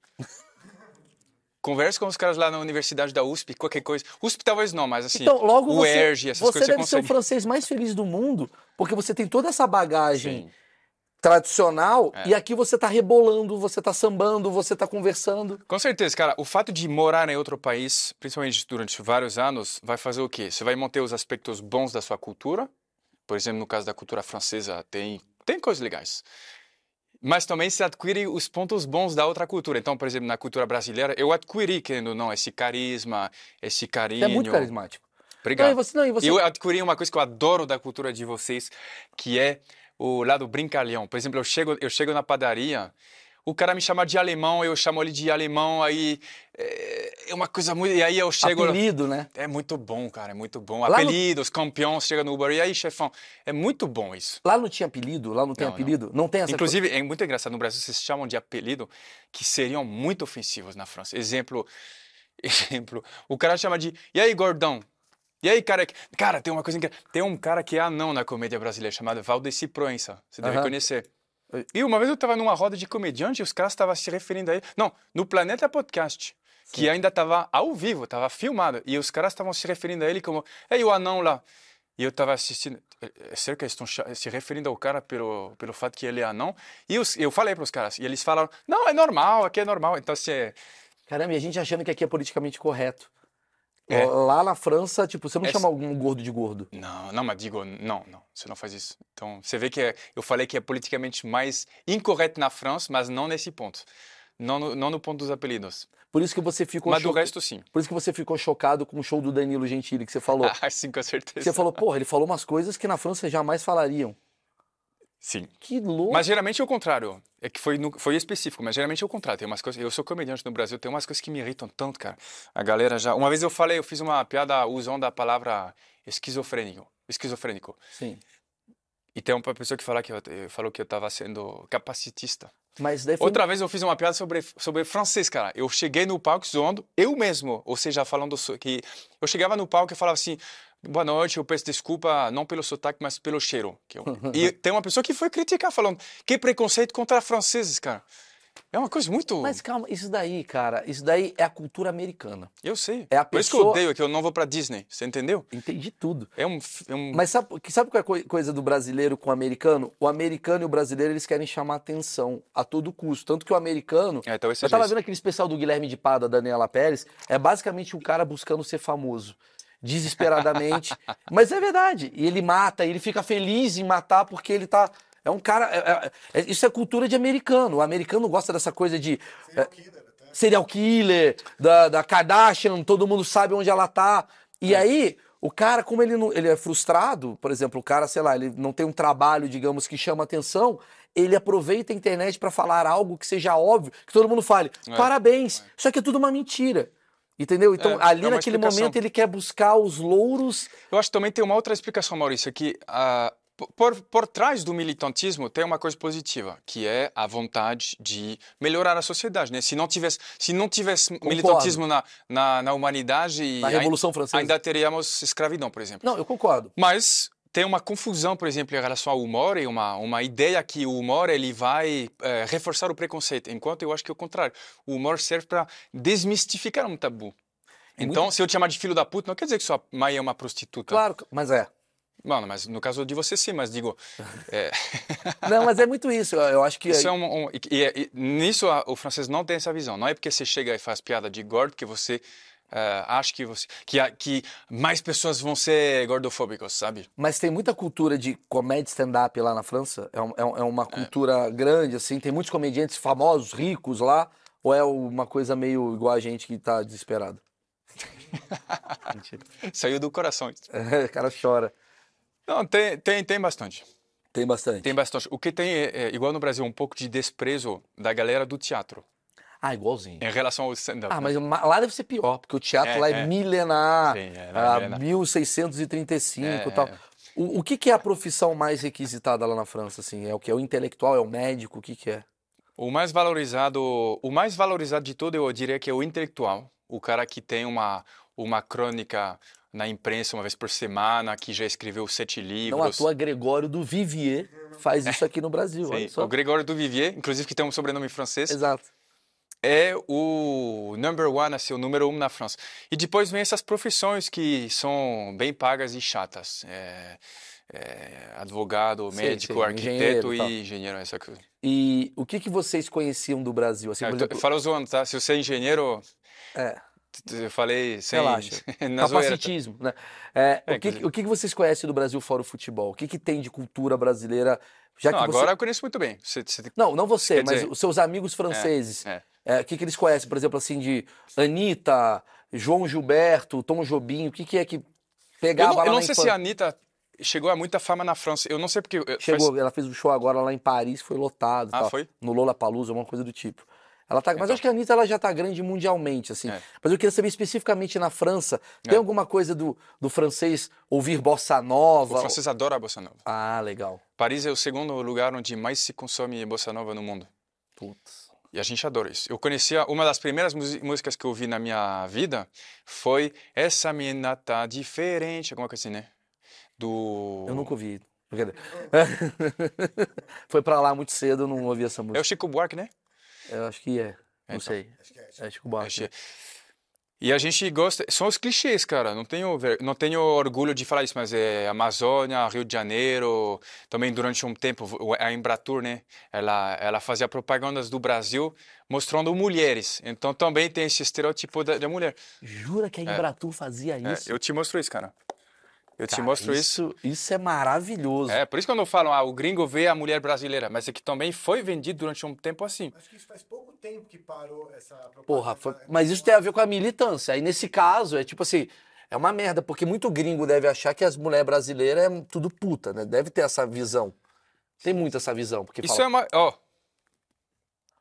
S2: converse com os caras lá na universidade da USP, qualquer coisa. USP talvez não, mas assim,
S1: Então, logo
S2: o
S1: você,
S2: ERJ, essas
S1: você
S2: coisas
S1: deve
S2: você
S1: ser um o
S2: consegue.
S1: francês mais feliz do mundo, porque você tem toda essa bagagem
S2: Sim.
S1: tradicional
S2: É.
S1: e aqui você tá rebolando, você tá sambando, você tá conversando.
S2: Com certeza, cara. O fato de morar em outro país, principalmente durante vários anos, vai fazer o quê? Você vai manter os aspectos bons da sua cultura. Por exemplo, no caso da cultura francesa, tem, tem coisas legais. Mas também se adquire os pontos bons da outra cultura. Então, por exemplo, na cultura brasileira, eu adquiri, querendo ou não, esse carisma, esse
S1: Você
S2: carinho.
S1: é muito Então, carismático.
S2: Obrigado.
S1: Não, e você, não, e você
S2: Eu adquiri uma coisa que eu adoro da cultura de vocês, que é o lado brincalhão. Por exemplo, eu chego, eu chego na padaria, o cara me chama de alemão, eu chamo ele de alemão, aí é é uma coisa muito. E aí eu chego.
S1: apelido, né?
S2: É muito bom, cara, é muito bom.
S1: Lá no-
S2: Apelidos, campeões, chega no Uber, e aí, chefão? É muito bom isso.
S1: Lá não tinha apelido, lá não tem
S2: Não, não.
S1: apelido, não, tem essa
S2: Inclusive, é muito engraçado, no Brasil vocês chamam de apelido que seriam muito ofensivos na França. Exemplo, exemplo, o cara chama de, e aí, gordão? E aí, cara? Cara, tem uma coisa incrível. Tem um cara que é anão na comédia brasileira, chamado Valdeci Proença. Você deve
S1: Aham.
S2: conhecer. E uma vez eu tava numa roda de comediante e os caras estavam se referindo a ele. Não, no Planeta Podcast, que ainda tava ao vivo, tava filmado. E os caras estavam se referindo a ele como, ei, o anão lá. E eu estava assistindo. É sério que eles estão cha- se referindo ao cara pelo, pelo fato que ele é anão? E os- eu falei para os caras, e eles falaram: não, é normal, aqui é normal. Então, assim, é,
S1: Caramba, e a gente achando que aqui é politicamente correto.
S2: É.
S1: Lá na França, tipo, você não
S2: É
S1: chama algum gordo de gordo.
S2: não, não, mas digo, não, não, você não faz isso. Então, você vê que é- eu falei que é politicamente mais incorreto na França, mas não nesse ponto. Não no, não no ponto dos apelidos.
S1: Por isso que você ficou
S2: mas do
S1: cho-
S2: resto, sim.
S1: Por isso que você ficou chocado com o show do Danilo Gentili que você falou.
S2: Ah, sim, com certeza.
S1: Você falou, porra, ele falou umas coisas que na França jamais falariam.
S2: Sim.
S1: Que louco.
S2: Mas geralmente é o contrário. É que foi, no- foi específico, mas geralmente é o contrário. Tem umas coisas, eu sou comediante no Brasil, tem umas coisas que me irritam tanto, cara. A galera já. Uma vez eu falei, eu fiz uma piada usando a palavra esquizofrênico. Esquizofrênico.
S1: Sim.
S2: E tem uma pessoa que, fala que eu, eh, falou que eu tava sendo capacitista.
S1: Mas daí foi...
S2: Outra vez eu fiz uma piada sobre, sobre francês, cara. Eu cheguei no palco zoando eu mesmo, ou seja, falando so- que. Eu chegava no palco e falava assim. Boa noite, eu peço desculpa não pelo sotaque, mas pelo cheiro. que eu-" E tem uma pessoa que foi criticar, falando que preconceito contra franceses, cara. É uma coisa muito.
S1: Mas calma, isso daí, cara, isso daí é a cultura americana.
S2: Eu sei.
S1: É a
S2: Por isso que eu
S1: pessoa-
S2: odeio é que eu não vou pra Disney. Você entendeu?
S1: Entendi tudo.
S2: É um. f- É um...
S1: Mas sabe, que- sabe qual é a coi- coisa do brasileiro com o americano? O americano e o brasileiro, eles querem chamar atenção a todo custo. Tanto que o americano,
S2: É, talvez
S1: Eu
S2: seja
S1: tava
S2: isso.
S1: vendo aquele especial do Guilherme de Pá, da Daniela Pérez. É basicamente um cara buscando ser famoso. Desesperadamente. Mas é verdade. E ele mata, e ele fica feliz em matar porque ele tá. É um cara. é- é- é- isso é cultura de americano. O americano gosta dessa coisa de. é, serial killer, da, da Kardashian, todo mundo sabe onde ela tá.
S2: É.
S1: E aí, o cara, como ele, não, ele é frustrado, por exemplo, o cara, sei lá, ele não tem um trabalho, digamos, que chama atenção, ele aproveita a internet pra falar algo que seja óbvio, que todo mundo fale,
S2: É,
S1: parabéns, isso aqui é tudo uma mentira. Entendeu? Então,
S2: É,
S1: ali
S2: é uma
S1: naquele
S2: explicação.
S1: momento ele quer buscar os louros.
S2: Eu acho que também tem uma outra explicação, Maurício, que ah, po- por, por trás do militantismo tem uma coisa positiva, que é a vontade de melhorar a sociedade, né? Se não tivesse, se não tivesse militantismo na, na, na humanidade, e
S1: Na
S2: ai-
S1: Revolução Francesa.
S2: ainda Tá. teríamos escravidão, por exemplo.
S1: Não, eu concordo.
S2: Mas tem uma confusão, por exemplo, em relação ao humor e uma, uma ideia que o humor ele vai eh, reforçar o preconceito, enquanto eu acho que é o contrário. O humor serve para desmistificar um tabu.
S1: É
S2: Então, se eu te chamar de filho da puta, não quer dizer que sua mãe é uma prostituta.
S1: Claro, mas é.
S2: Mano, mas no caso de você sim, mas digo,
S1: Não, mas é muito isso. Eu, eu acho que.
S2: isso é um, um- e, e- e nisso a- o francês não tem essa visão. Não é porque você chega e faz piada de gordo que você eh, acha que você que, a- que mais pessoas vão ser gordofóbicas, sabe?
S1: Mas tem muita cultura de comédia stand-up lá na França. É, um- é um- é uma cultura grande, assim. Tem muitos comediantes famosos, ricos lá. Ou é uma coisa meio igual a gente que tá desesperado? Mentira.
S2: Saiu do coração. isso.
S1: É, o cara chora.
S2: Não, tem tem tem bastante.
S1: Tem bastante.
S2: Tem bastante. O que tem é, é, igual no Brasil um pouco de desprezo da galera do teatro
S1: Ah, igualzinho.
S2: em relação ao stand-up.
S1: Ah, mas ma- lá deve ser pior, porque o teatro
S2: É,
S1: lá é,
S2: é.
S1: milenar.
S2: Sim, é, lá é
S1: ah,
S2: milenar.
S1: 1635
S2: É,
S1: e tal.
S2: é.
S1: O, o que, que é a profissão mais requisitada lá na França, assim? É o que? É o intelectual? É o médico? O que, que é?
S2: O mais valorizado, o mais valorizado de todo, eu diria que é o intelectual, o cara que tem uma uma crônica na imprensa uma vez por semana, que já escreveu sete livros.
S1: Não atua Gregório do Vivier faz isso aqui no Brasil.
S2: Sim,
S1: Olha só.
S2: O Gregório Duvivier, inclusive que tem um sobrenome francês,
S1: Exato.
S2: é o number one, assim, o número um na França. E depois vem essas profissões que são bem pagas e chatas. É, é, advogado,
S1: Sim,
S2: médico,
S1: sim,
S2: arquiteto
S1: engenheiro e tal.
S2: e engenheiro, essa coisa.
S1: E o que, que vocês conheciam do Brasil? Assim,
S2: Ah,
S1: por
S2: eu tô-
S1: exemplo,
S2: Fala zoando, tá? Se você é engenheiro,
S1: É.
S2: t- t- eu falei sem...
S1: Relaxa.
S2: na zoeira, tá?
S1: capacitismo, né? É,
S2: É,
S1: o, que,
S2: inclusive.
S1: o que que vocês conhecem do Brasil fora o futebol? O que, que tem de cultura brasileira? Já
S2: Não,
S1: que você-
S2: agora eu conheço muito bem. Você- você-
S1: Não, não você,
S2: Quer
S1: mas
S2: dizer-
S1: os seus amigos franceses.
S2: é.
S1: É, o que, que eles conhecem, por exemplo, assim, de Anitta, João Gilberto, Tom Jobim? O que, que é que
S2: Eu
S1: pegava
S2: não, eu
S1: lá
S2: não
S1: na
S2: sei se
S1: infância?
S2: a Anitta chegou a muita fama na França. Eu não sei porque... eu- faz-
S1: Chegou, ela fez um show agora lá em Paris, foi lotado. e
S2: Ah,
S1: tal,
S2: foi?
S1: No Lollapalooza, alguma coisa do tipo. Ela tá, mas eu
S2: Então.
S1: acho que a Anitta ela já tá grande mundialmente, assim.
S2: É.
S1: Mas eu queria saber especificamente na França,
S2: É.
S1: tem alguma coisa do, do francês ouvir bossa
S2: O
S1: nova?
S2: francês adora a bossa nova.
S1: Ah, legal.
S2: Paris é o segundo lugar onde mais se consome bossa nova no mundo.
S1: Putz.
S2: E a gente adora isso. Eu conhecia uma das primeiras musi- músicas que eu ouvi na minha vida foi Essa Mina Tá Diferente, alguma coisa assim, né? Do.
S1: Eu nunca ouvi. Brincadeira. Foi pra lá muito cedo, eu não ouvi essa
S2: É o
S1: música.
S2: Chico Buarque, né?
S1: Eu acho que é. Não
S2: então.
S1: sei. É Chico
S2: É
S1: Buarque.
S2: Chi- E a gente gosta. São os clichês, cara. Não tenho, ver- não tenho orgulho de falar isso, mas é Amazônia, Rio de Janeiro. Também durante um tempo, o- a Embratur, né? Ela, ela fazia propagandas do Brasil mostrando mulheres. Então também tem esse estereótipo da, da mulher.
S1: Jura que a Embratur fazia
S2: É,
S1: isso?
S2: eu te mostro isso, cara. Eu te
S1: Cara,
S2: mostro isso.
S1: Isso é maravilhoso.
S2: É, por isso quando falam, ah, o gringo vê a mulher brasileira, mas é que também foi vendido durante um tempo assim.
S5: Acho que isso faz pouco tempo que parou essa né? propaganda.
S1: Porra, foi- mas isso tem a ver com a militância. Aí nesse caso, é tipo assim, é uma merda, porque muito gringo deve achar que as mulheres brasileiras é tudo puta, né? Deve ter essa visão. Tem muito essa visão, porque
S2: Isso
S1: fala,
S2: é uma, ó.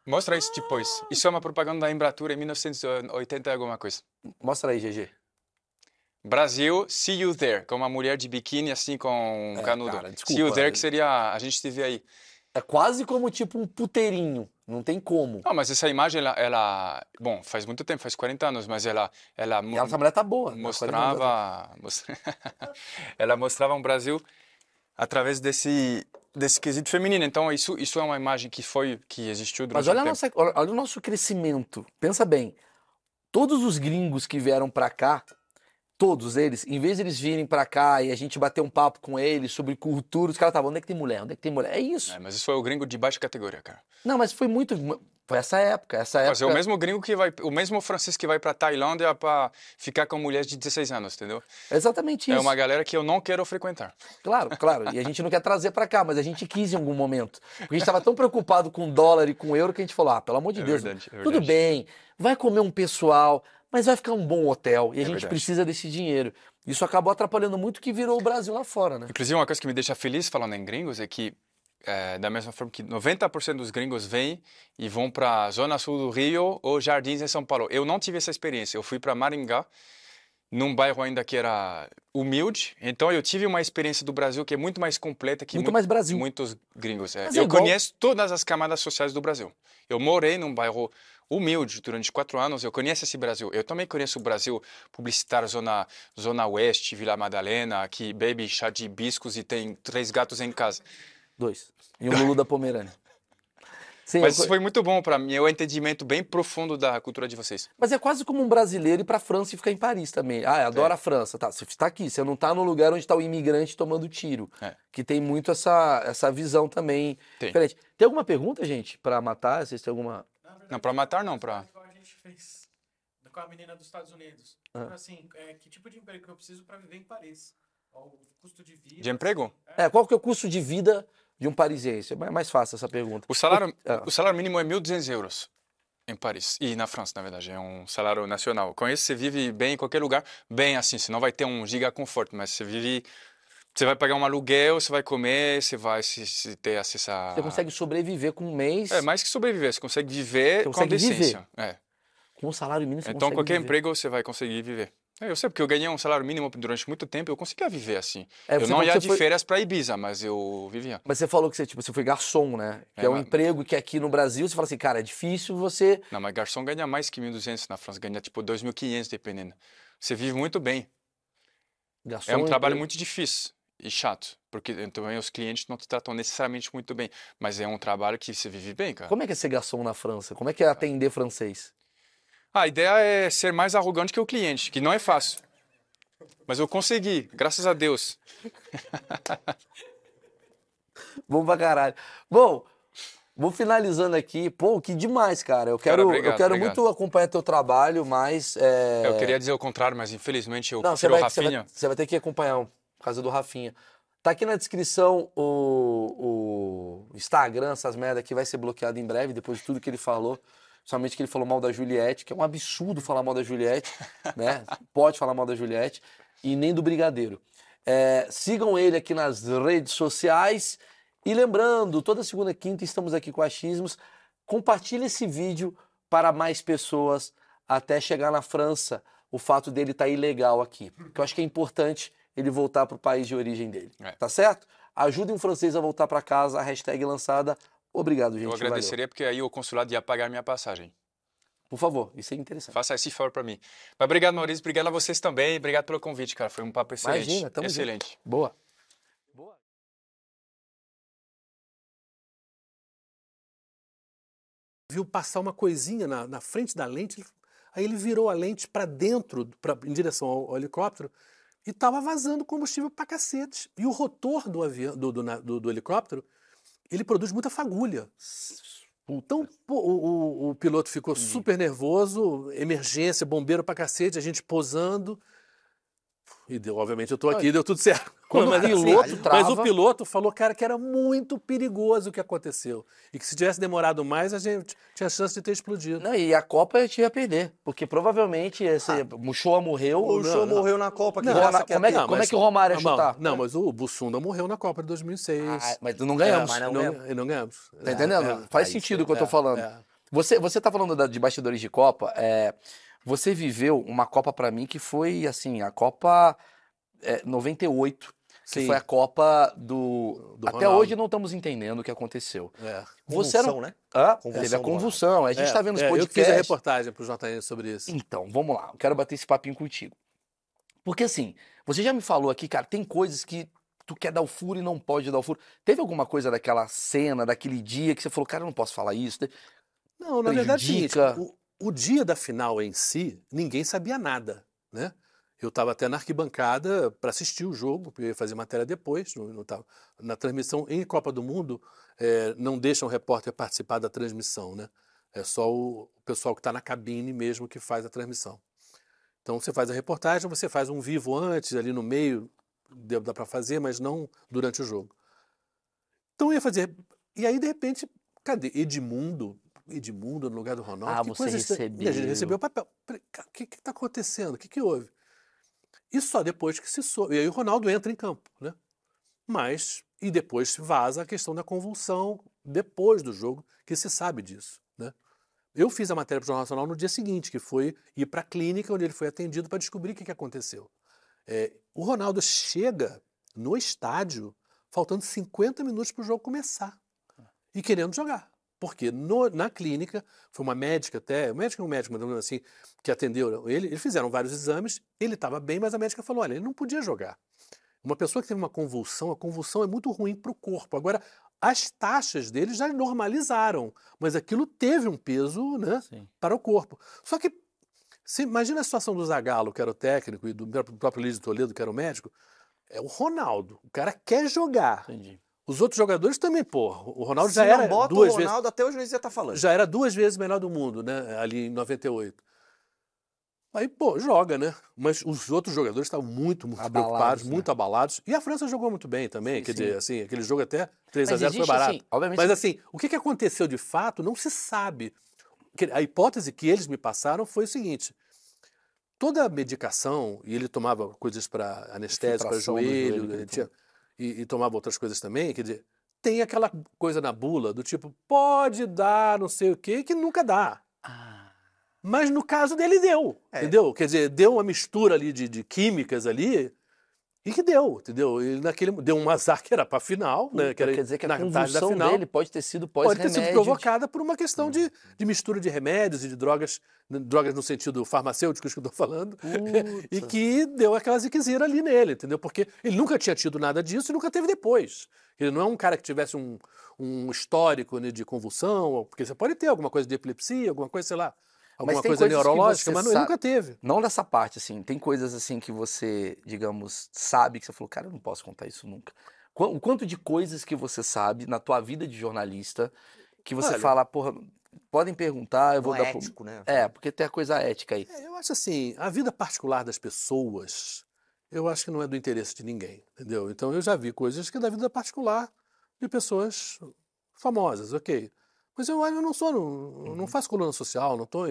S2: Mostra isso depois. Isso é uma propaganda da Embratur em 1980 e alguma coisa.
S1: mostra aí, GG.
S2: Brasil, see you there, com uma mulher de biquíni assim com um
S1: É,
S2: canudo.
S1: cara,
S2: see you
S1: desculpa,
S2: there
S1: eu-
S2: que seria a gente te vê aí.
S1: É quase como tipo um puteirinho, não tem como.
S2: Não, mas essa imagem ela, ela- bom, faz muito tempo, faz 40 anos, mas ela ela
S1: E tá essa mulher tá boa. né?
S2: mostrava mos- ela mostrava um Brasil através desse desse quesito feminino. Então isso isso é uma imagem que foi que existiu
S1: Mas
S2: durante
S1: olha,
S2: um
S1: a
S2: tempo.
S1: nossa- olha- olha o nosso crescimento. Pensa bem. Todos os gringos que vieram pra cá, todos eles, em vez de eles virem pra cá e a gente bater um papo com eles sobre cultura, os caras estavam, onde é que tem mulher? Onde é que tem mulher? É isso.
S2: É, mas isso foi o gringo de baixa categoria, cara.
S1: Não, mas foi muito. Foi essa época. Essa época.
S2: Mas é o mesmo gringo que vai, o mesmo francês que vai para Tailândia para ficar com mulheres de 16 anos, entendeu?
S1: É Exatamente isso.
S2: É uma galera que eu não quero frequentar.
S1: Claro, claro. E a gente não quer trazer pra cá, mas a gente quis em algum momento. Porque a gente tava tão preocupado com dólar e com euro que a gente falou: ah, pelo amor de
S2: É
S1: Deus,
S2: verdade, é
S1: tudo
S2: verdade.
S1: bem, vai comer um pessoal, mas vai ficar um bom hotel e a gente
S2: É verdade.
S1: precisa desse dinheiro. Isso acabou atrapalhando muito o que virou o Brasil lá fora, né?
S2: Inclusive, uma coisa que me deixa feliz falando em gringos é que, eh, da mesma forma que 90% dos gringos vêm e vão para a zona sul do Rio ou Jardins em São Paulo. Eu não tive essa experiência. Eu fui para Maringá, num bairro ainda que era humilde. Então, eu tive uma experiência do Brasil que é muito mais completa que
S1: Muito
S2: mui-
S1: mais Brasil.
S2: muitos gringos. é.
S1: Mas é
S2: Eu
S1: igual-
S2: conheço todas as camadas sociais do Brasil. Eu morei num bairro humilde durante quatro anos. Eu conheço esse Brasil. Eu também conheço o Brasil publicitário, zona, zona oeste, Vila Madalena, que bebe chá de hibiscos e tem três gatos em casa.
S1: Dois. E um Lulu da Pomerânia. Sim,
S2: Mas
S1: eu-
S2: isso foi muito bom para mim. É um entendimento bem profundo da cultura de vocês.
S1: Mas é quase como um brasileiro ir pra França e ficar em Paris também. Ah,
S2: É.
S1: adora a França. Tá, você está aqui, você não tá no lugar onde tá o imigrante tomando tiro.
S2: É.
S1: Que tem muito essa, essa visão também
S2: Tem.
S1: diferente. Tem alguma pergunta, gente, pra matar? Vocês têm alguma.
S2: Não, pra matar, não, pra-
S6: Igual a gente fez com a menina dos Estados Unidos.
S1: Ah.
S6: Então, assim, é, que tipo de emprego que eu preciso para viver em Paris? Ó, O custo de vida.
S2: De emprego?
S1: É, qual que é o custo de vida de um parisiense? É mais- mais fácil essa pergunta.
S2: O salário,
S1: Ah.
S2: o salário mínimo é 1.200 euros em Paris e na França, na verdade. É um salário nacional. Com isso, você vive bem em qualquer lugar, bem assim. Você não vai ter um giga conforto, mas você vive. Você vai pagar um aluguel, você vai comer, você vai se, se ter acesso a.
S1: Você consegue sobreviver com um mês,
S2: É, mais que sobreviver, você consegue viver
S1: Você consegue
S2: com decência. É.
S1: com um salário mínimo, você
S2: Então,
S1: consegue
S2: qualquer
S1: viver.
S2: emprego você vai conseguir viver. É, Eu sei, porque eu ganhei um salário mínimo durante muito tempo, eu conseguia viver assim.
S1: É,
S2: eu
S1: você
S2: não
S1: falou que
S2: ia
S1: você
S2: de
S1: foi-
S2: férias para Ibiza, mas eu vivia.
S1: Mas você falou que você, tipo, você foi garçom, né? Que é,
S2: É,
S1: um
S2: mas-
S1: emprego que aqui no Brasil você fala assim, cara, é difícil você
S2: Não, mas garçom ganha mais que 1.200 na França, ganha tipo 2.500 dependendo. Você vive muito bem.
S1: garçom.
S2: É um trabalho
S1: emprego-
S2: muito difícil e chato, porque então os clientes não te tratam necessariamente muito bem, mas é um trabalho que você vive bem, cara.
S1: Como é que é ser garçom na França? Como é que é atender francês?
S2: A ideia é ser mais arrogante que o cliente, que não é fácil. Mas eu consegui, graças a Deus.
S1: Bom pra caralho. Bom, vou finalizando aqui. Pô, que demais, cara. Eu quero, eu
S2: obrigado,
S1: quero
S2: obrigado.
S1: muito acompanhar teu trabalho, mas. é,
S2: Eu queria dizer o contrário, mas infelizmente eu
S1: Não, você
S2: prefiro o
S1: vai, você,
S2: Rafinha.
S1: vai, você vai ter que acompanhar um, por causa do Rafinha. Tá aqui na descrição o, o Instagram, essas merda que vai ser bloqueado em breve, depois de tudo que ele falou. Principalmente que ele falou mal da Juliette, que é um absurdo falar mal da Juliette, né? Pode falar mal da Juliette, e nem do Brigadeiro. É, sigam ele aqui nas redes sociais. E lembrando, toda segunda e quinta estamos aqui com Achismos. Compartilhe esse vídeo para mais pessoas até chegar na França o fato dele estar ilegal aqui. Porque eu acho que é importante ele voltar para o país de origem dele.
S2: É.
S1: Tá certo? Ajude um francês a voltar para casa, a hashtag lançada. Obrigado, gente.
S2: Eu
S1: valeu.
S2: agradeceria porque aí o consulado ia pagar minha passagem.
S1: Por favor, isso é interessante.
S2: Faça esse favor para mim. Mas obrigado, Maurício. Obrigado a vocês também. Obrigado pelo convite, cara. Foi um papo excelente.
S1: Imagina, tamo junto.
S2: excelente.
S1: Boa.
S7: viu passar uma coisinha na, na frente da lente, ele- aí ele virou a lente para dentro, pra, em direção ao, ao helicóptero, e tava vazando combustível pra cacete. E o rotor do, avião, do, do na- do- do helicóptero, ele produz muita fagulha. Então, pô, o, o- o piloto ficou super nervoso, emergência, bombeiro pra cacete, a gente posando. E deu, obviamente eu tô aqui, deu tudo certo.
S1: Quando o
S7: Mas, assim,
S1: piloto
S7: mas o
S1: trava-
S7: piloto falou, cara, que era muito perigoso o que aconteceu. E que se tivesse demorado mais, a gente tinha chance de ter explodido.
S1: Não, e a Copa a gente ia perder, porque provavelmente esse
S7: Ah.
S1: Muxoa morreu.
S7: O Muxoa
S1: Não,
S3: morreu na Copa, que
S1: Não,
S3: graça
S1: mas
S3: que
S1: como é
S3: tem.
S1: que- o Romário ia
S7: Não,
S1: chutar?
S7: Não, mas o Bussunda morreu na Copa de 2006.
S1: Ah, mas não ganhamos.
S7: É,
S1: não
S7: não,
S1: ganhamos.
S7: e não ganhamos.
S1: Tá
S7: É,
S1: entendendo?
S7: é,
S1: Faz
S7: aí
S1: sentido
S7: sim,
S1: o que eu tô
S7: é,
S1: falando.
S7: é.
S1: Você, você tá falando da- de bastidores de Copa, é, você viveu uma Copa pra mim que foi, assim, a Copa é, 98, que
S7: Sim. é.
S1: foi a Copa do...
S7: Do
S1: Até
S7: Ronaldo.
S1: hoje não estamos entendendo o que aconteceu.
S7: É.
S1: Você era... um-
S3: né?
S1: Hã?
S3: Convulsão
S1: Teve a
S3: do Ronaldo.
S1: convulsão, a gente
S7: É,
S1: tá vendo os
S7: é, Eu fiz a
S1: podcasts...
S7: reportagem pro JN sobre isso.
S1: Então, vamos lá. Eu quero bater esse papinho contigo. Porque assim, você já me falou aqui, cara, tem coisas que tu quer dar o furo e não pode dar o furo. Teve alguma coisa daquela cena, daquele dia que você falou, cara, eu não posso falar isso?
S7: Não, na verdade, é o seguinte,
S1: Prejudica.
S7: o, o dia da final em si, ninguém sabia nada, né? Eu estava até na arquibancada para assistir o jogo, porque eu ia fazer matéria depois. não- não tava- na transmissão em Copa do Mundo, eh, não deixam o repórter participar da transmissão, né? É só o, o pessoal que está na cabine mesmo que faz a transmissão. Então você faz a reportagem, você faz um vivo antes, ali no meio, deu- dá para fazer, mas não durante o jogo. Então eu ia fazer. E aí, de repente, cadê? Edmundo, Edmundo no lugar do Ronaldo.
S1: Ah,
S7: que
S1: você
S7: coisa estranha. E A gente
S1: recebeu.
S7: recebeu o papel. Peraí, cara, O que está acontecendo? O que, que houve? E só depois que se soube. E aí o Ronaldo entra em campo, né? Mas, e depois vaza a questão da convulsão, depois do jogo, que se sabe disso, né? Eu fiz a matéria para o Jornal Nacional no dia seguinte, que foi ir para a clínica onde ele foi atendido para descobrir o que, que aconteceu. É, o Ronaldo chega no estádio faltando 50 minutos para o jogo começar e querendo jogar. Porque no- na clínica, foi uma médica até, médica é um médico, mas assim, que atendeu ele, eles fizeram vários exames, ele estava bem, mas a médica falou: olha, ele não podia jogar. Uma pessoa que teve uma convulsão, a convulsão é muito ruim para o corpo. Agora, as taxas dele já normalizaram, mas aquilo teve um peso né, para o corpo. Só que, você imagina a situação do Zagallo, que era o técnico, e do próprio próprio Luiz de Toledo, que era o médico. É o Ronaldo. O cara quer jogar.
S8: Entendi.
S7: Os outros jogadores também, pô. O Ronaldo
S3: Se
S7: já era
S3: não bota
S7: duas
S3: o
S7: vezes
S3: Ronaldo, até o juiz ia estar falando.
S7: já era duas vezes melhor do mundo, né? Ali em 98. Aí, pô, joga, né? Mas os outros jogadores estavam muito, muito
S1: Abalados,
S7: preocupados,
S1: né?
S7: muito abalados. E a França jogou muito bem também.
S1: Sim,
S7: quer
S1: sim.
S7: dizer, assim, aquele jogo até 3 a
S8: Mas
S7: 0 foi
S8: existe,
S7: barato.
S8: assim,
S1: Obviamente.
S7: Mas assim, o que que aconteceu de fato não se sabe. Que- A hipótese que eles me passaram foi o seguinte: toda a medicação, e ele tomava coisas para anestésia, para
S1: Infiltração do joelho então.
S7: joelho,
S1: que ele
S7: ele tinha- e, e tomava outras coisas também, quer dizer, tem aquela coisa na bula do tipo, pode dar não sei o quê, que nunca dá.
S1: Ah.
S7: Mas no caso dele deu,
S1: É.
S7: entendeu? Quer dizer, deu uma mistura ali de, de químicas ali e que deu, entendeu? E naquele deu um azar que era para final, né? Que era
S1: Quer dizer que a
S7: na tarde da
S1: convulsão
S7: final
S1: dele pode Hum. ter sido pós
S7: pode ter sido provocada por uma questão de, de mistura de remédios e de drogas, n- drogas no sentido farmacêutico que eu estou falando, e que deu aquela ziquezira ali nele, entendeu? Porque ele nunca tinha tido nada disso e nunca teve depois. Ele não é um cara que tivesse um, um histórico né, de convulsão, ou- porque você pode ter alguma coisa de epilepsia, alguma coisa, sei lá, alguma
S1: tem
S7: coisa
S1: coisas que
S7: neurológica,
S1: você
S7: mas não- ele
S1: sabe-
S7: nunca teve.
S1: Não dessa parte, assim. Tem coisas assim que você, digamos, sabe que você falou, cara, eu não posso contar isso nunca. Qu- O quanto de coisas que você sabe na tua vida de jornalista que você
S7: Olha.
S1: fala, porra, podem perguntar, eu vou
S3: Não
S1: dar.
S3: é
S1: pro-"
S3: ético, né?
S1: É, porque tem a coisa ética aí.
S7: É, eu acho assim, a vida particular das pessoas, eu acho que não é do interesse de ninguém, entendeu? Então eu já vi coisas que é da vida particular de pessoas famosas, ok. Mas eu, eu não sou, no-
S1: Uhum.
S7: eu não faço coluna social, não estou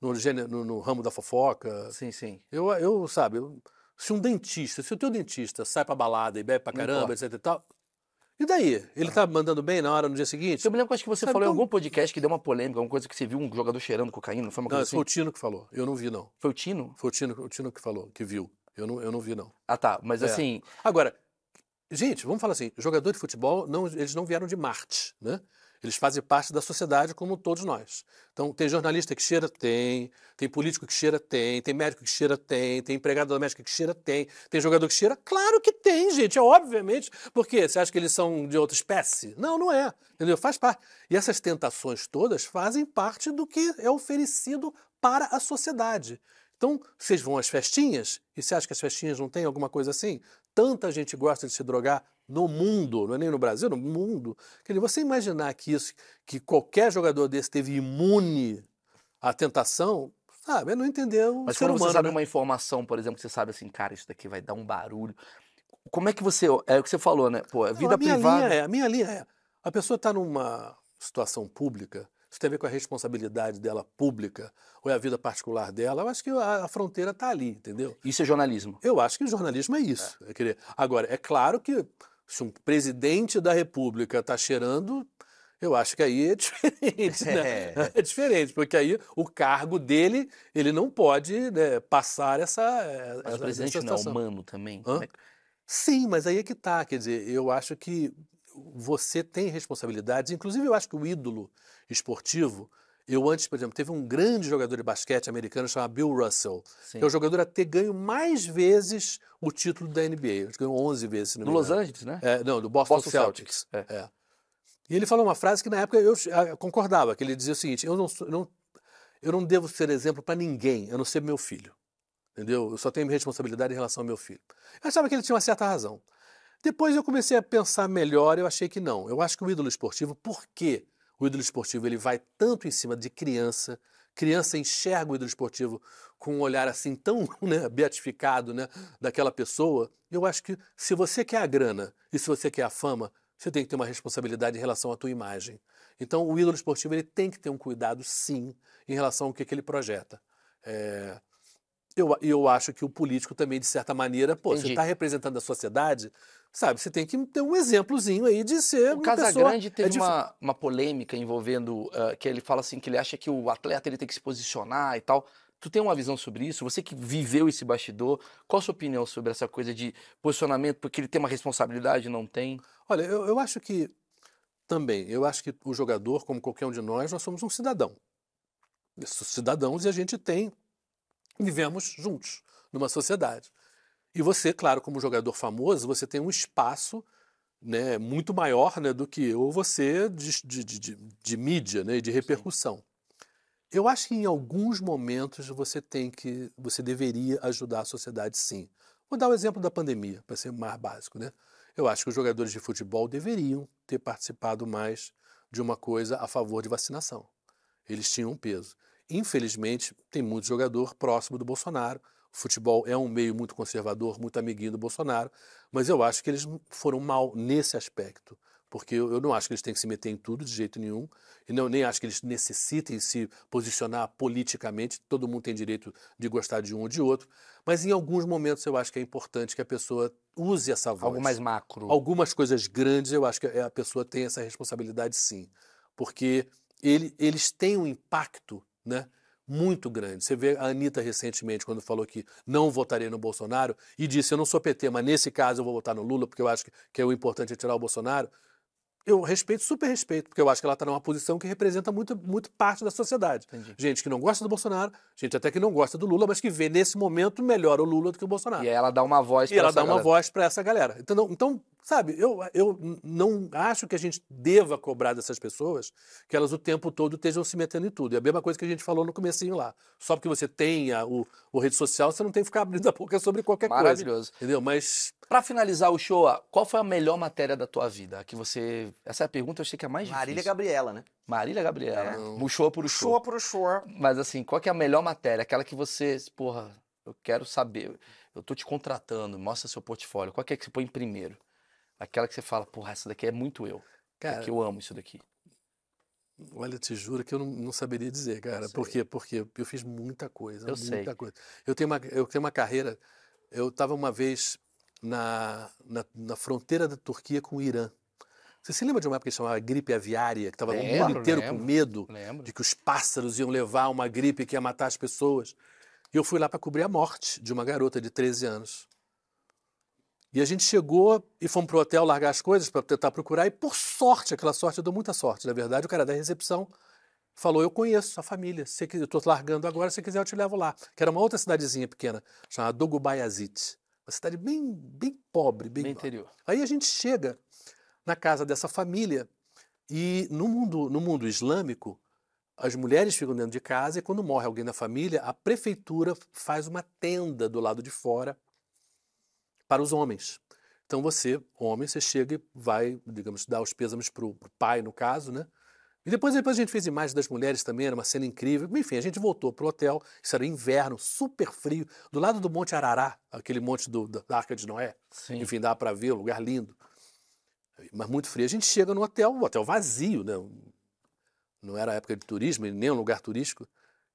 S7: no, gêne- no- no ramo da fofoca.
S1: Sim, sim.
S7: Eu, eu sabe, eu- se um dentista, se o teu dentista sai pra balada e bebe pra
S1: Não
S7: caramba, etc e tal, e daí? Ele tá mandando bem na hora, no dia seguinte?
S1: Eu me lembro que acho que você
S7: Sabe,
S1: falou em
S7: então-
S1: algum podcast que deu uma polêmica, alguma coisa que você viu um jogador cheirando cocaína, não foi uma
S7: Não,
S1: coisa
S7: esse foi
S1: assim?
S7: o Tino que falou, eu não vi não.
S1: Foi o Tino?
S7: Foi o Tino, o Tino que falou, que viu, eu não, eu não vi não.
S1: Ah, tá. Mas
S7: É.
S1: assim,
S7: Agora, gente, vamos falar assim, jogador de futebol, não- eles não vieram de Marte, né? Eles fazem parte da sociedade como todos nós. Então, tem jornalista que cheira, tem. Tem político que cheira, tem. Tem médico que cheira, tem. Tem empregado doméstico que cheira, tem. Tem jogador que cheira? Claro que tem, gente. É obviamente. Por quê? Você acha que eles são de outra espécie? Não, não é. Entendeu? Faz parte. E essas tentações todas fazem parte do que é oferecido para a sociedade. Então, vocês vão às festinhas e você acha que as festinhas não têm alguma coisa assim? Tanta gente gosta de se drogar no mundo, não é nem no Brasil, no mundo. Quer dizer, você imaginar que isso, que qualquer jogador desse teve imune à tentação, sabe? É não entender o
S1: Mas
S7: ser
S1: quando
S7: humano.
S1: você sabe
S7: né?
S1: uma informação, por exemplo, que você sabe assim, cara, isso daqui vai dar um barulho. Como é que você. É o que você falou, né? Pô, é
S7: Não,
S1: vida
S7: a minha
S1: privada.
S7: Linha é, a minha linha é. A pessoa está numa situação pública, isso tem a ver com a responsabilidade dela pública, ou é a vida particular dela, eu acho que a, a fronteira está ali, entendeu?
S1: Isso é jornalismo.
S7: Eu acho que o jornalismo é isso. É. quer dizer, Agora, é claro que se um presidente da República está cheirando, eu acho que aí é diferente, né? É. diferente, porque aí o cargo dele, ele não pode né, passar essa, eh,
S1: Mas
S7: essa,
S1: o presidente
S7: essa
S1: não é
S7: situação.
S1: humano também.
S7: Hã?
S1: Como é que-
S7: Sim, mas aí é que tá. Quer dizer, eu acho que você tem responsabilidades. Inclusive, eu acho que o ídolo esportivo Eu antes, por exemplo, teve um grande jogador de basquete americano chamado Bill Russell,
S1: Sim.
S7: que é o jogador a ter ganho mais vezes o título da NBA. Ele ganhou 11 vezes, se não
S1: Do
S7: me
S1: Los
S7: engano.
S1: Angeles, né?
S7: É, não, do Boston,
S1: Boston
S7: Celtics.
S1: Celtics, é.
S7: É. E ele falou uma frase que na época eu ah, concordava, que ele dizia o seguinte: eu não, sou- eu não, eu não devo ser exemplo para ninguém, eu não ser meu filho. Entendeu? Eu só tenho minha responsabilidade em relação ao meu filho. Eu achava que ele tinha uma certa razão. Depois eu comecei a pensar melhor, eu achei que não. Eu acho que o ídolo esportivo, por quê? O ídolo esportivo ele vai tanto em cima de criança, criança enxerga o ídolo esportivo com um olhar assim tão né, beatificado né, daquela pessoa. Eu acho que se você quer a grana e se você quer a fama, você tem que ter uma responsabilidade em relação à tua imagem. Então o ídolo esportivo ele tem que ter um cuidado, sim, em relação ao que, que ele projeta. É, Eu, eu acho que o político também, de certa maneira, pô, você
S8: Entendi.
S7: está representando a sociedade, sabe? Você tem que ter um exemplozinho aí de ser
S1: O
S7: uma pessoa...
S1: Casagrande teve
S7: é difí-
S1: uma, uma polêmica envolvendo ah, que ele fala assim que ele acha que o atleta ele tem que se posicionar e tal. Tu tem uma visão sobre isso? Você que viveu esse bastidor, qual a sua opinião sobre essa coisa de posicionamento? Porque ele tem uma responsabilidade, não tem?
S7: Olha, eu, eu acho que também, eu acho que o jogador, como qualquer um de nós, nós somos um cidadão. Somos cidadãos e a gente tem, vivemos juntos numa sociedade. E você, claro, como jogador famoso, você tem um espaço né, muito maior né, do que eu ou você de, de, de, de- de mídia né, e de repercussão. Eu acho que em alguns momentos você tem que, você deveria ajudar a sociedade, sim. Vou dar o exemplo da pandemia, para ser mais básico, né? Eu acho que os jogadores de futebol deveriam ter participado mais de uma coisa a favor de vacinação. Eles tinham um peso. Infelizmente, tem muito jogador próximo do Bolsonaro. O futebol é um meio muito conservador, muito amiguinho do Bolsonaro, mas eu acho que eles foram mal nesse aspecto, porque eu eu não acho que eles têm que se meter em tudo de jeito nenhum, e não, nem acho que eles necessitem se posicionar politicamente. Todo mundo tem direito de gostar de um ou de outro, mas em alguns momentos eu acho que é importante que a pessoa use essa voz.
S1: Algo mais macro.
S7: Algumas coisas grandes, eu acho que é, a pessoa tem essa responsabilidade sim, porque ele- eles têm um impacto né, muito grande. Você vê a Anitta recentemente, quando falou que não votaria no Bolsonaro, e disse: Eu não sou PT, mas nesse caso eu vou votar no Lula, porque eu acho que, que o importante é tirar o Bolsonaro. Eu respeito, super respeito, porque eu acho que ela está numa posição que representa muito, muito parte da sociedade.
S1: Entendi.
S7: Gente que não gosta do Bolsonaro, gente até que não gosta do Lula, mas que vê nesse momento melhor o Lula do que o Bolsonaro.
S1: E aí ela dá uma voz
S7: E
S1: pra
S7: ela
S1: essa
S7: dá uma
S1: galera.
S7: voz para essa galera. Então, não- então sabe, eu, eu n- não acho que a gente deva cobrar dessas pessoas que elas o tempo todo estejam se metendo em tudo. É a mesma coisa que a gente falou no comecinho lá. Só porque você tem a, o, o rede social, você não tem que ficar abrindo a boca sobre qualquer coisa.
S1: Maravilhoso.
S7: Entendeu? Mas
S1: Pra finalizar o show, ó, qual foi a melhor matéria da tua vida? A Que você. Essa é a pergunta, eu achei que é a mais
S3: Marília
S1: difícil.
S3: Gabriela, né?
S1: Marília Gabriela.
S3: É.
S1: Murchou por show.
S3: Show pro show.
S1: Mas assim, qual que é a melhor matéria? Aquela que você, porra, eu quero saber. Eu tô te contratando, mostra seu portfólio. Qual que é que você põe em primeiro? Aquela que você fala, porra, essa daqui é muito eu.
S7: Cara.
S1: Porque eu amo isso daqui.
S7: Olha, te juro que eu não, não saberia dizer, cara. Por quê? Porque eu fiz muita coisa,
S1: Eu
S7: muita
S1: sei.
S7: coisa. Eu tenho uma, eu tenho uma carreira. Eu estava uma vez na, na, na fronteira da Turquia com o Irã. Você se lembra de uma época que chamava gripe aviária, que estava o mundo
S1: Lembro,
S7: inteiro com
S1: lembro.
S7: medo
S1: Lembra?
S7: de que os pássaros iam levar uma gripe que ia matar as pessoas? E eu fui lá para cobrir a morte de uma garota de 13 anos. E a gente chegou e fomos pro hotel largar as coisas para tentar procurar. E por sorte, aquela sorte, eu dou muita sorte, na verdade, o cara da recepção falou: Eu conheço a família, se você quiser- eu estou largando agora, se você quiser eu te levo lá. Que era uma outra cidadezinha pequena, chamada Dogubaiazit. Uma cidade bem, bem pobre, bem.
S1: No interior.
S7: Aí a gente chega na casa dessa família e no mundo, no mundo islâmico, as mulheres ficam dentro de casa e quando morre alguém da família, a prefeitura faz uma tenda do lado de fora para os homens. Então você, homem, você chega e vai, digamos, dar os pêsames para o pai, no caso, né? E depois, depois a gente fez imagens das mulheres também, era uma cena incrível. Enfim, a gente voltou pro hotel, isso era inverno, super frio, do lado do Monte Arará, aquele monte do- da da Arca de Noé.
S1: Sim.
S7: Enfim, dá para ver, um lugar lindo. Mas muito frio. A gente chega no hotel, um hotel vazio, né? Não era época de turismo, nem um lugar turístico.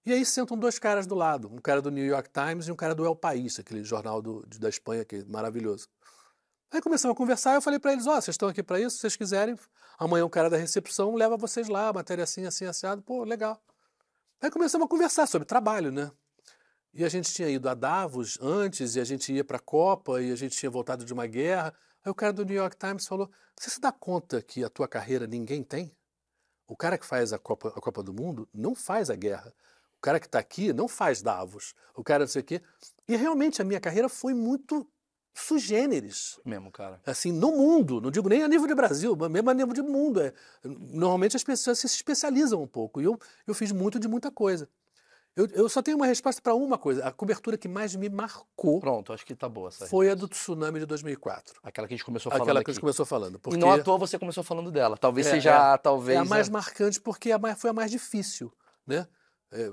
S7: E aí sentam dois caras do lado, um cara do New York Times e um cara do El País, aquele jornal do- de- da Espanha que é maravilhoso. Aí começamos a conversar, eu falei para eles, ó, vocês estão aqui para isso, se vocês quiserem, amanhã o cara da recepção leva vocês lá, matéria assim, assim, assado, pô, legal. Aí começamos a conversar sobre trabalho, né? E a gente tinha ido a Davos antes, e a gente ia para a Copa, e a gente tinha voltado de uma guerra. Aí o cara do New York Times falou: Você se dá conta que a tua carreira ninguém tem? O cara que faz a Copa, a Copa do Mundo não faz a guerra. O cara que está aqui não faz Davos. O cara não sei o quê. E realmente a minha carreira foi muito sugêneres
S1: Mesmo, cara.
S7: assim, no mundo, não digo nem a nível de Brasil, mas mesmo a nível de mundo. É, normalmente as pessoas se especializam um pouco, e eu, eu fiz muito de muita coisa. Eu, eu só tenho uma resposta para uma coisa. A cobertura que mais me marcou
S1: Pronto, acho que tá boa essa.
S7: foi a do tsunami de 2004.
S1: Aquela que a gente começou falando
S7: Aquela que a
S1: aqui.
S7: gente começou falando. Porque
S1: E não à toa né? você começou falando dela. Talvez
S7: É,
S1: seja,
S7: é
S1: talvez...
S7: a mais marcante porque é a mais, foi a mais difícil, né? É,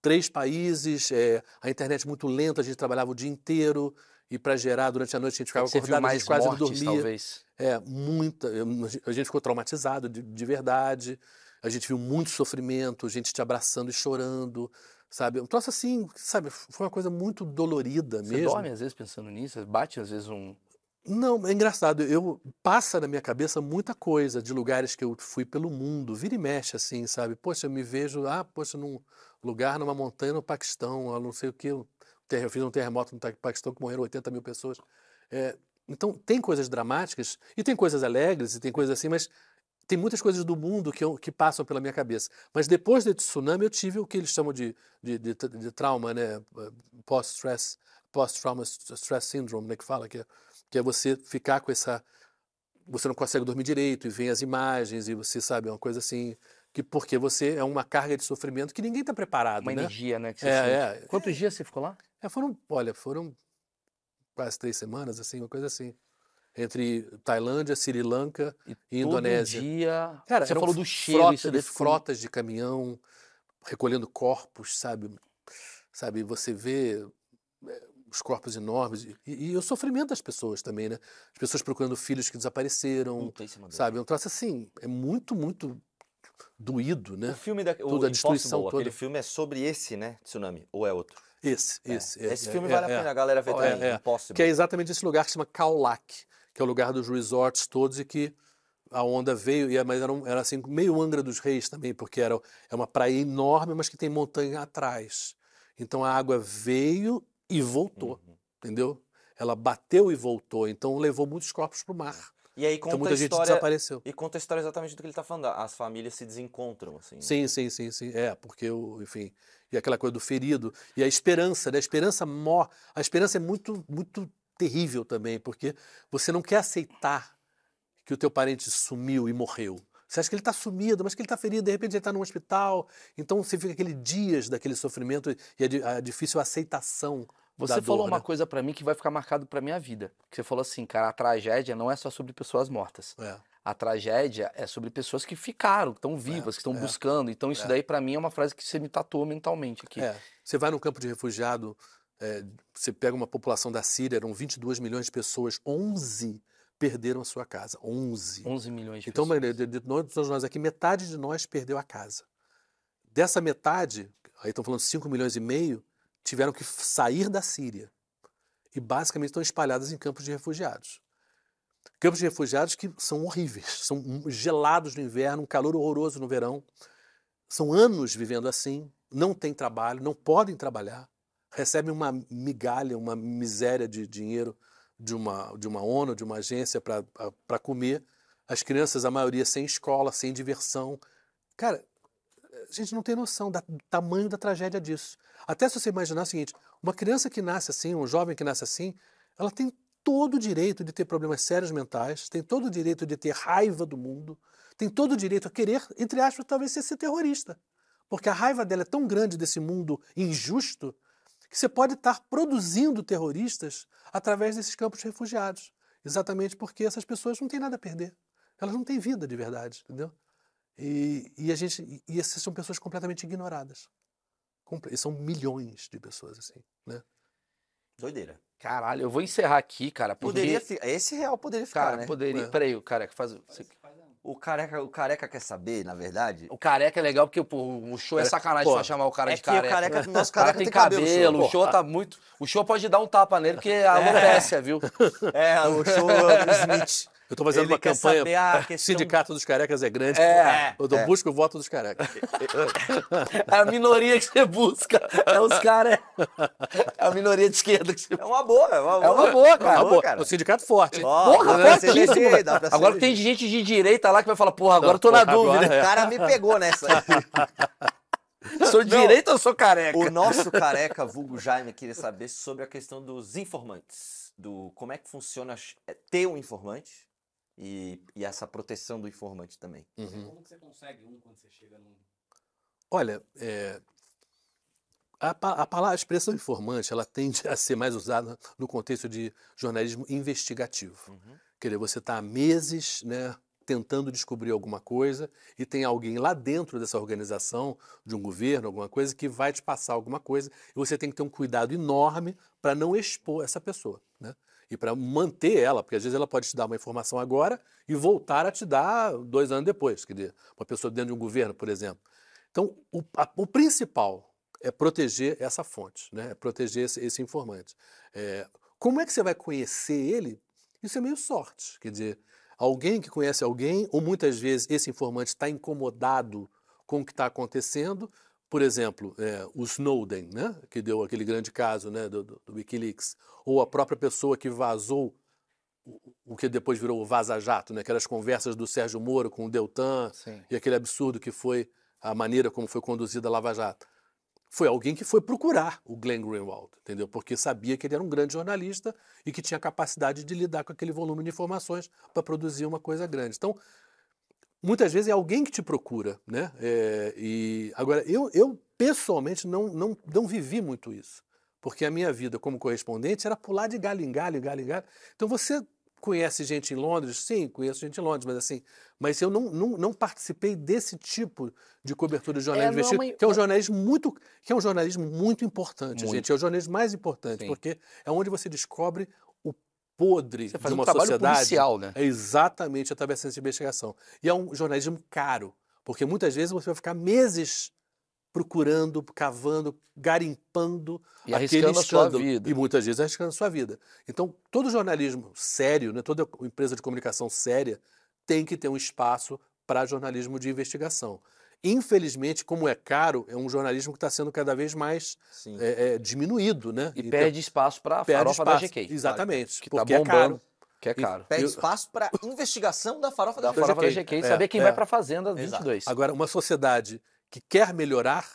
S7: três países, é, a internet muito lenta, a gente trabalhava o dia inteiro, e para gerar durante a noite a gente ficava
S1: É Você viu
S7: acordado, a
S1: mais
S7: gente quase não
S1: mortes,
S7: dormia.
S1: talvez.
S7: É, muita. eu- A gente ficou traumatizado de, de verdade. A gente viu muito sofrimento, gente te abraçando e chorando, sabe? Um troço assim, sabe? Foi uma coisa muito dolorida
S1: Você
S7: mesmo.
S1: dorme às vezes pensando nisso? Bate às vezes um...
S7: Não, é engraçado. Eu passa na minha cabeça muita coisa de lugares que eu fui pelo mundo, vira e mexe assim, sabe? Poxa, eu me vejo, ah, poxa, num lugar, numa montanha no Paquistão, ah, não sei o quê. um ter- Eu fiz um terremoto no Ta- Paquistão que morreram 80 mil pessoas. É, então, tem coisas dramáticas e tem coisas alegres e tem coisas assim, mas tem muitas coisas do mundo que, eu- que passam pela minha cabeça. Mas depois do tsunami, eu tive o que eles chamam de, de, de, tra- de trauma, né? Post-stress, post-trauma stress syndrome, né? Que fala que é que é você ficar com essa você não consegue dormir direito e vem as imagens e você sabe é uma coisa assim que porque você é uma carga de sofrimento que ninguém está preparado
S1: Uma
S7: né
S1: energia, né? que você sente.
S7: é, é,
S1: Quantos dias você ficou lá?
S7: é foram olha foram quase três semanas assim uma coisa assim entre Tailândia Sri Lanka e Indonésia
S1: Todo dia...
S7: Cara,
S1: você
S7: eram
S1: falou do cheiro,
S7: frota-
S1: isso deve ficar-
S7: frotas de caminhão recolhendo corpos, sabe? Sabe, você vê é, os corpos enormes e, e o sofrimento das pessoas também, né? As pessoas procurando filhos que desapareceram,
S8: Puta, esse mandou.
S7: sabe? É Um troço assim, é muito, muito doído,
S3: O
S7: né?
S3: filme da o
S7: Toda a destruição
S3: Impossible, aquele
S7: toda.
S3: filme é sobre esse, né? Tsunami. Ou é outro?
S7: Esse, esse. é,
S3: Esse
S7: é,
S3: filme
S7: é,
S3: vale
S7: é.
S3: a pena a galera ver
S7: É,
S3: também.
S7: é.
S3: Impossible.
S7: Que é exatamente esse lugar que se chama Kaulak, que é o lugar dos resorts todos e que a onda veio, e é- mas era, um- era assim, meio Angra dos Reis também, porque era, é uma praia enorme, mas que tem montanha atrás. Então a água veio e voltou,
S3: Uhum.
S7: entendeu? Ela bateu e voltou, então levou muitos corpos para o mar.
S3: E aí
S7: Então
S3: conta a
S7: muita gente
S3: história.
S7: desapareceu.
S3: E conta a história exatamente do que ele tá falando. As famílias se desencontram, assim.
S7: Sim, sim, sim, sim. É, porque, o- enfim, e aquela coisa do ferido, e a esperança, né? A esperança mor... A esperança é muito, muito terrível também, porque você não quer aceitar que o teu parente sumiu e morreu. Você acha que ele está sumido, mas que ele está ferido, de repente ele está num hospital. Então você fica aquele dias daquele sofrimento e e a, di- a difícil aceitação
S1: Você
S7: da
S1: falou
S7: dor,
S1: uma
S7: né?
S1: coisa pra mim que vai ficar marcado pra minha vida. Que você falou assim, cara, a tragédia não é só sobre pessoas mortas.
S7: É.
S1: A tragédia é sobre pessoas que ficaram, que estão vivas, que estão
S7: é,
S1: buscando. Então isso
S7: é.
S1: daí pra mim é uma frase que você me tatuou mentalmente aqui.
S7: É, você vai num campo de refugiado, é, você pega uma população da Síria, eram 22 milhões de pessoas, 11 perderam a sua casa, 11.
S1: 11 milhões de
S7: Então,
S1: pessoas.
S7: de, de, de nós, todos nós aqui, metade de nós perdeu a casa. Dessa metade, aí estão falando 5 milhões e meio, tiveram que f- sair da Síria. E basicamente estão espalhadas em campos de refugiados. Campos de refugiados que são horríveis, são hum, gelados no inverno, um calor horroroso no verão. São anos vivendo assim, não têm trabalho, não podem trabalhar, recebem uma migalha, uma miséria de dinheiro de uma, de uma ONU, de uma agência para comer. As crianças, a maioria, sem escola, sem diversão. Cara, a gente não tem noção da- do tamanho da tragédia disso. Até se você imaginar o seguinte: uma criança que nasce assim, um jovem que nasce assim, ela tem todo o direito de ter problemas sérios mentais, tem todo o direito de ter raiva do mundo, tem todo o direito a querer, entre aspas, talvez ser, ser terrorista. Porque a raiva dela é tão grande desse mundo injusto que você pode estar produzindo terroristas através desses campos de refugiados. Exatamente porque essas pessoas não têm nada a perder elas não têm vida de verdade, entendeu? E, e a gente, e- e essas são pessoas completamente ignoradas. Comple- e São milhões de pessoas assim, né?
S3: Doideira.
S1: Uhum. Caralho, eu vou encerrar aqui, cara, porque...
S3: Poderia ficar. Esse real poderia ficar,
S1: Cara,
S3: né?
S1: poderia...
S7: É.
S1: Peraí, o careca faz... você-
S3: O, careca, o careca quer saber, na verdade.
S1: O careca é legal porque pô, o show é
S7: Cara,
S1: sacanagem
S7: pô,
S1: só chamar o cara
S3: é
S1: de
S3: que o
S1: careca.
S3: careca-
S1: O
S3: nosso
S1: cara
S3: careca
S1: tem
S3: tem cabelo,
S1: cabelo,
S3: show.
S1: o show tá muito... O show pode dar um tapa nele porque é alopécia, viu?
S3: É, o show é o Smith.
S7: Eu tô fazendo
S3: Ele
S7: uma
S3: quer
S7: campanha.
S3: saber ah, a questão-
S7: Sindicato dos carecas é grande.
S3: É.
S7: eu dou-
S3: É.
S7: busco o voto dos carecas.
S1: É a minoria que você busca. É os caras. É a minoria de esquerda que você
S3: É uma boa, é uma boa.
S1: É uma boa, cara.
S3: Uma
S7: Acabou.
S3: boa, cara.
S7: O sindicato forte. hein?
S3: Ó,
S1: Porra,
S3: dá pra se
S1: fortíssimo,
S3: eleger,
S1: velho.
S3: dá pra se
S1: Agora
S3: eleger.
S1: tem gente de direita lá que vai falar, porra, agora eu tô na
S7: Porra, agora
S1: dúvida.
S3: né? O cara me pegou nessa.
S1: Sou de direita ou sou careca?
S3: O nosso careca, vulgo Jaime, queria saber sobre a questão dos informantes. Do como é que funciona é, ter um informante e, e essa proteção do informante também.
S6: Como que você consegue um quando você chega num.
S7: Olha, é, a, pa- a palavra, a expressão informante, ela tende a ser mais usada no contexto de jornalismo investigativo. Quer dizer, você está há meses, né, tentando descobrir alguma coisa e tem alguém lá dentro dessa organização, de um governo, alguma coisa, que vai te passar alguma coisa e você tem que ter um cuidado enorme para não expor essa pessoa, né? E para manter ela, porque às vezes ela pode te dar uma informação agora e voltar a te dar dois anos depois. Quer dizer, uma pessoa dentro de um governo, por exemplo. Então, o, a- o principal é proteger essa fonte, né? é proteger esse, esse informante. É, como é que você vai conhecer ele? Isso é meio sorte. Quer dizer, alguém que conhece alguém, ou muitas vezes esse informante está incomodado com o que está acontecendo. Por exemplo, é, o Snowden, né? que deu aquele grande caso né? do, do- do Wikileaks, ou a própria pessoa que vazou o, o que depois virou o Vaza Jato, né? aquelas conversas do Sérgio Moro com o Deltan, e aquele absurdo que foi a maneira como foi conduzida a Lava Jato. Foi alguém que foi procurar o Glenn Greenwald, entendeu? Porque sabia que ele era um grande jornalista e que tinha capacidade de lidar com aquele volume de informações para produzir uma coisa grande. Então, muitas vezes é alguém que te procura, né? É, e agora eu, eu pessoalmente não, não não vivi muito isso, porque a minha vida como correspondente era pular de galho em galho, galho em galho. Então você conhece gente em Londres? Sim, conheço gente em Londres, mas assim, mas eu não, não, não participei desse tipo de cobertura de jornalismo
S1: não é
S7: investido,
S1: uma-
S7: que é um jornalismo muito que é um jornalismo muito importante,
S1: Muito.
S7: gente, é o jornalismo mais importante,
S1: Sim.
S7: porque é onde você descobre o podre
S1: Você
S7: de
S1: faz um
S7: uma
S1: trabalho
S7: sociedade.
S1: policial, né?
S7: É exatamente através dessa investigação. E é um jornalismo caro, porque muitas vezes você vai ficar meses procurando, cavando, garimpando
S1: E
S7: aquele
S1: arriscando a sua
S7: escândalo.
S1: vida.
S7: E muitas vezes arriscando a sua vida. Então, todo jornalismo sério, né, toda empresa de comunicação séria, tem que ter um espaço para jornalismo de investigação. Infelizmente, como é caro, é um jornalismo que está sendo cada vez mais
S3: Sim.
S7: é, é, diminuído, né?
S1: E
S7: Então,
S1: perde espaço pra
S7: perde
S1: farofa da
S7: espaço.
S1: GK.
S7: Exatamente.
S1: Que tá
S7: porque é
S1: bombando,
S7: caro.
S1: que é caro.
S3: Pede
S7: Eu-
S3: espaço para investigação da farofa da,
S1: Da farofa da GK, saber quem
S7: é.
S1: vai pra Fazenda
S3: Exato.
S1: 22.
S7: Agora, uma sociedade que quer melhorar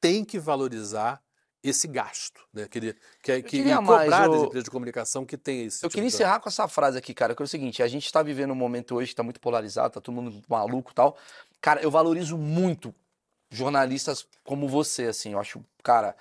S7: tem que valorizar esse gasto, né? Que, ele- que, que e
S1: queria
S7: cobrar
S1: mais,
S7: das
S1: eu-
S7: empresas de comunicação que tem esse.
S1: Eu
S7: tipo
S1: queria
S7: de-
S1: encerrar com essa frase aqui, cara, que é o seguinte: a gente está vivendo um momento hoje que está muito polarizado, tá todo mundo maluco e tal. Cara, eu valorizo muito jornalistas como você, assim. Eu acho, cara,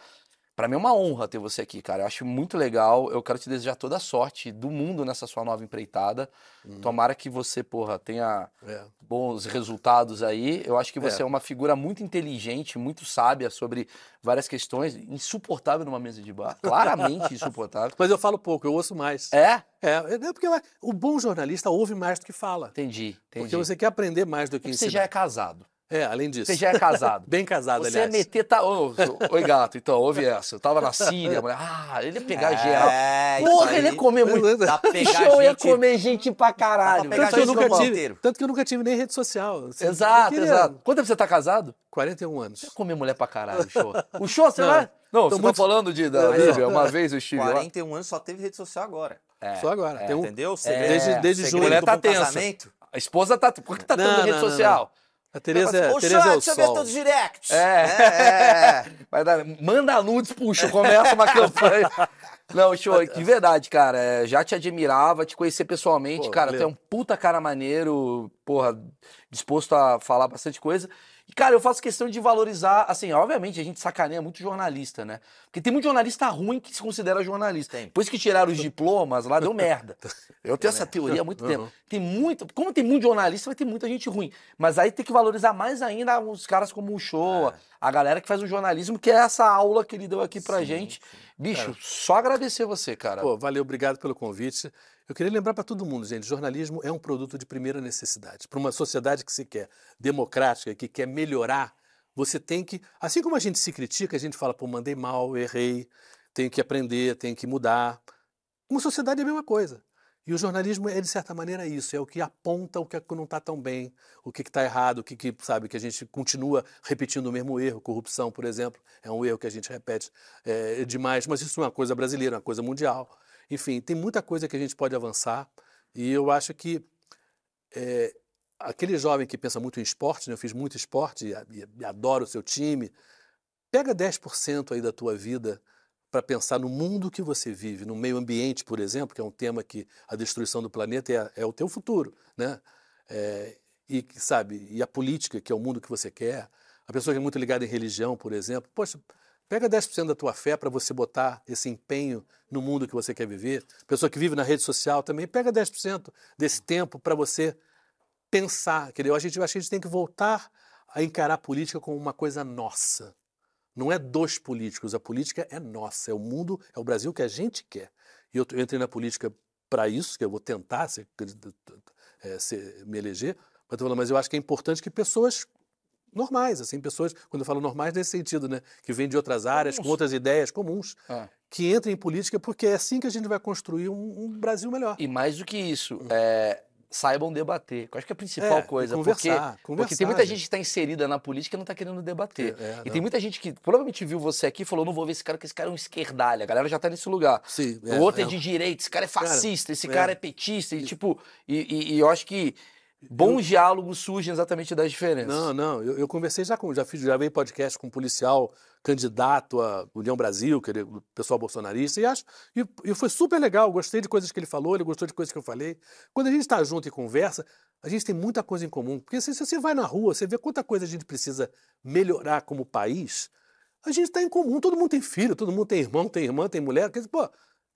S1: pra mim é uma honra ter você aqui, cara. Eu acho muito legal. Eu quero te desejar toda a sorte do mundo nessa sua nova empreitada.
S7: Uhum.
S1: Tomara que você, porra, tenha
S7: É.
S1: bons resultados aí. Eu acho que você é.
S7: É.
S1: uma figura muito inteligente, muito sábia sobre várias questões. Insuportável numa mesa de bar. Claramente insuportável.
S7: Mas eu falo pouco, eu ouço mais.
S1: É?
S7: É, é porque o bom jornalista ouve mais do que fala.
S1: Entendi, entendi.
S7: Porque você quer aprender mais do que
S1: Porque
S7: ensinar.
S1: você já é casado.
S7: É, além disso.
S1: Você já é casado.
S7: Bem casado,
S1: Você é
S7: aliás.
S1: meter tá. Ô, ô, Oi, gato, então, ouve essa. Eu tava na Síria, a mulher. Ah, ele ia pegar geral.
S3: É, isso
S1: Porra,
S3: aí.
S1: ele ia comer muito.
S3: Dá pra pegar
S1: Eu ia
S3: gente-
S1: comer gente pra caralho.
S3: Dá pra
S1: velho.
S3: pegar
S7: tanto, que eu
S3: gente
S1: Isso
S3: no
S7: nunca
S3: mundo
S7: tive,
S3: inteiro.
S7: tanto que eu nunca tive nem rede social. assim, eu
S1: Exato,
S7: queria-
S1: exato. Quanto tempo você tá casado?
S7: 41 anos.
S1: Você comer mulher pra caralho, o show. O show, você
S7: Não.
S1: vai. Não,
S7: Tô
S1: você
S7: muito-
S1: tá falando de, da
S7: Não.
S1: Lívia. Uma vez eu estive lá.
S3: 41 anos só teve rede social agora.
S1: É,
S7: Só agora. tem um...
S3: Entendeu?
S7: Desde- desde junho.
S3: Mulher
S1: Mulher tá
S3: tá
S1: tensa.
S3: casamento.
S1: A esposa tá. Por que tá
S7: Não,
S1: tendo rede
S7: não, não,
S1: social?
S7: A Tereza é,
S3: assim, Ô,
S7: Tereza
S3: chat,
S7: é o
S3: deixa eu ver
S7: sol.
S3: todos os directs. É,
S1: É. Vai dar- manda nudes, puxa, começa uma campanha. Não, show, de verdade, cara. é, Já te admirava, te conhecer pessoalmente,
S7: Pô,
S1: cara. Tu é
S7: valeu.
S1: um puta cara maneiro, porra, disposto a falar bastante coisa. E, cara, eu faço questão de valorizar, assim, obviamente a gente sacaneia muito jornalista, né? Porque tem muito jornalista ruim que se considera jornalista.
S3: Tem.
S1: Depois que tiraram os diplomas lá, deu merda. Eu tenho essa teoria há muito tempo. Tem muito, como tem muito jornalista, vai ter muita gente ruim. Mas aí tem que valorizar mais ainda os caras como o Show, a galera que faz o jornalismo, que é essa aula que ele deu aqui pra gente. Bicho, só agradecer você, cara.
S7: Pô, valeu, obrigado pelo convite. Eu queria lembrar para todo mundo, gente, jornalismo é um produto de primeira necessidade. Para uma sociedade que se quer democrática, que quer melhorar, você tem que, assim como a gente se critica, a gente fala, pô, mandei mal, errei, tenho que aprender, tenho que mudar. Uma sociedade é a mesma coisa. E o jornalismo é, de certa maneira, isso. É o que aponta o que não está tão bem, o que está errado, o que, que, sabe, que a gente continua repetindo o mesmo erro. Corrupção, por exemplo, é um erro que a gente repete é, demais. Mas isso é uma coisa brasileira, uma coisa mundial. Enfim, tem muita coisa que a gente pode avançar. E eu acho que é, aquele jovem que pensa muito em esporte, né, eu fiz muito esporte e, e adoro o seu time, pega 10% aí da tua vida para pensar no mundo que você vive, no meio ambiente, por exemplo, que é um tema que a destruição do planeta é, é o teu futuro, né? É, e sabe, e a política, que é o mundo que você quer. A pessoa que é muito ligada em religião, por exemplo, poxa, pega 10% da tua fé para você botar esse empenho no mundo que você quer viver. A pessoa que vive na rede social também, pega 10% desse tempo para você pensar, entendeu? A gente, acho que a gente tem que voltar a encarar a política como uma coisa nossa. Não é dos políticos, a política é nossa, é o mundo, é o Brasil que a gente quer. E eu, eu entrei na política para isso, que eu vou tentar ser, é, ser, me eleger, mas eu, falo, mas eu acho que é importante que pessoas normais, assim, pessoas, quando eu falo normais, nesse sentido, né? Que vêm de outras áreas, comuns. com outras ideias comuns, é. que entrem em política, porque é assim que a gente vai construir um, um Brasil melhor.
S1: E mais do que isso, é, saibam debater. Eu acho que é a principal é, coisa. Conversar, porque, conversar, porque tem muita gente, gente que está inserida na política e não está querendo debater. É,
S7: né?
S1: é, e tem muita gente que provavelmente viu você aqui e falou: não vou ver esse cara, porque esse cara é um esquerdalha. A galera já está nesse lugar.
S7: Sim,
S1: o outro é, de direita, esse cara é fascista, cara, esse cara é petista. E, tipo, e, e, e eu acho que. Bons eu, diálogos surgem exatamente das diferenças.
S7: Não, não. Eu, eu conversei já com, já fiz, já veio podcast com um policial candidato à União Brasil, que ele, o pessoal bolsonarista, e acho. E, e, foi super legal. Gostei de coisas que ele falou, ele gostou de coisas que eu falei. Quando a gente está junto e conversa, a gente tem muita coisa em comum. Porque se, se você vai na rua, você vê quanta coisa a gente precisa melhorar como país. A gente está em comum. Todo mundo tem filho, todo mundo tem irmão, tem irmã, tem mulher. Porque, pô,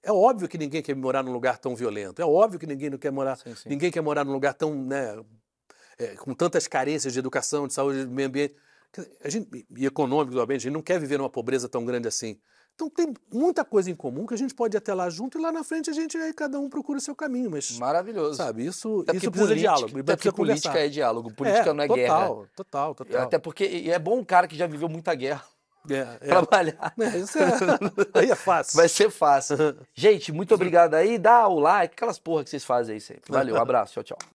S7: é óbvio que ninguém quer morar num lugar tão violento. É óbvio que ninguém não quer morar, sim, sim. ninguém quer morar num lugar tão, né, é, com tantas carências de educação, de saúde, de meio ambiente, a gente, e econômico, obviamente, a gente não quer viver numa pobreza tão grande assim. Então tem muita coisa em comum que a gente pode ir até lá junto e lá na frente a gente aí cada um procura o seu caminho, mas
S1: maravilhoso.
S7: Sabe, isso até isso precisa política, diálogo,
S1: até precisa política conversar. é diálogo, política é, não é
S7: total,
S1: guerra.
S7: Total, total, total.
S1: Até porque é bom um cara que já viveu muita guerra.
S7: É, é.
S1: trabalhar.
S7: É, isso é, aí é fácil.
S1: Vai ser
S7: é
S1: fácil. Gente, muito obrigado aí. Dá o like, aquelas porra que vocês fazem aí sempre. Valeu, um abraço, tchau, tchau.